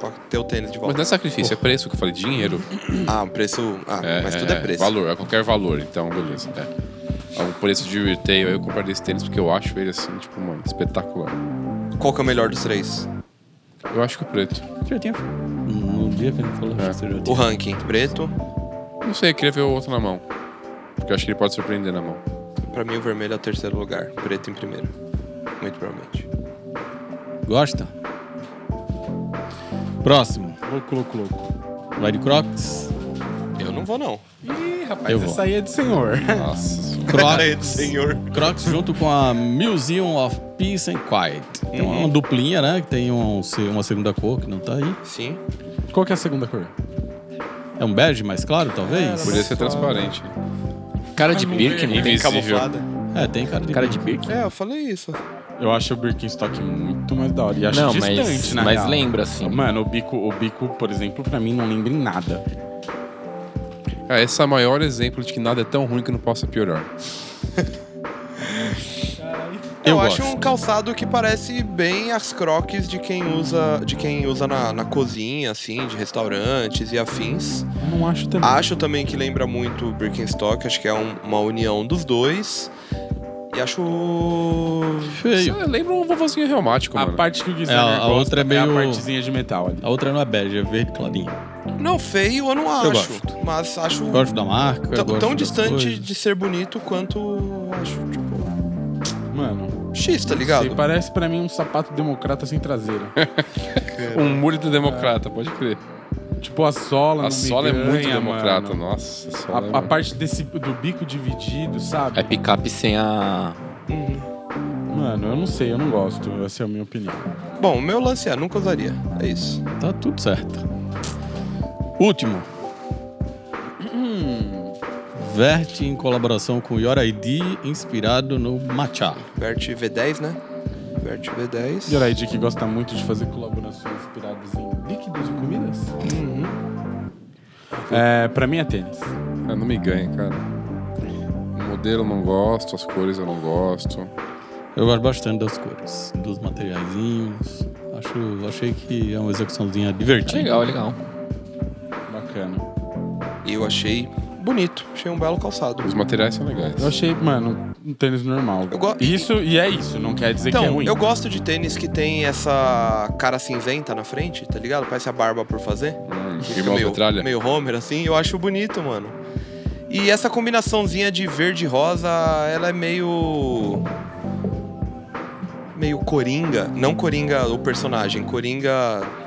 pra ter o tênis de
Mas
volta.
não é sacrifício, é preço que eu falei, dinheiro.
Ah, um preço. Ah,
É,
mas tudo é preço.
Valor, é qualquer valor, então beleza. É. É um preço de retail, aí eu compraria esse tênis porque eu acho ele assim, tipo, mano, espetacular.
Qual que é o melhor dos três?
Eu acho que o preto.
Já tinha. No dia que a gente falou, acho que você já
O
tinha.
ranking. Preto,
Não sei, eu queria ver o outro na mão. Porque eu acho que ele pode surpreender na mão.
pra mim o vermelho é o terceiro lugar. Preto em primeiro. Muito provavelmente.
Gosta? Próximo.
Louco, louco, louco.
Vai de
(laughs)
Crocs.
Eu não vou, não.
Ih, rapaz,
Eu vou.
essa aí é de senhor.
Nossa.
Preto,
Crocs.
senhor.
Crocs junto com a Museum of Peace and Quiet. Tem uma, uma duplinha, né? Que tem um, se- uma segunda cor que não tá aí.
Sim.
(laughs) Qual que é a segunda cor?
É um bege mais claro, talvez?
Podia ser transparente. né?
Cara de Birkin.
Invisível.
É, tem cara de.
Cara de Birkin.
É, eu falei isso.
Eu acho o Birkenstock muito mais da hora. E acho
Não,
distante,
mas,
na
mas
real.
lembra, assim.
Mano, o bico, o bico, por exemplo, pra mim não lembra em nada.
Cara, esse é o maior exemplo de que nada é tão ruim que não possa piorar.
Eu
Eu, acho
gosto.
um calçado que parece bem as croques de quem usa, de quem usa na, na cozinha, assim, de restaurantes e afins.
Não acho também.
Acho também que lembra muito o Birkenstock, acho que é um- uma união dos dois. E acho.
Isso
Feio.
Lembra um vovozinho reumático,
a
mano.
parte que o
É,
Guilherme
a outra é
a
meio-
partezinha de metal ali.
A outra não é bege, é verde clarinho.
Não, feio eu não acho.
gosto.
Mas acho
Gosto da marca.
tão-
gosto
tão
das
distante
coisas.
de ser bonito quanto acho, tipo.
Mano,
X, tá ligado?
sei, parece pra mim um sapato democrata sem traseira.
Um muro do democrata, pode crer.
tipo, a sola não
A
me
sola é muito
ganha,
democrata,
mano.
nossa. A, sola é,
A, a
mano.
parte desse, do bico dividido, sabe?
É picape sem a.
Uhum.
mano, eu não sei, eu não gosto. Essa é a minha opinião.
Bom, o meu lance é, nunca usaria. É isso.
Tá tudo certo. Último. (clears throat) Verte em colaboração com Yoraidi, inspirado no Machá.
Vert V10, né? Vert V10.
Juraidi que gosta muito de fazer colaborações inspiradas em líquidos e comidas. É, pra mim é tênis.
Ah, não me ganha, cara. O modelo eu não gosto, as cores eu não gosto.
Eu gosto bastante das cores, dos materiaizinhos. Acho, achei que é uma execuçãozinha divertida.
Legal, legal.
Bacana.
E eu achei bonito. Achei um belo calçado.
Os materiais são legais.
Eu achei, mano, um tênis normal.
Eu go-
Isso e é isso, não quer dizer que é
Então,
ruim.
eu gosto de tênis que tem essa cara cinzenta na frente, tá ligado? Parece a barba por fazer.
Hum,
Que fica
irmão
meio,
Petralha.
meio Homer, assim. Eu acho bonito, mano. E essa combinaçãozinha de verde e rosa, ela é meio... Meio coringa. Não coringa o personagem, coringa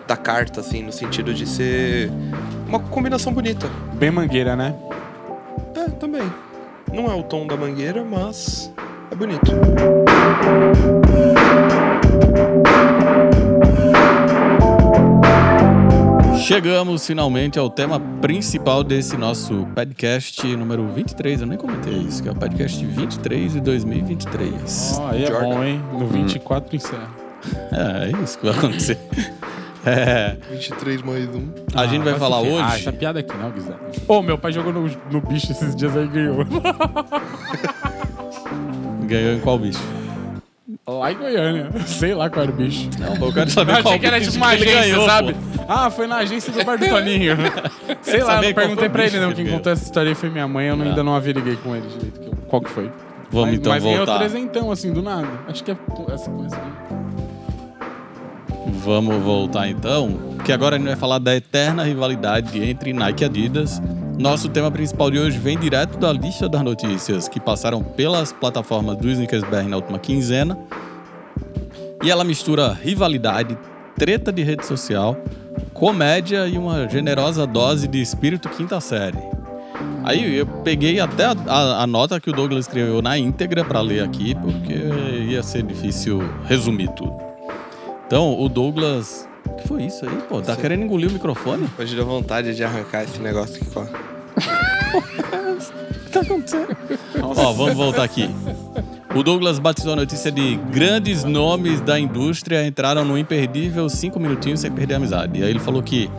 da carta, assim, no sentido de ser... Uma combinação bonita.
Bem mangueira, né?
É, também. Não é o tom da mangueira, mas é bonito.
Chegamos finalmente ao tema principal desse nosso podcast número 23. Eu nem comentei isso, que é o podcast 23 de 2023.
Ó, aí é
Jordan.
bom, hein? No 24 encerra.
É, é isso que vai acontecer. (laughs) É,
23 mais um.
a gente vai falar hoje.
Ah, essa piada aqui não, Guizé. Ô, meu pai jogou no, no bicho esses dias aí e ganhou.
Ganhou em qual bicho?
Lá em Goiânia. (laughs) Sei lá qual era o bicho.
Não, eu quero saber
Eu achei
qual
que era
bicho
tipo uma
que ele
agência,
ganhou,
sabe?
pô.
Ah, foi na agência do bar
(laughs)
do Toninho. Sei lá,
Saber qual foi
não perguntei
o
pra
bicho
ele não.
que
Quem
veio.
contou essa história aí foi minha mãe, eu não- ainda não averiguei com ele direito. que eu- Qual que foi?
Vamos
mas,
então
mas ganhou
voltar.
trezentão, assim, do nada. Acho que é essa
(laughs)
coisa aqui.
Vamos voltar então, que agora a gente vai falar da eterna rivalidade entre Nike e Adidas. Nosso tema principal de hoje vem direto da lista das notícias que passaram pelas plataformas do Sneakersberg na última quinzena. E ela mistura rivalidade, treta de rede social, comédia e uma generosa dose de espírito quinta série. Aí eu peguei até a, a- a nota que o Douglas escreveu na íntegra para ler aqui, porque ia ser difícil resumir tudo. Então, o Douglas. O que foi isso aí, pô? Tá querendo engolir o microfone?
Hoje deu vontade de arrancar esse negócio aqui, ó.
O que tá acontecendo? Ó, vamos voltar aqui. O Douglas batizou a notícia de grandes nomes da indústria entraram no imperdível cinco minutinhos sem perder a amizade. E aí ele falou que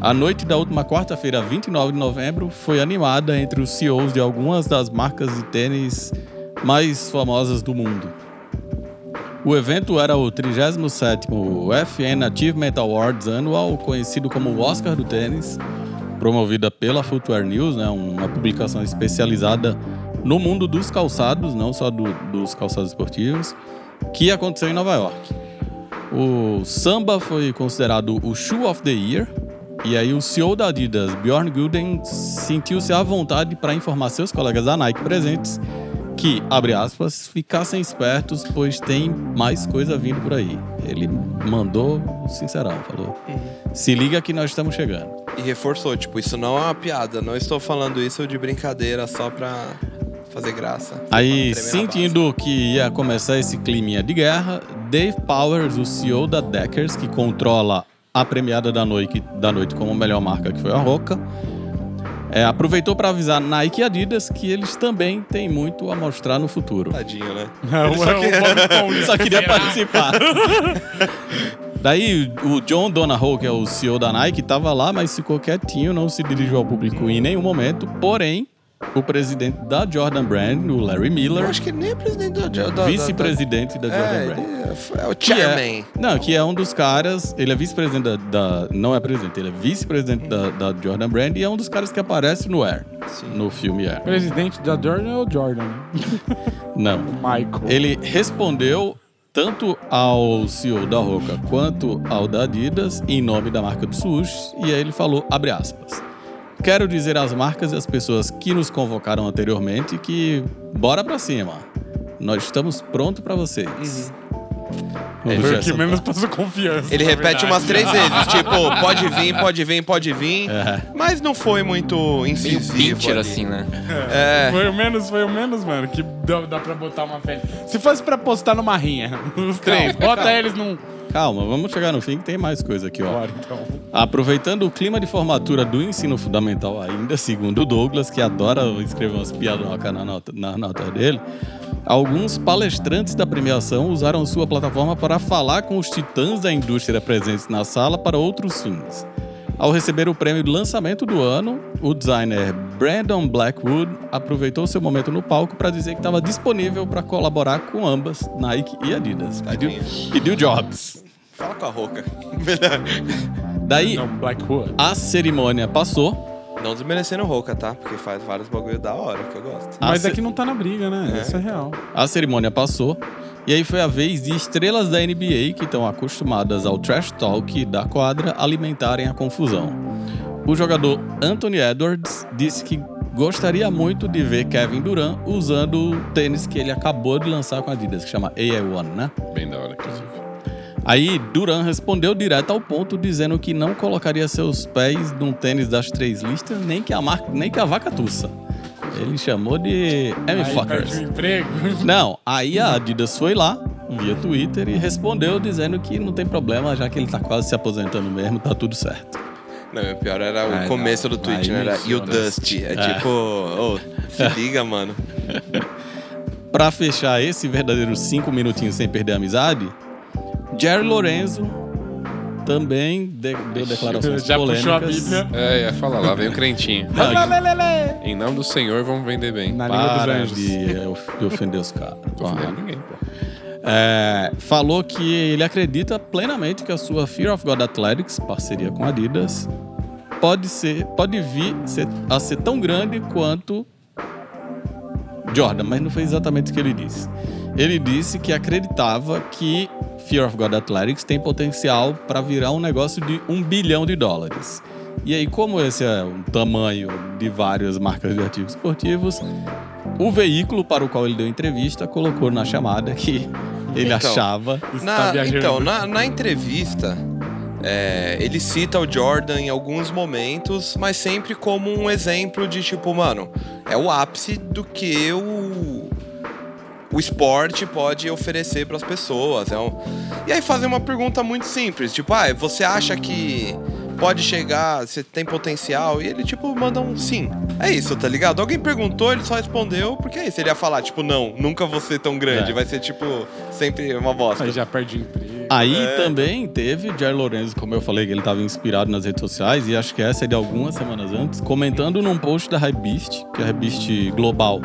a noite da última quarta-feira, 29 de novembro, foi animada entre os CEOs de algumas das marcas de tênis mais famosas do mundo. O evento era o 37º FN Achievement Awards Annual, conhecido como o Oscar do Tênis, promovida pela Footwear News, né, uma publicação especializada no mundo dos calçados, não só do- dos calçados esportivos, que aconteceu em Nova York. O samba foi considerado o Shoe of the Year, e aí o CEO da Adidas, Bjorn Gulden, sentiu-se à vontade para informar seus colegas da Nike presentes que, abre aspas, ficassem espertos, pois tem mais coisa vindo por aí. Ele mandou o sincerão, falou. Se liga que nós estamos chegando.
E reforçou, tipo, isso não é uma piada. Não estou falando isso de brincadeira só pra fazer graça.
Aí,
Pra tremer na
sentindo que ia começar esse climinha de guerra, Dave Powers, o CEO da Deckers, que controla a premiada da noite, da noite como melhor marca, que foi a Roca, é, aproveitou para avisar Nike e Adidas que eles também têm muito a mostrar no futuro.
base. Tadinho, né?
É, o- é o Bob Esponja.
Só
(laughs)
queria participar. Daí o John Donahoe, que é o CEO da Nike, estava lá, mas ficou quietinho, não se dirigiu ao público em nenhum momento. Porém, o presidente da Jordan Brand, o Larry
Eu
Miller,
acho que ele nem é presidente da... da- da-
vice-presidente da
da-
Jordan
É,
Brand.
ele é, f- é o
Que
chairman.
é, não, que é um dos caras. Ele é vice-presidente da, da- Não é presidente, ele é vice-presidente da, da Jordan Brand e é um dos caras que aparece no Air. No filme Air.
Presidente da Jordan é o Jordan, né?
Não.
Michael.
Ele respondeu tanto ao CEO da Roca quanto ao da Adidas em nome da marca do SUS e aí ele falou, abre aspas, quero dizer às marcas e às pessoas que nos convocaram anteriormente que bora pra cima, nós estamos prontos pra vocês. Ele
É, Foi
já
o que
são
menos passou confiança.
Ele
na verdade.
repete umas três
(laughs)
vezes, tipo, pode vir, pode vir, pode vir.
É.
Mas não foi muito
Meio
incisivo.
pincher,
ali.
assim, né?
É.
Foi o menos, foi o menos, mano, que dá, dá pra botar uma pele. Se fosse pra postar numa rinha, (laughs) os três, bota eles num...
Calma, vamos chegar no fim que tem mais coisa aqui, ó.
Bora, então.
Aproveitando o clima de formatura do ensino fundamental ainda, segundo o Douglas, que adora escrever umas piadocas na nota, na nota dele, alguns palestrantes da premiação usaram sua plataforma para falar com os titãs da indústria presentes na sala para outros fins. Ao receber o prêmio de lançamento do ano, o designer Brandon Blackwood aproveitou seu momento no palco para dizer que estava disponível para colaborar com ambas, Nike e Adidas. Pediu, pediu jobs.
Fala com a Roca. (laughs)
Daí,
Não, Blackwood.
a cerimônia passou.
Não desmerecendo o Roca, tá? Porque faz vários bagulho da hora que eu gosto.
A
Mas
ce-
aqui não tá na briga, né? Isso é real.
A cerimônia passou e aí foi a vez de estrelas da NBA que estão acostumadas ao trash talk da quadra alimentarem a confusão. O jogador Anthony Edwards disse que gostaria muito de ver Kevin Durant usando o tênis que ele acabou de lançar com a Adidas, que chama AI1, né?
Bem da hora, inclusive.
Aí Durant respondeu direto ao ponto, dizendo que não colocaria seus pés num tênis das três listas, nem que a, marca, nem que a vaca tussa. Ele chamou de M
Aí
fuckers.
perde o emprego. (laughs)
Não, aí a Adidas foi lá, via Twitter, e respondeu dizendo que não tem problema, já que ele tá quase se aposentando mesmo, tá tudo certo.
Não, o pior era o
Ah,
começo
não.
do tweet,
Aí
né? Era,
isso,
e o
né?
Dust. É, tipo, ô, se liga, mano.
Pra fechar esse verdadeiro cinco minutinhos sem perder a amizade, Jerry Lorenzo também de- deu declarações
(laughs) Já
polêmicas.
puxou a Bíblia.
É, ia falar lá, vem o crentinho.
Não,
Em nome do Senhor, vamos vender bem.
Na língua dos
para
anjos.
de, eh, of- de ofender os
(laughs)
caras.
Tô fudendo ninguém, pô.
É, falou que ele acredita plenamente que a sua Fear of God Athletics, parceria com a Adidas, pode ser, pode vir ser- a ser tão grande quanto Jordan, mas não foi exatamente o que ele disse. Ele disse que acreditava que Fear of God Athletics tem potencial para virar um negócio de um bilhão de dólares. E aí, como esse é um tamanho de várias marcas de artigos esportivos, o veículo para o qual ele deu entrevista colocou na chamada que ele
Então.
achava.
Na-
tá viajando.
então, na, na entrevista, é, ele cita o Jordan em alguns momentos, mas sempre como um exemplo de tipo, mano, é o ápice do que o, o esporte pode oferecer para as pessoas. É um- E aí fazem uma pergunta muito simples, tipo, ah, você acha que pode chegar, você tem potencial? E ele, tipo, manda um sim. É isso, tá ligado? Alguém perguntou, ele só respondeu, porque é isso. Ele ia falar, tipo, não, nunca vou ser tão grande,
É.
vai ser, tipo, sempre uma bosta.
Aí já perde o emprego.
Aí também teve Jair Lorenzo, como eu falei, que ele estava inspirado nas redes sociais, e acho que essa é de algumas semanas antes, comentando num post da Hypebeast, que é a Hypebeast Global,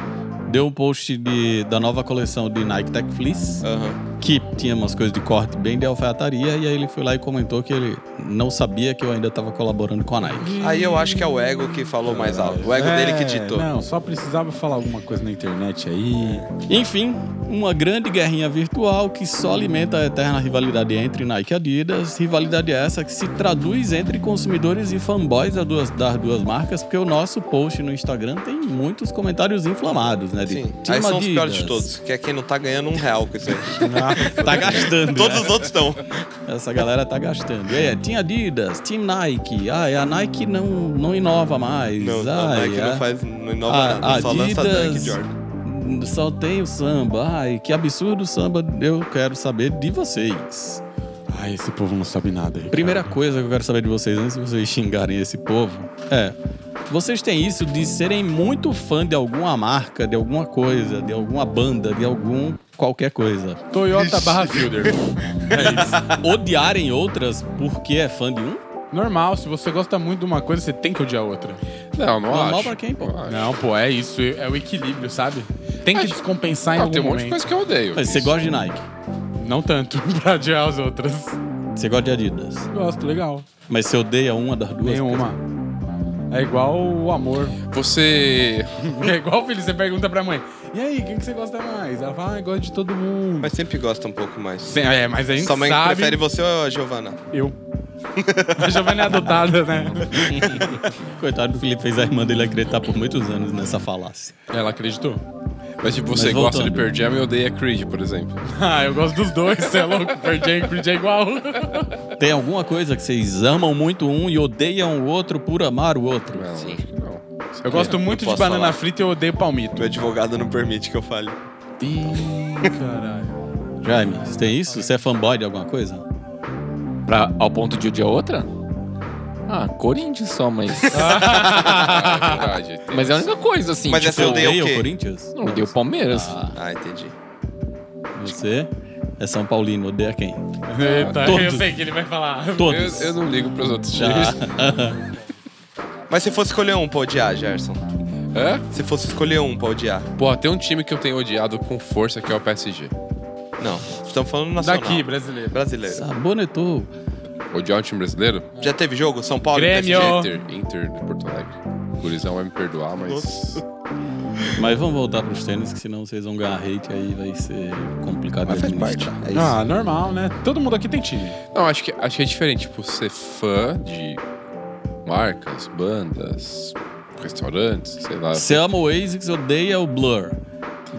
deu um post de, da nova coleção de Nike Tech Fleece,
Aham.
que tinha umas coisas de corte bem de alfaiataria, e aí ele foi lá e comentou que ele não sabia que eu ainda estava colaborando com a Nike.
Aí eu acho que é o ego que falou mais alto. O ego
É,
dele que ditou.
Não, só precisava falar alguma coisa na internet aí.
Enfim, uma grande guerrinha virtual que só alimenta a eterna rivalidade entre Nike e Adidas. Rivalidade essa que se traduz entre consumidores e fanboys das duas, das duas marcas, porque o nosso post no Instagram tem muitos comentários inflamados, né? De
Sim.
"Time
Aí são os piores de
Adidas,
todos, que é quem não tá ganhando um real com
(laughs)
isso aí.
(laughs) Tá gastando.
Todos
né?
os outros estão.
Essa galera tá gastando. E aí, é Team Adidas, Team Nike. Ah, é a Nike não, não inova mais.
Não,
ah,
a Nike
é
não faz, não inova
Ah,
a-
nada, só lança Dunk
Adidas
Jordan.
só tem o samba. Ai, que absurdo o samba. Eu quero saber de vocês.
Ai, esse povo não sabe nada. Ricardo.
Primeira coisa que eu quero saber de vocês, antes de vocês xingarem esse povo, é. Vocês têm isso de serem muito fã de alguma marca, de alguma coisa, de alguma banda, de algum qualquer coisa. (laughs)
Toyota barra Fielder.
Odiarem outras porque é fã de um?
Normal, se você gosta muito de uma coisa, você tem que odiar outra.
Não, não
Normal
acho.
pra quem, pô?
Não Ah, acho.
Não, pô, é isso. É o equilíbrio, sabe? Tem que descompensar em
Não,
algum
tem um monte de
momento.
coisa que eu odeio.
Mas Você
Isso.
gosta de Nike,
Não tanto, (laughs) pra odiar as outras.
você gosta de Adidas,
Gosto, legal.
mas você odeia uma das duas?
Nenhuma. É igual o amor. (laughs)
Você.
É igual, filho, você pergunta pra mãe. E aí, quem que você gosta mais? Ela fala, ah, eu gosto de todo mundo.
Mas sempre gosta um pouco mais.
Sim, é, mas a gente
Sua mãe
sabe...
prefere você ou a Giovana?
Eu. A Giovanna é adotada, né?
Coitado do Felipe, fez a irmã dele acreditar por muitos anos nessa falácia.
Ela acreditou.
Mas tipo, você
Mas
gosta de
voltando.
Pearl Jam e odeia Creed,
(laughs)
por exemplo.
Ah, eu gosto dos dois, você é louco. Pearl Jam e Creed é igual.
Tem alguma coisa que vocês amam muito um e odeiam o outro por amar o outro?
Não, acho que não.
Eu gosto
não
muito de
posso
banana
falar.
frita e eu odeio palmito.
Meu advogado não permite que eu fale.
Ih, caralho.
Jaime, você tem isso? Você é fanboy de alguma coisa?
Pra, ao ponto de odiar outra? Ah, Corinthians só, mas.
Ah, é verdade. tem
mas é a
isso.
única coisa, assim.
Mas
tipo,
essa eu odeio. o quê?
Corinthians?
Não, odeio o Palmeiras.
Ah, entendi.
Você é São Paulino, odeia quem?
Eita, eu
Todos.
sei que ele vai falar.
Todos.
Eu, eu não ligo pros outros
Já.
times.
(laughs)
Mas se fosse escolher um pra odiar, Gerson.
Hã?
Se fosse escolher um pra odiar.
Pô, tem um time que eu tenho odiado com força que é o PSG.
Não, estamos falando nacional.
Daqui, brasileiro.
Brasileiro.
Sabonetou.
Odiar um time brasileiro?
Já teve jogo? São Paulo? e
Grêmio.
Oh.
PSG?
Inter, Inter de Porto Alegre. O gurizão vai me perdoar, mas.
Mas vamos voltar pros tênis, que senão vocês vão ganhar hate aí vai ser complicado de
Mas faz parte.
administrar.
É isso.
Ah, normal, né? Todo mundo aqui tem time.
Não, acho que, acho que é diferente, tipo, ser fã de marcas, bandas, restaurantes, sei lá.
Você ama o ASICS, odeia o Blur.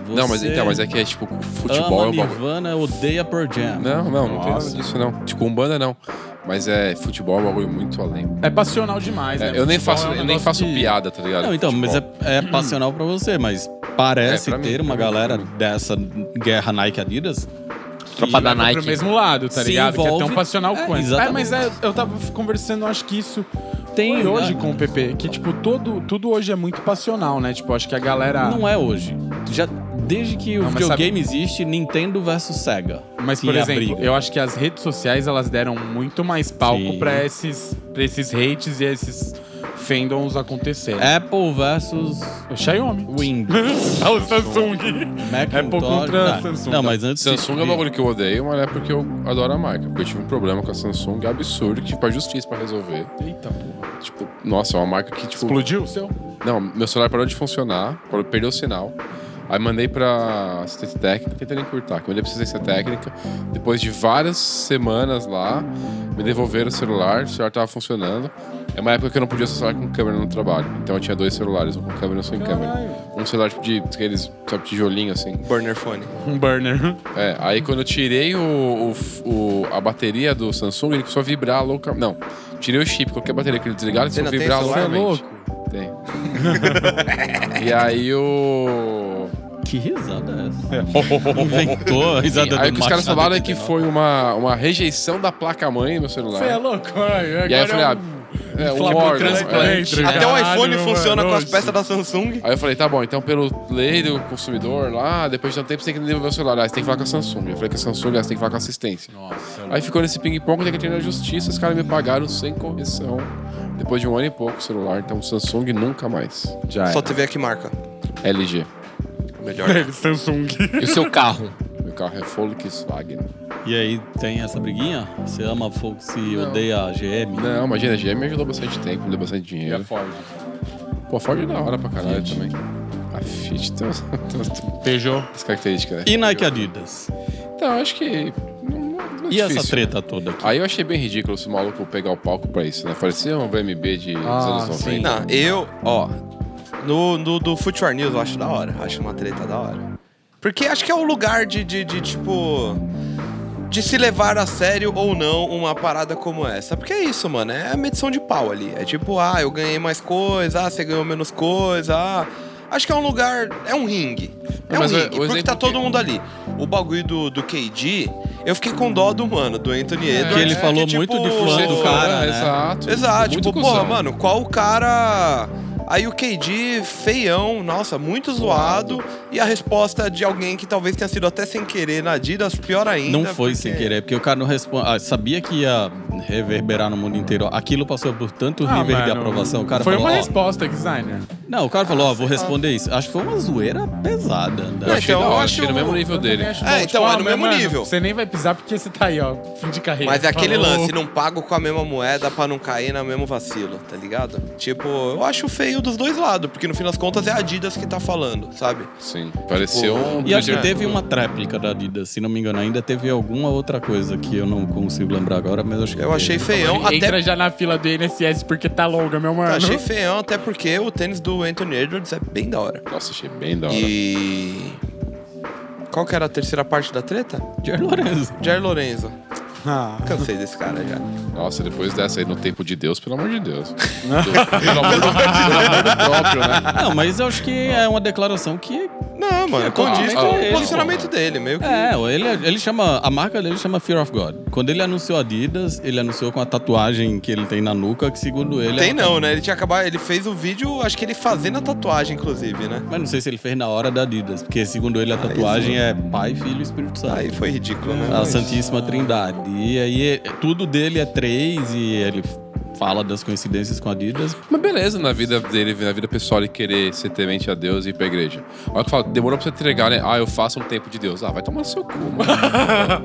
Não, mas
Você
então, mas é que é tipo, futebol é
ama
um bagulho.
Nirvana, odeia Pearl Jam.
Não, não, não tem
Nossa.
nada disso não. Tipo, um banda não. Mas é futebol é um bagulho muito além.
É passional demais,
É,
né?
eu nem
Futebol
faço,
é um
eu nem
negócio
faço
que-
piada, tá ligado?
Não, então, mas é,
Futebol.
é passional pra você, mas parece
É, pra mim,
ter uma
pra mim,
galera
pra mim.
dessa guerra Nike Adidas.
Tropa da
vai pro
Nike.
mesmo lado, tá
Se
ligado? Que é tão
envolve-
passional
É,
quanto. É,
exatamente.
mas é, eu tava conversando, acho que isso
Tem,
foi hoje
né?
com o PP, que tipo, todo, tudo hoje é muito passional, né? Tipo, acho que a galera...
Não é hoje. Já, desde que o
Não, mas
videogame existe, Nintendo versus Sega.
Mas,
que
por
é a
exemplo,
briga.
eu acho que as redes sociais elas deram muito mais palco
Sim.
pra esses, pra esses hates e esses fandoms acontecerem.
Apple versus
O Xiaomi.
Windows.
Ah, (laughs) o Samsung.
Mac
Apple contra
não.
um Samsung.
tá.
tá?
Não, mas antes...
Samsung é um bagulho que eu odeio, mas é porque eu adoro a marca. Porque eu tive um problema com a Samsung absurdo, que tipo, a justiça pra resolver.
Eita, porra.
Tipo, nossa, é uma marca que, tipo.
Explodiu o seu?
Não, meu celular parou de funcionar, parou- perdeu o sinal. Aí mandei pra assistência técnica, tentando encurtar, que eu mandei pra assistência técnica. Depois de várias semanas lá, me devolveram o celular, o celular tava funcionando. É uma época que eu não podia usar celular com câmera no trabalho. Então eu tinha dois celulares, um com câmera e um sem câmera.
Caralho.
Um celular tipo de aqueles, sabe, tijolinho assim.
Burner phone.
Um burner.
É, aí quando eu tirei o, o- o- a bateria do Samsung, ele começou a vibrar louca. Não, tirei o chip, coloquei a bateria que ele desligado, ele
Você
começou a
ainda tem
vibrar
celular,
loucamente. Tem. e aí o.
Que risada é essa? Inventou a risada
(laughs) aí o
do
que os caras
Machado
falaram é que
89.
foi uma, uma rejeição da placa-mãe no
Você é
celular.
louco? Ai,
E aí eu
agora
falei,
é
ah, é, um
flapão
órgão, é.
transparente,
Até o
caralho,
iPhone funciona
mano,
com as
nossa.
peças da Samsung.
Aí eu falei, tá bom, então pelo lei do consumidor lá, depois de um tempo você tem que me devolver o celular. Ah, você tem que falar com a Samsung. Eu falei com a Samsung, ah, você tem que falar com a assistência.
Nossa.
Aí ficou nesse ping-pong até que eu entrei na justiça, os caras me pagaram sem correção. Depois de um ano e pouco o celular, então Samsung nunca mais.
Já
Só
era.
TV que marca.
LG.
(laughs)
Melhor.
Samsung.
E o seu carro?
Meu carro é Volkswagen.
E aí tem essa briguinha? Você ama a Fox e odeia a GM?
Não, imagina, a GM me ajudou bastante tempo, me deu bastante
E a
dinheiro.
Ford?
Pô, a Ford é da hora pra caralho também. A Fiat tem umas, (laughs) tem umas- tem
Peugeot.
umas características, né?
E Nike Adidas?
Então, acho que. Não, não- não é
E essa
difícil.
treta toda aqui?
Aí eu achei bem ridículo esse maluco pegar o palco pra isso, né? Parecia um BMB de
Ah,
dos anos
sim.
90.
Não, eu, ó. No, no do Footwear News eu acho da hora. Acho uma treta da hora. Porque acho que é o lugar de, de, de, tipo. De se levar a sério ou não uma parada como essa. Porque é isso, mano. É a medição de pau ali. É tipo, ah, eu ganhei mais coisa, ah, você ganhou menos coisa, ah. Acho que é um lugar. É um ringue. É
Mas
um
o-
ringue,
o
porque tá
exemplo
todo
que-
mundo ali. O bagulho do, do KD, eu fiquei com dó do mano, do Anthony Edwards.
que ele
é,
falou
que,
muito de
tipo,
fã do cara, né?
Exato.
Exato,
Muito
tipo,
cuzão.
porra, mano, qual o cara. Aí o KD, feião, nossa, muito zoado. E a resposta de alguém que talvez tenha sido até sem querer na Adidas, pior ainda.
Não foi
porque-
sem querer, porque o cara não responde. ah, sabia que ia reverberar no mundo inteiro. Aquilo passou por tanto
Ah,
nível de
mano,
aprovação. O cara
Foi
falou,
uma
ó,
resposta, designer.
Não, o cara falou, ó, vou responder isso. Acho que foi uma zoeira pesada. né?
Eu achei
Então,
da
eu
hora,
acho-
achei no mesmo nível dele.
Acho
É,
bom,
então, é no
mas,
mesmo nível.
Você nem vai pisar porque você tá aí, ó, fim de carreira.
Mas é aquele
Falou.
lance, não pago com a mesma moeda pra não cair no mesmo vacilo, tá ligado? Tipo, eu acho feio dos dois lados, porque no fim das contas é a Adidas que tá falando, sabe?
Sim, pareceu
Tipo,
um.
E acho que
projeto-
teve uma tréplica da Adidas, se não me engano. Ainda teve alguma outra coisa que eu não consigo lembrar agora, mas acho que.
Eu achei feião,
Então, Entra
até.
já na fila do INSS porque tá longa, meu mano.
Achei feião, até porque o tênis do do Anthony Edwards é bem da hora.
Nossa, achei bem da hora.
E. Qual que era a terceira parte da treta?
é Jair
(laughs)
Lorenzo.
Jair Lorenzo.
Ah.
Cansei desse cara já.
Nossa, depois dessa aí no tempo de Deus, pelo amor de Deus.
(laughs)
Do- pelo amor do- pelo amor do próprio, né?
Não, mas eu acho que é uma declaração que.
Não, mano, condiz
ah,
com
ele,
o posicionamento dele, meio que.
É, ele, ele chama. A marca dele chama Fear of God. Quando ele anunciou Adidas, ele anunciou com a tatuagem que ele tem na nuca, que segundo ele. é
Tem
uma
não, né? Ele tinha acabado. Ele fez o vídeo, acho que ele fazendo a tatuagem, inclusive, né?
Mas não sei se ele fez na hora da Adidas, porque segundo ele a tatuagem é Pai, Filho e Espírito Santo.
Aí foi ridículo,
Ah,
né?
a Santíssima Trindade. E aí é- tudo dele é três e ele f- fala das coincidências com a Adidas.
Mas beleza na vida dele, na vida pessoal, ele querer ser temente a Deus e ir pra igreja. Olha que fala, demorou pra você entregar, né? Ah, eu faço um tempo de Deus. Ah, vai tomar no seu cu, mano.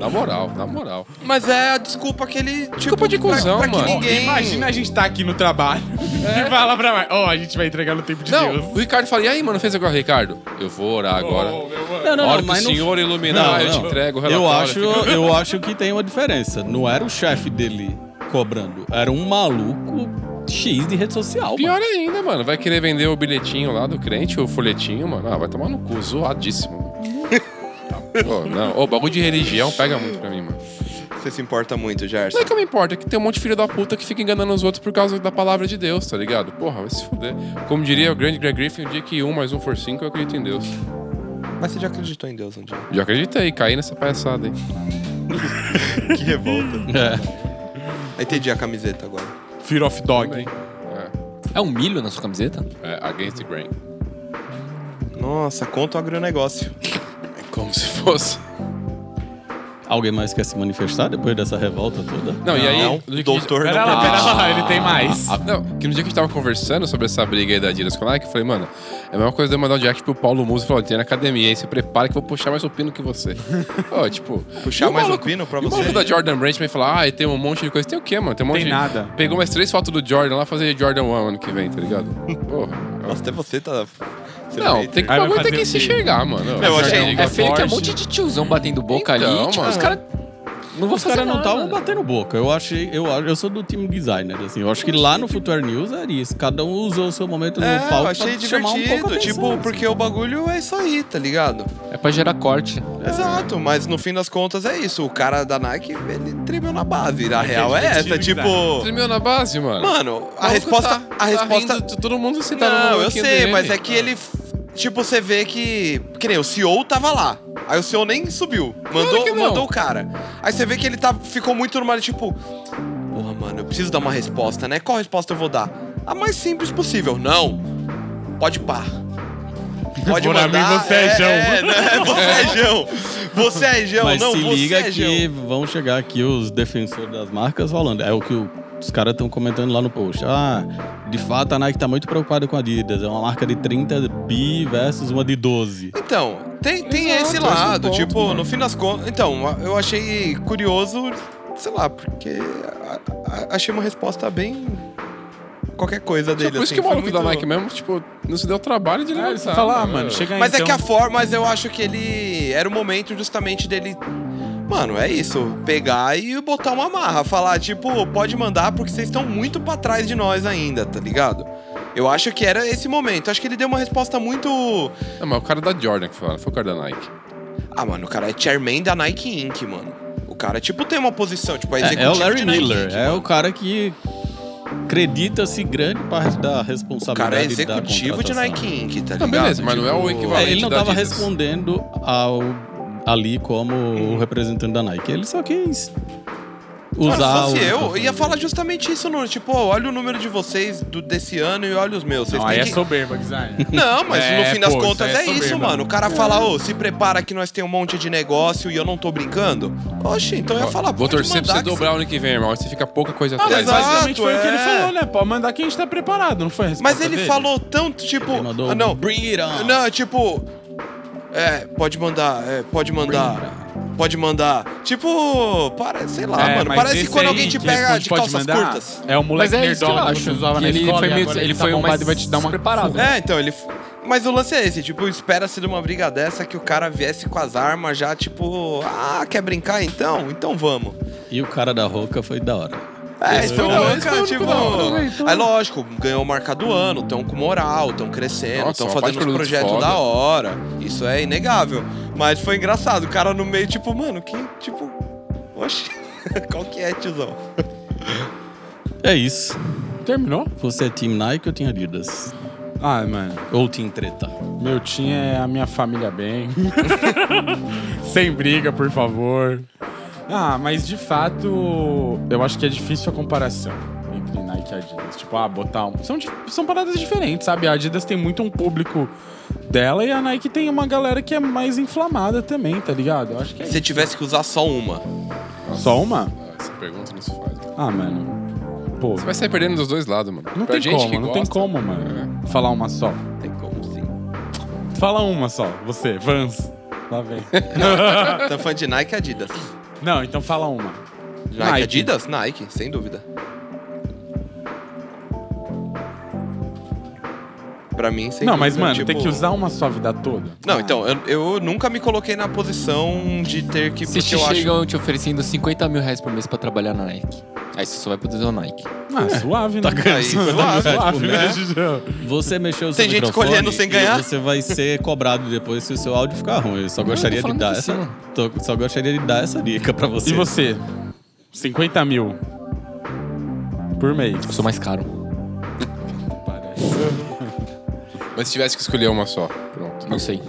(laughs)
na moral, na moral.
Mas é a desculpa que ele. Tipo,
Desculpa de cuzão,
pra, pra que
mano.
ninguém. É.
Imagina a gente tá aqui no trabalho e fala pra nós, ó, a gente vai entregar no tempo de
Não,
Deus.
o Ricardo fala, e aí, mano, fez agora, Ricardo? Eu vou orar agora.
Ô, meu mano.
Não, não,
Hora
não,
que o
mas não-
senhor iluminar,
Não,
Ah, eu te
não.
entrego o
Eu
relatório.
acho, eu acho que tem uma diferença. Não era o chefe dele cobrando, era um maluco X de rede social.
Pior ainda, mano. Vai querer vender o bilhetinho lá do crente, o folhetinho, mano. Ah, vai tomar no cu,
(laughs)
zoadíssimo. Ô, não. Ô, bagulho de religião pega muito pra mim, mano.
Você se importa muito,
Não é
Gerson.
que eu me importo, é que tem um monte de filho da puta que fica enganando os outros por causa da palavra de Deus, tá ligado? Porra, vai se fuder. Como diria o grande Greg Griffin, o dia que um mais um for cinco, eu acredito em Deus.
Mas você já acreditou em Deus um dia?
Já acreditei, caí nessa palhaçada, hein?
Que revolta.
(laughs)
mano. É.
Eu Entendi a camiseta agora.
Fear of Dog.
É um milho na sua camiseta?
É, é against the grain.
Nossa, conta o agronegócio.
É como se fosse.
Alguém mais quer se manifestar depois dessa revolta toda?
Não, e aí.
Não,
no dia
o
que a gente-
doutor
Pera
não
lá,
permite.
pera lá, ele tem mais.
Ah, Não, que no dia que a gente tava conversando sobre essa briga aí da Adidas com a Nike, eu falei, mano, é a mesma coisa de eu mandar um direct pro Paulo Musa e falar, ó, tem na academia, aí se prepara que eu vou puxar mais o pino
(laughs)
que você. Ó, tipo...
Puxar
e o
mais o
maluco-
pino pra
e O
você?
maluco da Jordan Brand vem falar, ah, e tem um monte de coisa. Tem o quê, mano? Tem um monte
Tem
de...
nada.
Pegou mais três fotos do Jordan lá, fazer Jordan 1 ano que vem, tá ligado?
(laughs)
Porra.
Nossa, até você tá. Você
Não,
hater.
tem que,
Aí
o
vai
bagulho tem
fazer
que
o
se
quê?
enxergar, mano.
Eu achei-
Jordan
É feio que é um
forte.
monte de tiozão batendo boca
Então,
ali. Tipo,
mano.
os caras. Não vou
Os caras
fazer
não
nada.
estavam batendo boca. Eu achei, eu, acho- eu sou do time designer, assim. Eu acho que lá no Future News era isso. Cada um usou o seu momento no
É,
palco
eu achei
tá
pra chamar um pouco
divertido.
a atenção,
tipo,
assim.
porque o bagulho é isso aí, tá ligado?
É pra gerar corte.
Exato, mas no fim das contas é isso. O cara da Nike, ele tremeu na base. A real é
divertido,
essa, tipo.
Tremeu na base, mano.
Mano, a
O maluco
resposta.
tá-
a resposta.
Tá rindo de todo mundo se tá no
Não, eu
banquinho
sei,
dele.
mas é que ele. f- Tipo, você vê que. Que nem o CEO tava lá. Aí o CEO nem subiu. Mandou,
que não.
mandou o cara. Aí você vê que ele tá, ficou muito normal, tipo. Porra, mano, eu preciso dar uma resposta, né? Qual resposta eu vou dar? A mais simples possível. Não. Pode pá. Pode
Por
mandar.
mim, você é jão.
É, né? (laughs) Você é jão. Você é jão.
Mas
não,
se
você
liga
é jão.
que vão chegar aqui os defensores das marcas falando. É o que o- os caras estão comentando lá no post. Ah, de fato a Nike tá muito preocupada com a Adidas. É uma marca de 30 bi versus uma de 12.
Então, tem, tem
Exato,
esse
esse é o
lado,
ponto,
tipo,
mano.
no fim das contas. Então, eu achei curioso, sei lá, porque a- a- achei uma resposta bem. qualquer coisa
Só
dele.
Tipo, por isso
assim,
que o
foi
maluco da
muito-
Nike mesmo, tipo, não se deu o trabalho de
Ah,
levantar.
ele só fala, ah,
né?
mano, chega aí.
Mas é
então.
que a forma, mas eu acho que ele. Era o momento justamente dele. Mano, é isso. Pegar e botar uma marra. Falar, tipo, pode mandar porque vocês estão muito pra trás de nós ainda, tá ligado? Eu acho que era esse momento. Acho que ele deu uma resposta muito.
Não, É, mas o cara da Jordan que falou, não foi o cara da Nike.
Ah, mano, o cara é chairman da Nike Inc., mano. O cara, tipo, tem uma posição, tipo, é
É,
executivo
é o Larry
de Nike
Miller.
Inc.
É o cara que acredita-se grande parte da
O
responsabilidade.
cara é
da
executivo de
né, contratação.
Nike Inc., tá ligado?
Não, beleza, mas não é o
Tipo,
equivalente
É, ele não
da
estava
Adidas.
respondendo ao, ali como o representante da Nike. Ele só quis é usar
Mano, se fosse
o-
eu, ia falar justamente isso, no, tipo, ó, olha o número de vocês do, desse ano e olha os meus. Vocês
Não, aí
têm
é
que...
soberba, design.
Não, mas
É,
no fim das
pô, isso
contas
aí
é,
é
isso,
soberba.
mano. O cara fala, ô, se prepara que nós tem um monte de negócio e eu não tô brincando. Oxe, então eu ia
Ó,
falar,
Vou
pode
torcer pra
mandar
você
que
dobrar o ano que vem, irmão. Aí Você fica pouca coisa
Ah, mas
atrás.
Exato,
basicamente foi o que ele
é.
falou, né? Pode mandar que a gente tá preparado, não foi a resposta
Mas ele
dele?
falou tanto, tipo.
Ele mandou
ah, não.
um "Bring it
Então.
on".
Não, é tipo. É, pode mandar, é, pode mandar. Pode mandar. Tipo, para, sei lá,
É,
mano.
mas
Parece
esse
quando
aí
alguém te
que
pega
responde
de
pode
calças
mandar,
curtas.
É o moleque
Mas é isso que eu
nerdola que
acho.
você usava
Que
na
ele
escola
foi
e
meio-
agora
ele
tá
foi um
bombado
mais
e vai te dar uma
despreparado.
preparada.
É, então ele. f- Mas o lance é esse, tipo, espera-se de uma briga dessa que o cara viesse com as armas já, tipo, ah, quer brincar então? Então vamos.
E o cara da Roca foi da hora.
É, então,
foi da hora, esse foi o
cara,
único
tipo,
da hora, né,
aí lógico, ganhou marca do ano, estão com moral, estão crescendo,
Nossa,
estão
uma
fazendo
parte de
uns
produto
projetos
foda.
da hora. Isso é inegável. Mas foi engraçado, o cara no meio, tipo, mano, que, tipo, oxe, (laughs) qual que é, tiozão?
É isso.
Terminou?
Você é Team Nike ou Team Adidas?
Ah, mano.
Ou Team Treta?
Meu time é a minha família bem. (laughs) Sem briga, por favor. Ah, mas de fato, eu acho que é difícil a comparação entre Nike e Adidas. Tipo, ah, botar um... São, di- são paradas diferentes, sabe? A Adidas tem muito um público dela e a Nike tem uma galera que é mais inflamada também, tá ligado? Eu acho que é
Se tivesse que usar só uma.
Só uma?
Essa pergunta não se faz. Você
Ah, mano. Pô,
vai sair perdendo dos dois lados, mano.
não
pra
tem
gente
como,
que
não
gosta,
tem como, mano. Falar uma só.
Tem como sim.
Fala uma só, você, Vans. Lá vem. (laughs)
Tá fã de Nike e Adidas.
não, então fala uma.
Nike, Adidas? Nike, sem dúvida. Pra mim, sem
não,
dúvida.
mas, mano,
tipo-
tem que usar uma só a vida toda.
Não, então, eu, eu nunca me coloquei na posição de ter que.
Se
porque
te
eu acho.
chegam te oferecendo 50 mil reais por mês pra trabalhar na Nike. Aí você só vai poder usar o Nike.
Ah, suave, né?
Tá
(laughs)
ganhando
Aí,
cinquenta
é. suave, tipo,
mil reais por mês.
suave, né?
Você mexeu o seu
Tem gente
microfone
escolhendo sem
e
ganhar?
Você vai ser cobrado depois se o seu áudio ficar ruim. Eu só
Não,
gostaria
eu tô
de
falando
dar
por
essa.
cima.
tô- só gostaria de dar essa dica pra você.
E você? 50 mil. Por mês.
Eu sou mais caro.
É. Mas se tivesse que escolher uma só, pronto.
Não sei.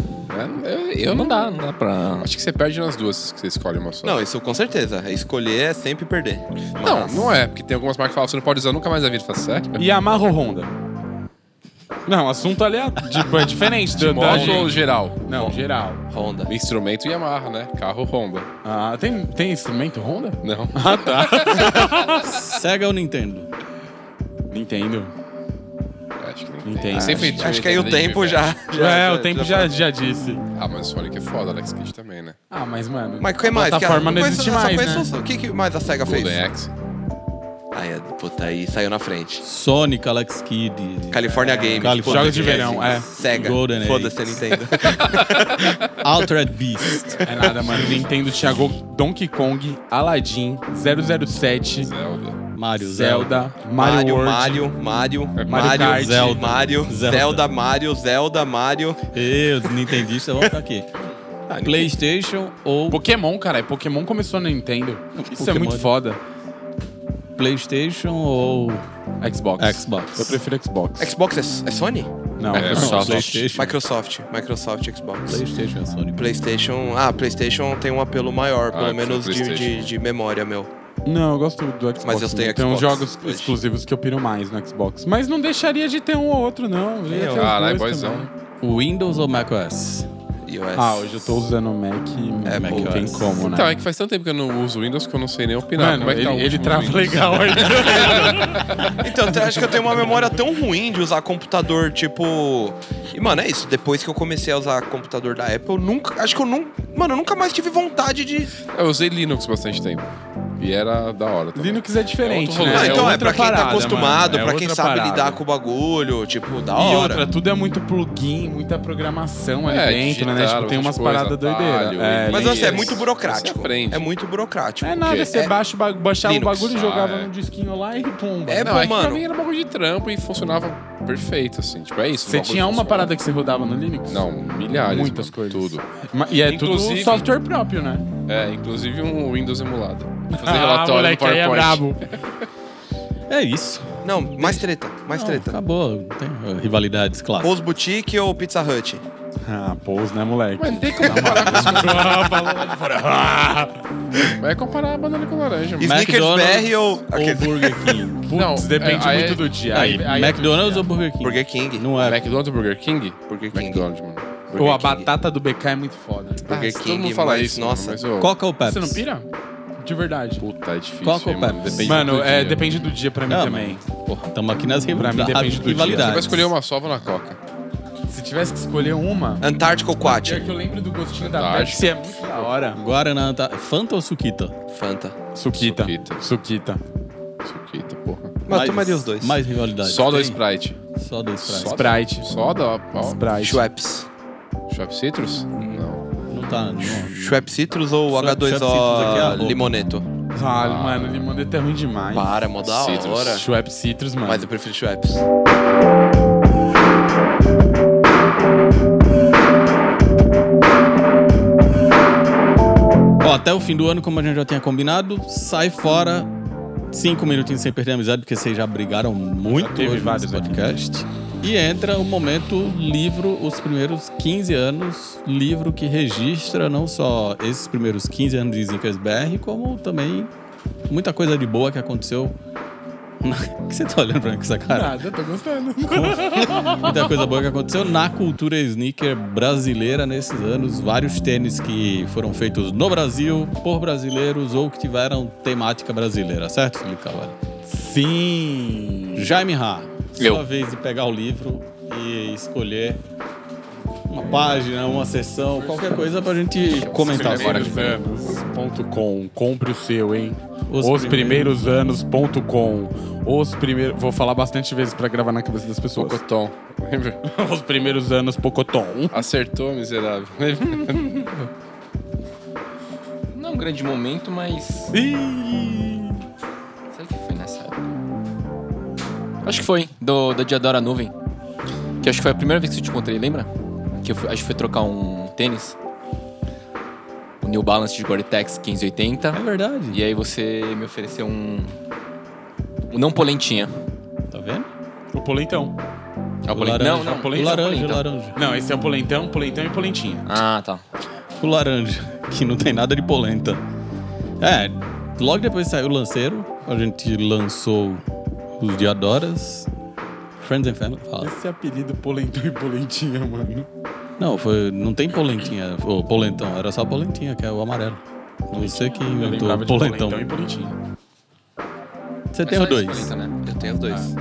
É, eu, eu
Eu
não.
não dá, não dá pra.
Acho que você perde nas duas que você escolhe uma só.
Não, isso com certeza. Escolher é sempre perder.
não, não é. Porque tem algumas marcas que falam que você não pode usar nunca mais na vida. Fala, sério?
E amarro Honda. Não, assunto aleatório. tipo, é
(laughs)
diferente do, da
Moto ou
gente.
geral?
Não, geral.
Honda.
Instrumento Yamaha, né? Carro Honda.
Ah, tem, tem instrumento Honda?
Não.
Ah, tá.
Sega ou Nintendo?
Nintendo.
Acho que não
Entendi.
Sempre
Acho-
tem
Acho que aí o
Nintendo,
tempo
velho.
já.
é, o tempo já, já disse.
né? Ah, mas o Sonic é foda, Alex Kidd também, né?
Ah, mas, mano.
Mas quem mais?
plataforma não
Conheço-
existe
só
mais, né?
conheço- O que, que mais a SEGA fez?
Golden Axe.
Aí, puta, aí saiu na frente.
Sonic, Alex Kidd.
California Games.
Cali-
pô,
Jogos de
esquece.
verão, é.
SEGA.
Golden Axe.
Foda-se, Nintendo.
Altered Beast.
É nada, mano. Nintendo tinha Go- Donkey Kong, Aladdin, 007,
Zelda.
Mario, Zelda.
Zelda, (laughs) Mario, World.
Mario, Mario,
Mario Kart,
Mario,
Zelda.
Mario,
Zelda.
Zelda, Mario, Zelda, Mario.
Ei, os nintendistas vão ficar aqui. PlayStation ou
Pokémon, cara. Pokémon começou na Nintendo. Isso é
Pokémon.
muito foda.
PlayStation ou
Xbox.
Xbox.
Eu prefiro Xbox.
Xbox é, é Sony?
Não,
É,
não.
Microsoft.
PlayStation.
Microsoft. Microsoft, Xbox.
PlayStation, Sony.
PlayStation. Ah, PlayStation tem um apelo maior, pelo
eu prefiro
menos de,
PlayStation.
de, de memória, meu.
Não, eu gosto do Xbox.
Mas eu tenho
Tem uns
Xbox
jogos
hoje.
exclusivos que eu piro mais no Xbox. Mas não deixaria de ter um ou outro, não. Eu ia ter os
Caralho,
dois
boyzão.
também.
Windows ou macOS?
iOS.
Ah, hoje eu tô usando o Mac e
É,
não
Mac
tem
OS.
como, né?
Então, é que faz tanto tempo que eu não uso Windows que eu não sei nem opinar.
Mano,
Como é que
ele,
tá o
ele
último
trava
Windows?
legal né? aí.
Então, eu acho que eu tenho uma memória tão ruim de usar computador, tipo. E, mano, é isso. Depois que eu comecei a usar computador da Apple, eu nunca. Acho que eu nunca. Mano, eu nunca mais tive vontade de.
Eu usei Linux bastante tempo. E era da hora também.
Linux é diferente,
É outro
né?
rolê.
Ah,
É
então é,
outra
pra quem
parada,
tá acostumado,
mano. É
pra quem
outra
sabe
parada.
lidar com o bagulho, tipo, da
E
hora.
outra, tudo é muito plugin, muita programação ali
É,
dentro, né?
digital,
Tipo, tem umas
algumas
paradas
coisas,
doideiras.
atalho,
É,
mas
Mas
tem-
assim, é
Linux.
muito
Você
burocrático.
aprende.
É muito burocrático.
É nada,
quê?
você baixa o ba- baixava
Linux.
o bagulho,
Ah,
jogava
é.
no disquinho lá e pumba.
É,
não, é que pra
mano.
mim era bagulho de trampo e funcionava perfeito, assim. Tipo, é isso.
você
bagulho
tinha uma
funciona.
parada que você rodava no Linux?
Não, milhares.
Muitas
mano,
coisas.
Tudo.
Ma- E é
Inclusive-
tudo software próprio, né?
É, inclusive um Windows emulado. Fazer
ah,
relatório
moleque,
no
aí é
PowerPoint.
brabo.
(laughs)
É isso.
Não, mais treta, mais
Não,
treta.
Acabou. Não tem uh, rivalidades clássicas.
Pose Boutique ou Pizza Hut?
Ah, pose, né, moleque?
(laughs) Mas não tem como comparar com
(laughs)
os
Ah, falou lá de fora. Ah,
Vai comparar a banana com laranja, mano.
Isso- Snickers BR ou-
ou
Aquele-
Burger King?
Putz,
Não,
depende
é- aí
muito
é-
do dia.
Aí,
Aí- aí é
McDonald's ou Burger King?
Burger King.
Não é.
McDonald's ou Burger King?
Burger King.
McDonald's, mano.
do- Ou a
King.
batata do BK é muito foda. né?
Burger
se
King,
todo mundo fala
mas,
isso,
nossa.
Mano, mas, ô,
Coca ou é Pepsi?
Você não pira? De verdade.
Puta, é difícil.
Coca
hein,
ou
mano.
Pepsi?
Depende
Mano,
do
é,
dia.
depende do dia pra mim
Não,
também.
Estamos aqui nas
Pra mim depende do dia.
Você
rivalidades.
vai escolher uma sova na Coca.
Se tivesse que escolher uma,
Antártico ou
pior
Quat?
é que eu lembro do gostinho da
Fantástico.
Pepsi, é muito da hora.
Guaraná, tá? Fanta ou Suquita?
Fanta.
Suquita.
Suquita.
Suquita.
Suquita, porra.
Mas eu
Mais-
tomaria os dois.
Mais rivalidades.
Só da
Tem?
Sprite.
Só da Sprite.
Só-
Sprite.
Soda, ó. ó.
Sprite.
Schweppes.
Shop Citrus? Não.
Não tá. Não.
Schweppes Citrus ou
Schweppes Citrus aqui é a
H2O
roupa.
Limoneto?
Ah, mano, limonada é ruim demais.
Para, mó da
Citrus.
hora.
Schweppes Citrus, mano.
Mas eu prefiro Schweppes.
Ó, até o fim do ano, como a gente já tinha combinado, sai fora. Cinco minutinhos sem perder a amizade, porque vocês já brigaram muito
Já teve
hoje nesse
vários né? aqui.
podcast. E entra o momento livro, os primeiros 15 anos, livro que registra não só esses primeiros 15 anos de Zincas BR, como também muita coisa de boa que aconteceu. O (laughs) que você tá olhando pra mim com essa cara?
Nada, tô gostando.
Muita coisa boa que aconteceu na cultura sneaker brasileira nesses anos. Vários tênis que foram feitos no Brasil, por brasileiros ou que tiveram temática brasileira, certo, Felipe Cavalli?
Sim.
Jaime Ra, sua
Eu.
vez de pegar o livro e escolher uma página, uma sessão, qualquer coisa pra gente comentar agora.
anos.com. Compre o seu, hein?
Os
Os,
primeiros
primeiros anos.com. Os primeiros. Vou falar bastante vezes pra gravar na cabeça das pessoas.
Coton. Lembra?
Os primeiros anos Pocotom.
Acertou, miserável.
Não é um grande momento, mas.
Ih!
Será que foi nessa época? Acho que foi, do, do Diadora Nuvem. Que acho que foi a primeira vez que eu te encontrei, lembra? Que eu fui- acho que foi trocar um tênis. O New Balance de Gore-Tex 1580.
É verdade.
E aí você me ofereceu um. Um não polentinha.
Tá vendo?
O polentão.
É o
O laranja.
Não, não,
o
esse é o
laranja, o
polenta.
laranja.
Não, esse é o polentão, polentão e polentinha.
Ah, tá.
O laranja, que não tem nada de polenta. É, logo depois saiu o Lanceiro, a gente lançou os Diadoras. Friends and Family. Fala.
Esse é apelido polentão e polentinha, mano.
Não, foi, não tem polentinha, ou polentão, era só polentinha, que é o amarelo. Você que
Eu
inventou
lembrava de
polentão.
polentão e polentinha.
Você
Mas
tem
só
os
esse
dois.
polenta, né?
Eu tenho os dois.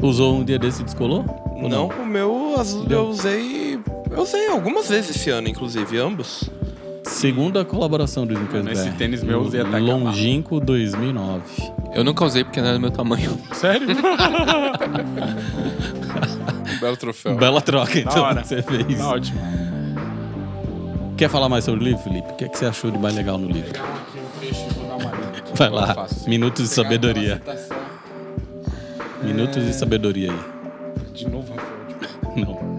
Usou um dia desse e descolou? Ou
Não, o meu as- eu usei. Eu usei algumas vezes esse ano, inclusive, ambos.
Segunda colaboração do Snickers
Esse
Bear.
tênis meu eu usei até acabar.
Longínquo 2009.
Eu nunca usei porque não era do meu tamanho.
(laughs) Sério?
(laughs) Belo troféu.
Bela troca, então,
hora.
que você fez.
Tá ótimo.
Quer falar mais sobre o livro, Felipe? O que, é que você achou de mais legal no livro?
é
Vai lá, minutos de sabedoria.
É
Minutos de sabedoria aí.
De novo, Rafael. tipo,
(laughs) Não.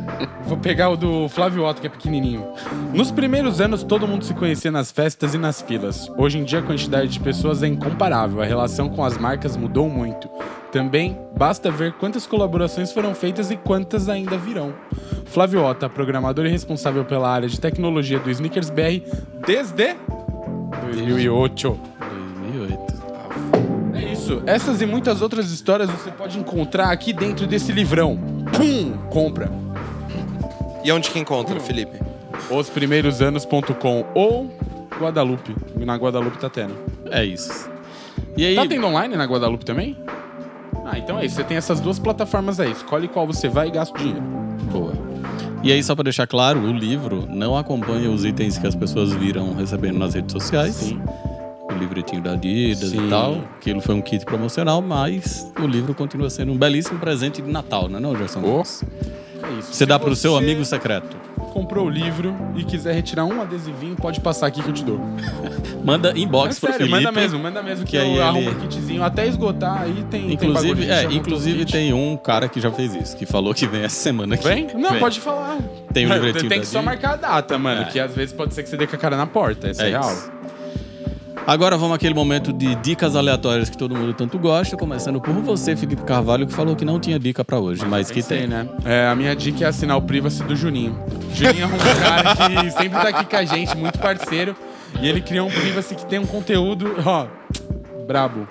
Vou pegar o do Flávio Otto, que é pequenininho. Nos primeiros anos, todo mundo se conhecia nas festas e nas filas. Hoje em dia, a quantidade de pessoas é incomparável. A relação com as marcas mudou muito. Também, basta ver quantas colaborações foram feitas e quantas ainda virão. Flávio Ota, programador e responsável pela área de tecnologia do Sneakers BR desde 2008.
2008.
É isso. Essas e muitas outras histórias você pode encontrar aqui dentro desse livrão. Pum! Compra.
E é onde que encontra, Felipe?
osprimeirosAnos.com ou Guadalupe. Na Guadalupe tá tendo.
É isso. E aí,
Tá tendo online na Guadalupe também? Ah, então é isso. Você tem essas duas plataformas aí. Escolhe qual você vai e gasta o dinheiro.
boa. E aí, só pra deixar claro, o livro não acompanha os itens que as pessoas viram recebendo nas redes sociais.
Sim.
O livretinho da Adidas e
Sim.
tal. Aquilo foi um kit promocional, mas o livro continua sendo um belíssimo presente de Natal, não é não, Gerson?
Ô.
É isso.
Você dá pro seu
você
amigo secreto.
comprou o livro e quiser retirar um adesivinho, pode passar aqui que eu te dou.
Manda inbox
É
pro
sério,
Felipe.
manda mesmo, manda mesmo que,
que aí
eu arrumo
ele-
um kitzinho. Até esgotar aí tem
Inclusive,
tem bagulho, a gente já
é,
montou um
inclusive
kit.
tem um cara que já fez isso, que falou que vem essa semana aqui.
Vem? Não, pode falar.
Tem o
Mas
livretinho
Tem
da
que só
Disney.
marcar a data, mano.
É.
Que às vezes pode ser que você dê com a cara na porta. Isso é,
É
real.
isso. Agora vamos àquele momento de dicas aleatórias que todo mundo tanto gosta, começando por você, Felipe Carvalho, que falou que não tinha dica pra hoje, mas, que
Pensei,
tem.
né? É, a minha dica é assinar o Privacy do Juninho.
(laughs)
Juninho é um cara que sempre tá aqui com a gente, muito parceiro. E ele criou um Privacy que tem um conteúdo, ó, brabo.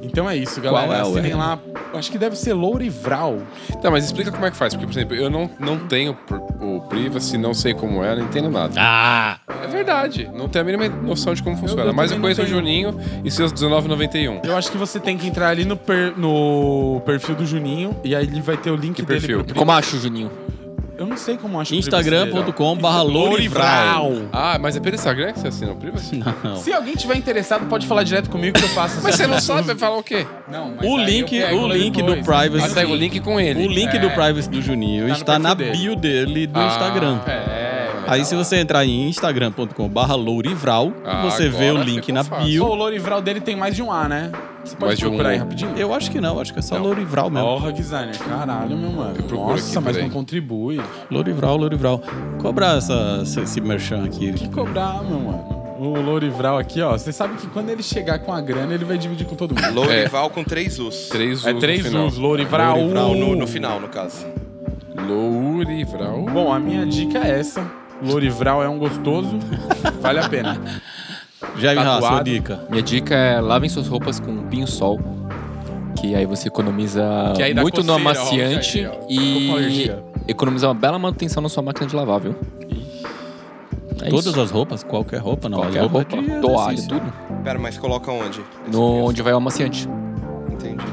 Então é isso, galera.
Qual é o
Assinem
erro?
lá. Acho que deve ser Lourival.
Tá, mas explica como é que faz. Porque, por exemplo, eu não, não tenho pr- o privacy, não sei como é, não entendo nada.
Ah!
É verdade. Não tenho a mínima noção de como funciona.
eu
mas eu
também
conheço o
não
Juninho e um. seus 1991.
Eu acho que você tem que entrar ali no, per- no perfil do Juninho e aí ele vai ter o link
Que
dele
perfil?
pro
Como acho, Juninho?
Eu não sei como acho o Privacy dele.
Instagram.com.br Lourivral.
Lourival.
Ah, mas é pelo Instagram que você assina o privacy?
(laughs) Não.
Se alguém tiver interessado, pode falar direto comigo que eu (laughs) faço.
Mas você não sabe, vai falar o quê?
Não, mas
O
aí eu
link,
pego
o link do
depois.
Ah,
privacy.
pega o link com ele. É
O link do privacy do Juninho
Tá no
está na
perfil
bio
dele.
dele do
Ah,
Instagram.
É,
Aí se você entrar em instagram.com/barra lourivral,
Ah,
você vê o
agora
link
ficou
na
fácil.
bio.
Pô, o Lorival dele tem mais de um A, né? Você pode
Mais de um-
procurar aí rapidinho?
Eu acho que não, acho que é só lourivral mesmo.
Porra, designer, caralho, meu mano.
procuro aqui,
Nossa, mas
peraí.
não contribui.
Lourivral, Lourivral. Cobrar essa, essa- esse merchan aqui.
que cobrar, meu mano. O Lourival aqui, ó. Você sabe que quando ele chegar com a grana, ele vai dividir com todo
(laughs)
mundo.
Lourival com três U's.
Três
é
U's
três
no final.
uns, Lourival.
Lourival no, no final, no caso.
Lourivral.
Bom, a minha dica é essa. Lourival é um (laughs) gostoso, vale a pena.
Jaime Ra, sua
Tatuado.
dica.
Minha dica é lavem suas roupas com um pinho-sol. Que aí você economiza
Que aí dá
muito
coceira,
no
ó,
amaciante
olha aí, ó. Ficou com
e
alergia.
economiza uma bela manutenção na sua máquina de lavar, viu? É
Todas
isso.
as roupas, qualquer roupa, não.
Qualquer
as roupas
roupa,
de
toalha,
exercício.
tudo.
Pera, mas coloca onde? Esse
No
preço.
onde vai o amaciante.
Entendi.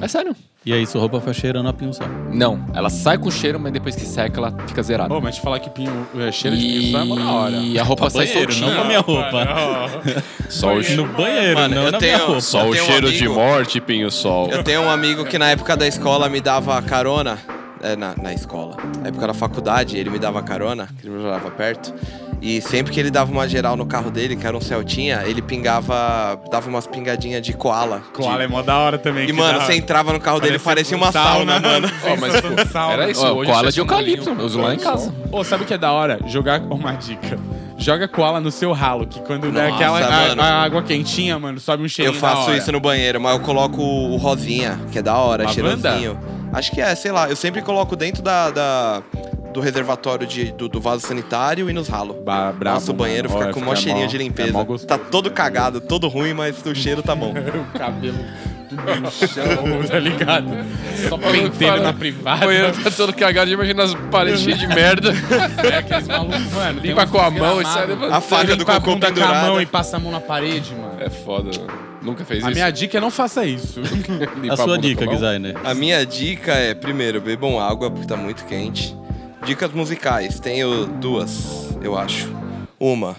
É sério.
E aí sua roupa foi cheirando a pinça.
Não, ela sai com cheiro, mas depois que seca ela fica zerada.
Ô, mas te falar que pinho, é, cheiro de pinho
e...
só é mó da hora.
e a roupa sai
banheiro,
soltinha.
não na (laughs) minha roupa.
Só o
No banheiro,
Mano,
não
eu
na
tenho-
minha roupa.
Só
Eu
o
tenho um
cheiro de
amigo-
morte, Pinho Sol.
Eu tenho um amigo que na época da escola me dava carona. É, na, na escola. Na época da faculdade, ele me dava carona, que ele morava perto. E sempre que ele dava uma geral no carro dele, que era um Celtinha, ele pingava. dava umas pingadinhas de koala. de-
Koala é mó da hora também.
E, mano, você entrava no carro dele
um
parecia uma sauna,
né,
mano.
Ó, mas, pô,
tipo,
era isso.
Ó,
hoje
koala
você
de
chama
eucalipto,
Pinho
eu uso lá em
Sol.
casa.
Ô, sabe o que é da hora? Jogar (laughs) uma dica. Joga koala no seu ralo, que quando dá
Nossa,
aquela a,
mano.
a água quentinha, mano, sobe um
Eu
cheirinho da
faço
hora.
isso no banheiro, mas eu coloco o rosinha, que é da hora,
Lavanda?
cheirosinho. Acho que é, sei lá. Eu sempre coloco dentro da, da- do reservatório de, do, do vaso sanitário e nos ralos.
Ba brabo,
Nossa, o banheiro
Tá mano.
fica
Ó,
com o maior cheirinho de
é
limpeza.
mó gostoso,
tá todo
né?
cagado, todo ruim, mas o cheiro tá
(laughs)
bom.
O cabelo tudo (laughs) no chão, tá ligado? Só penteiro na privada. (laughs)
O (laughs) banheiro tá todo cagado, imagina as paredes cheias de merda.
É aqueles malucos, mano. tem
Limpa
uns
com a mão e
desgramados.
sai levantando.
A faca do
é Limpa a
cocô
bunda com a
pendurada.
mão e passa a mão na parede, mano.
É foda, mano. Nunca fez
A
isso.
minha dica é não faça isso.
A
(laughs) Limpar
sua
bunda
dica,
com a mão?
designer.
A minha dica é, primeiro, bebam água, porque tá muito quente. Dicas musicais, tenho duas, eu acho. Uma,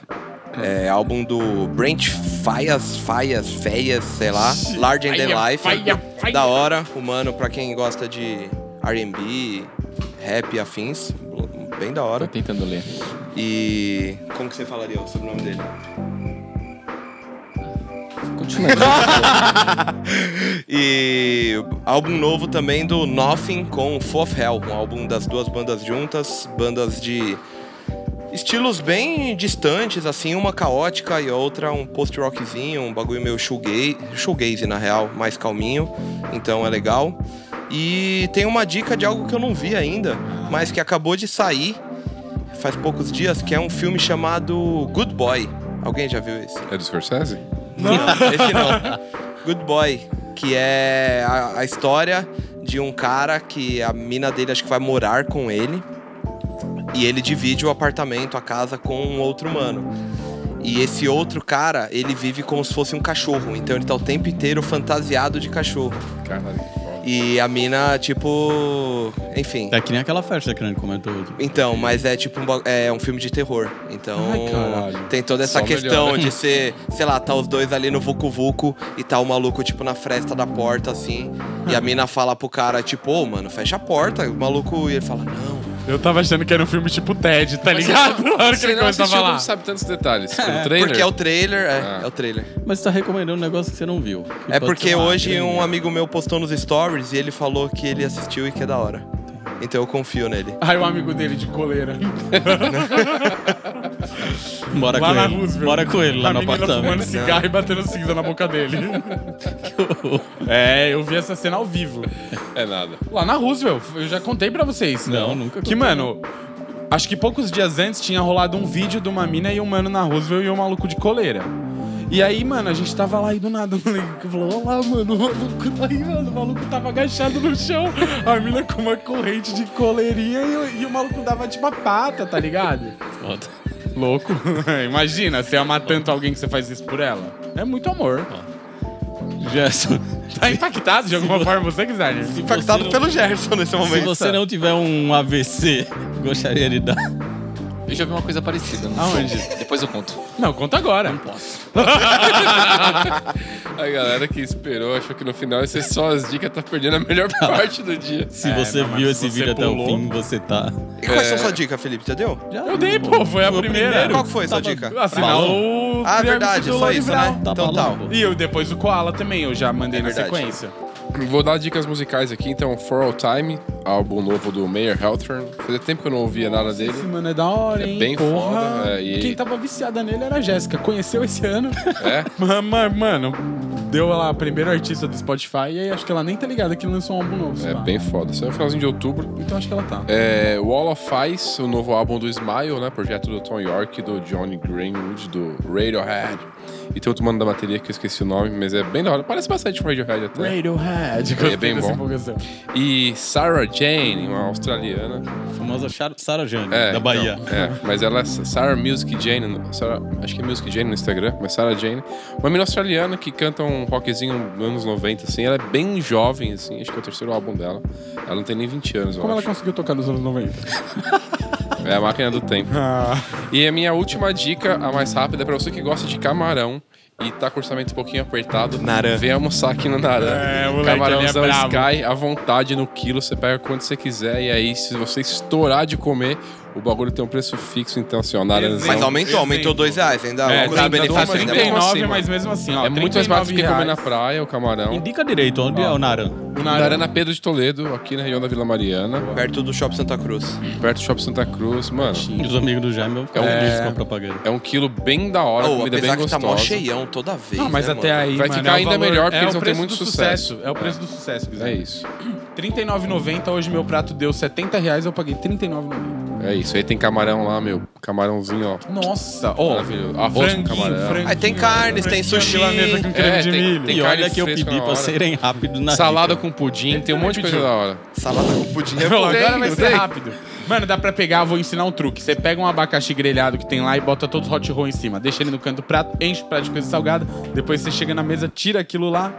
é álbum do Brent Faias, Faias, Feias, sei lá, Large and the Life. Da hora, humano, pra quem gosta de R&B, rap e afins, bem da
Tô
hora.
tentando ler.
E... Como que você falaria o sobrenome dele?
Continua.
E álbum novo também do Nothing com Fourth Hell, um álbum das duas bandas juntas, bandas de estilos bem distantes, assim, uma caótica e a outra um post-rockzinho, um bagulho meio shoegaze, shoegaze na real, mais calminho, então é legal. E tem uma dica de algo que eu não vi ainda, mas que acabou de sair faz poucos dias, que é um filme chamado Good Boy. Alguém já viu esse?
É do Scorsese?
Esse não. Good Boy, que é a, a história de um cara que a mina dele acho que vai morar com ele. E ele divide o apartamento, a casa com um outro humano. E esse outro cara, ele vive como se fosse um cachorro. Então ele tá o tempo inteiro fantasiado de cachorro.
Caralho, que foda.
E a mina, tipo. Enfim.
É que nem aquela festa que a gente comentou. outro.
Então, mas é tipo um, ba- é um filme de terror. Então,
Ai, caralho.
tem toda essa
Só
questão
melhor.
de ser, sei lá, tá os dois ali no Vucu Vucu e tá o maluco, tipo, na fresta da porta, assim.
Ah.
E a mina fala pro cara, tipo, ô, mano, fecha a porta. O maluco, e ele fala, não.
Eu tava achando que era um filme tipo Ted, tá ligado? Na hora que
Você
ele
não
começou a
assistiu,
falar.
não sabe tantos detalhes. Pelo trailer.
Porque é o trailer, é,
Ah.
é o trailer.
Mas você tá recomendando um negócio que você não viu. Que
é
pode
porque
ser uma
hoje
gringa.
um amigo meu postou nos stories e ele falou que ele assistiu e que é da hora. Então eu confio nele.
Aí o amigo dele de coleira.
Bora Tá
Lá
com
na
ele.
Roosevelt.
Bora com ele lá
a
no
menina fumando
apartamento.
cigarro e batendo cinza na boca dele. é, eu vi essa cena ao vivo.
É nada.
Lá na Roosevelt, eu já contei pra vocês. né?
Não, nunca contei.
Que, mano, acho que poucos dias antes tinha rolado um vídeo de uma mina e um mano na Roosevelt e um maluco de coleira. E aí, mano, a gente tava lá e do nada, (laughs) o moleque falou, olha lá, mano, o maluco tá aí, mano, o maluco tava agachado no chão, a mina com uma corrente de coleirinha e, o- e o maluco dava tipo a pata, tá ligado?
Foda.
Louco. (laughs) Imagina, você ama tanto alguém que você faz isso por ela. É muito amor.
(laughs) Gerson,
Tá impactado de alguma forma, você quiser. né?
Impactado pelo Gerson nesse
se
momento.
você não tiver um AVC, gostaria de dar.
Eu já vi uma coisa parecida. no
Aonde?
show. Depois eu conto.
Não, conta agora. Não (laughs) posso.
A galera que esperou achou que no final ia ser só as dicas, tá perdendo a melhor parte do dia.
Se você
não, mas
viu
se
esse
você
vídeo até o
pulou-
fim, você tá.
E
É.
quais são suas dicas, Felipe? Você deu?
Eu dei, pô, foi a primeira.
Qual que foi essa dica?
Assinar o.
Ah,
Guilherme
verdade,
Citou
só
Lone
isso,
Brown.
né?
Tá
Então tal.
maluco.
E eu depois o Koala também, eu já mandei
É
na
verdade.
sequência.
Vou dar dicas musicais aqui, então, For All Time, álbum novo do Mayer Heltern. Fazia tempo que eu não ouvia nada dele.
Esse mano é da hora,
É
hein?
bem
Porra.
foda, é, e-
Quem tava viciada nele era a Jéssica. Conheceu esse ano.
(laughs) É?
Mas, mano, deu lá a primeira artista do Spotify e aí acho que ela nem tá ligada que lançou um álbum novo. sei
É
lá.
bem foda. Saiu no finalzinho de outubro.
Então acho que ela tá.
É, Wall of Ice, o novo álbum do Smile, né? Projeto do Tom York, do Johnny Greenwood, do Radiohead. E tem outro mano da bateria que eu esqueci o nome, mas é bem da hora. Parece bastante com Radiohead até.
Radiohead.
É bem bom. E Sarah Jane, uma australiana.
A famosa Char- Sarah Jane,
É,
da Bahia.
então, é, mas ela é Sarah Music Jane, no- Sarah- acho que é Music Jane no Instagram, mas Sarah Jane. Uma menina australiana que canta um rockzinho nos anos 90, assim. Ela é bem jovem, assim, acho que é o terceiro álbum dela. Ela não tem nem 20 anos, eu
Como ela
acho.
conseguiu tocar nos anos 90?
É a máquina do tempo.
Ah,
E a minha última dica, a mais rápida, é pra você que gosta de camarão e tá com o orçamento um pouquinho apertado,
Naran.
vem almoçar aqui no Naran.
É, o moleque
Camarãozão
ali é brabo.
Sky, à vontade no quilo, você pega quando você quiser. E aí, se você estourar de comer, o bagulho tem um preço fixo, então, assim, ó, Naranzão.
Mas aumentou, aumentou
Exemplo.
2 reais ainda.
é,
É,
tá, dando
benefício
uma
ainda.
trinta e
bom.
nove.
39,
assim,
mas mesmo assim, ó.
É muito mais barato do que comer
praia.
na praia, o camarão.
Indica direito, onde é o Naran?
Naran na Pedro de Toledo, aqui na região da Vila Mariana,
Perto do Shopping Santa Cruz.
perto do Shopping Santa Cruz. Mano,
Os amigos do Jaime, eu fico feliz com a propaganda.
é um quilo bem da hora,
Oh,
comida
apesar
bem
que tá mó
gostosa.
cheião toda vez.
Não, Ah, mas
né,
até
mano?
aí,
Vai
mano,
ficar
é o
ainda
valor-
melhor, porque
é
eles
o
vão ter
preço
muito
do
sucesso.
É o preço do sucesso, Guilherme.
É isso.
R$39,90, hoje meu prato deu R$ 70 reais, eu paguei R$39,90.
É isso. Aí tem camarão lá, meu. Camarãozinho, ó.
Nossa, ó.
Maravilhoso. Arroz com camarão.
Aí tem carnes, tem
franguinho
sushi.
milanesa com creme
É,
de
tem-
milho.
tem
E olha
carne
que eu
fresca
pedi
na
pra
hora.
serem rápidos na
Salada com pudim, tem um monte de coisa da hora.
Salada com pudim é
Não,
bom.
agora
tem,
vai
não
ser
tem?
rápido. Mano, dá pra pegar, vou ensinar um truque. Você pega um abacaxi grelhado que tem lá e bota todo o hot roll em cima. Deixa ele no canto do prato, enche o prato de coisa salgada. Depois você chega na mesa, tira aquilo lá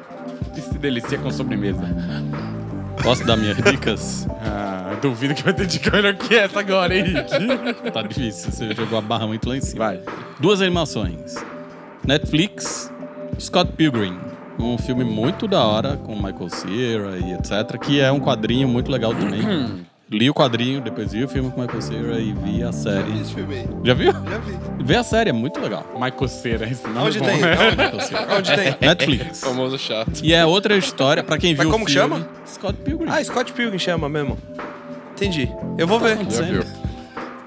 e se delicia com sobremesa.
dica. Posso dar minhas dicas?
Ah, duvido que vai ter dica melhor que essa agora, hein,
(laughs)
Henrique?
tá difícil, você jogou a barra muito lá em cima.
Vai.
Duas animações. Netflix, Scott Pilgrim. Um filme muito da hora, com Michael Cera e etc. Que é um quadrinho muito legal também.
(clears throat)
Li o quadrinho, depois vi o filme com Michael Cera e vi a série.
Esse filme aí,
Já viu?
já vi.
Vê a série, é muito legal.
Maicoceira, esse nome
Onde
é bom. (laughs)
tem?
Michael Cera.
Onde tem?
Netflix.
Famoso chato.
E é outra história, pra quem
Mas
viu
como
o
que
filme,
chama?
Scott Pilgrim.
Ah, Scott Pilgrim chama mesmo. Entendi. Eu vou ver.
Já viu?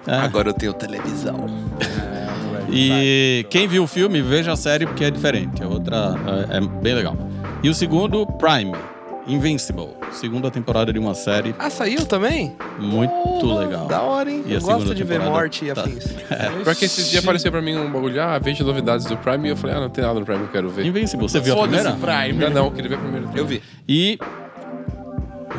É.
Agora eu tenho televisão.
E quem viu o filme, veja a série porque é diferente. A outra é, é bem legal. E o segundo, Prime. Invincible. Segunda temporada de uma série
Ah, saiu também?
muito
Porra,
legal.
Da hora, hein?
E a
eu gosto
segunda
de ver
temporada
morte e
tá- (laughs)
afins. É
Pior que esses dias apareceu pra mim um bagulho, ah, veja novidades do Prime, e eu falei, ah, não tem nada no Prime, eu quero ver.
Invincible. Você viu a
Foda-se,
primeira?
Prime.
Ainda não, eu queria ver primeiro.
Eu vi.
E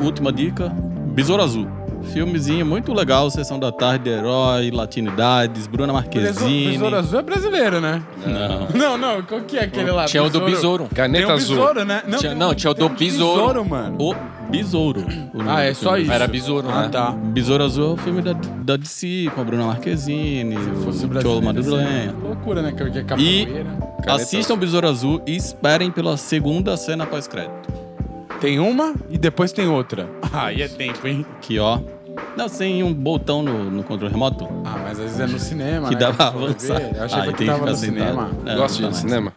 última dica, Besouro Azul. Filmezinho muito legal, Sessão da Tarde, Herói, Latinidades, Bruna Marquezine.
Besouro azul é brasileiro, né?
Não.
Não, não, qual que é aquele lá?
Tinha o do besouro.
Tem
Caneta
um
Azul.
besouro, né?
Tinha-
tem
não,
um-
tinha o
tem
do
um
besouro.
mano.
O Besouro. o nome
Ah, é
do
só
filme.
isso.
Era besouro,
Ah,
né?
tá.
Besouro Azul é o filme da, da DC, com a Bruna Marquezine, o Cholo Madurelenha.
Loucura, assim, né? Que é
capoeira.
Caneta
Assistam Besouro Azul e esperem pela segunda cena pós-crédito.
Tem uma e depois tem outra. (laughs) Ah, e é tempo, hein?
Que ó. Não, sem um botão no, no controle remoto.
Ah, mas às vezes é no cinema,
Que
né?
dá pra
você vai
avançar.
ver. Eu achei
Ah,
que
tem que
tava
ficar
no
sentado.
cinema.
É,
Gosto de
não dá mais.
né?
cinema?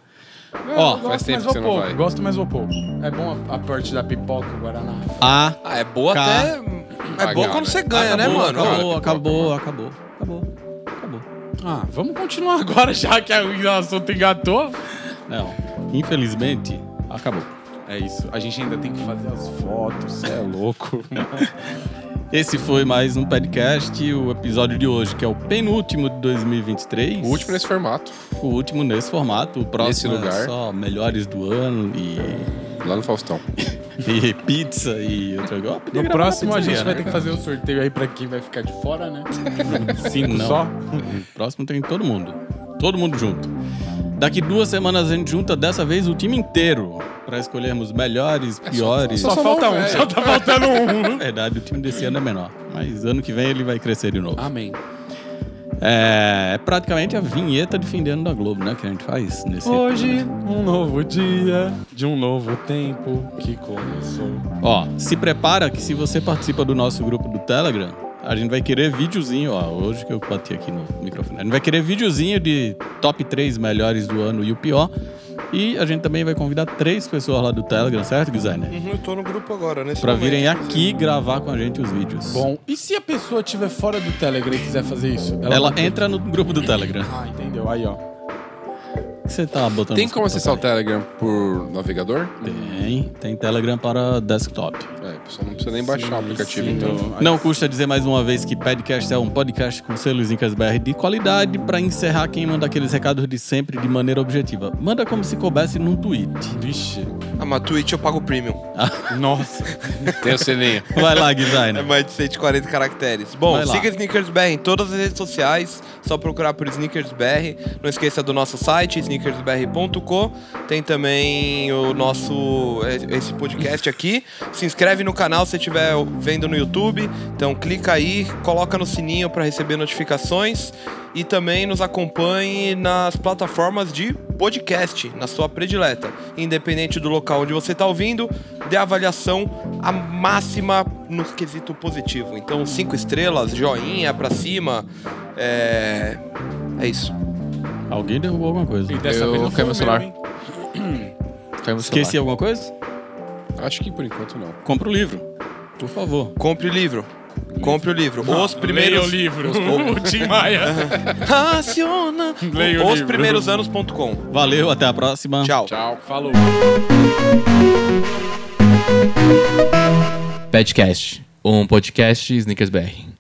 Ó,
Eu
faz
gosto,
tempo
mas
que você
vou
não
pouco.
vai.
Gosto, mas vou pouco. É bom a, a parte da pipoca, o Guaraná.
A.
Ah, é boa
Cá.
até. É boa
Acabou,
quando você ganha, né,
Ah, acabou,
mano?
Acabou, acabou, acabou, acabou, acabou.
Ah, vamos continuar agora, (laughs) já que o assunto engatou.
Não, infelizmente, acabou.
É isso. A gente ainda tem que fazer as fotos. Você é louco.
Esse foi mais um podcast, o episódio de hoje, que é o penúltimo de 2023.
O último é nesse formato,
O último nesse formato, o próximo
Nesse
é
lugar.
só melhores do ano e,
lá no Faustão.
e pizza e outra coisa.
No próximo a gente vai ter que fazer um sorteio aí pra quem vai ficar de fora, né? Cinco
Não.
só.
Próximo tem todo mundo. Todo mundo junto. Daqui duas semanas a gente junta dessa vez o time inteiro pra escolhermos melhores, piores.
É Só falta um, só tá faltando um.
é Na verdade, o time desse ano é menor. Mas ano que vem ele vai crescer de novo.
Amém.
É, é praticamente a vinheta de fim de ano da Globo, né? Que a gente faz nesse.
Hoje, um novo dia de um novo tempo que começou.
Ó, se prepara que se você participa do nosso grupo do Telegram, a gente vai querer videozinho, ó, hoje que eu bati aqui no microfone. A gente vai querer videozinho de top 3 melhores do ano e o pior. E a gente também vai convidar três pessoas lá do Telegram, certo, designer?
Uhum, eu tô no grupo agora, nesse
Pra
momento,
virem
inclusive.
aqui gravar com a gente os vídeos.
Bom, e se a pessoa estiver fora do Telegram e quiser fazer isso?
ela entra no grupo do
(laughs)
Telegram.
Ah, entendeu? Aí, ó.
O que você tá botando?
Tem
nos
como acessar o
computadores?
Telegram por navegador?
Tem, tem Telegram para desktop.
É, o pessoal não precisa nem baixar o aplicativo,
Sim,
então.
sim.
Não custa dizer mais uma vez que Podcast é um podcast com selos Incas BR de qualidade. Pra encerrar, quem manda aqueles recados de sempre de maneira objetiva? Manda como se coubesse num tweet. (laughs)
Vixe.
Ah, mas Twitch eu pago premium.
Nossa.
Tem o selinho.
Vai lá,
É
designer.
mais de 140 caracteres. Bom,
Vai lá.
siga Sneakers BR em todas as redes sociais. Só procurar por Sneakers BR. Não esqueça do nosso site, sneakersbr.com. Tem também o nosso é, esse podcast aqui. Se inscreve no canal se estiver vendo no YouTube. Então clica aí, coloca no sininho para receber notificações e também nos acompanhe nas plataformas de podcast, na sua predileta. Independente do local onde você está ouvindo, dê a avaliação a máxima no quesito positivo. Então, cinco estrelas, joinha pra cima. É. É isso.
Alguém derrubou alguma coisa.
E dessa
Eu
vez não foi
caí
o meu
meu celular.
hein?
Caiu meu celular.
Esqueci alguma coisa?
Acho que por enquanto não.
Compra o livro. Por favor.
Compre o livro. Compre o livro. Os
Leia o (laughs)
primeiros.
livro. O Tim Maia.
Raciona.
Leia o
Os
livro.
primeiros anos.com.
Valeu, até a próxima.
Tchau.
Tchau.
Falou.
Podcast. Um podcast Sneakers BR.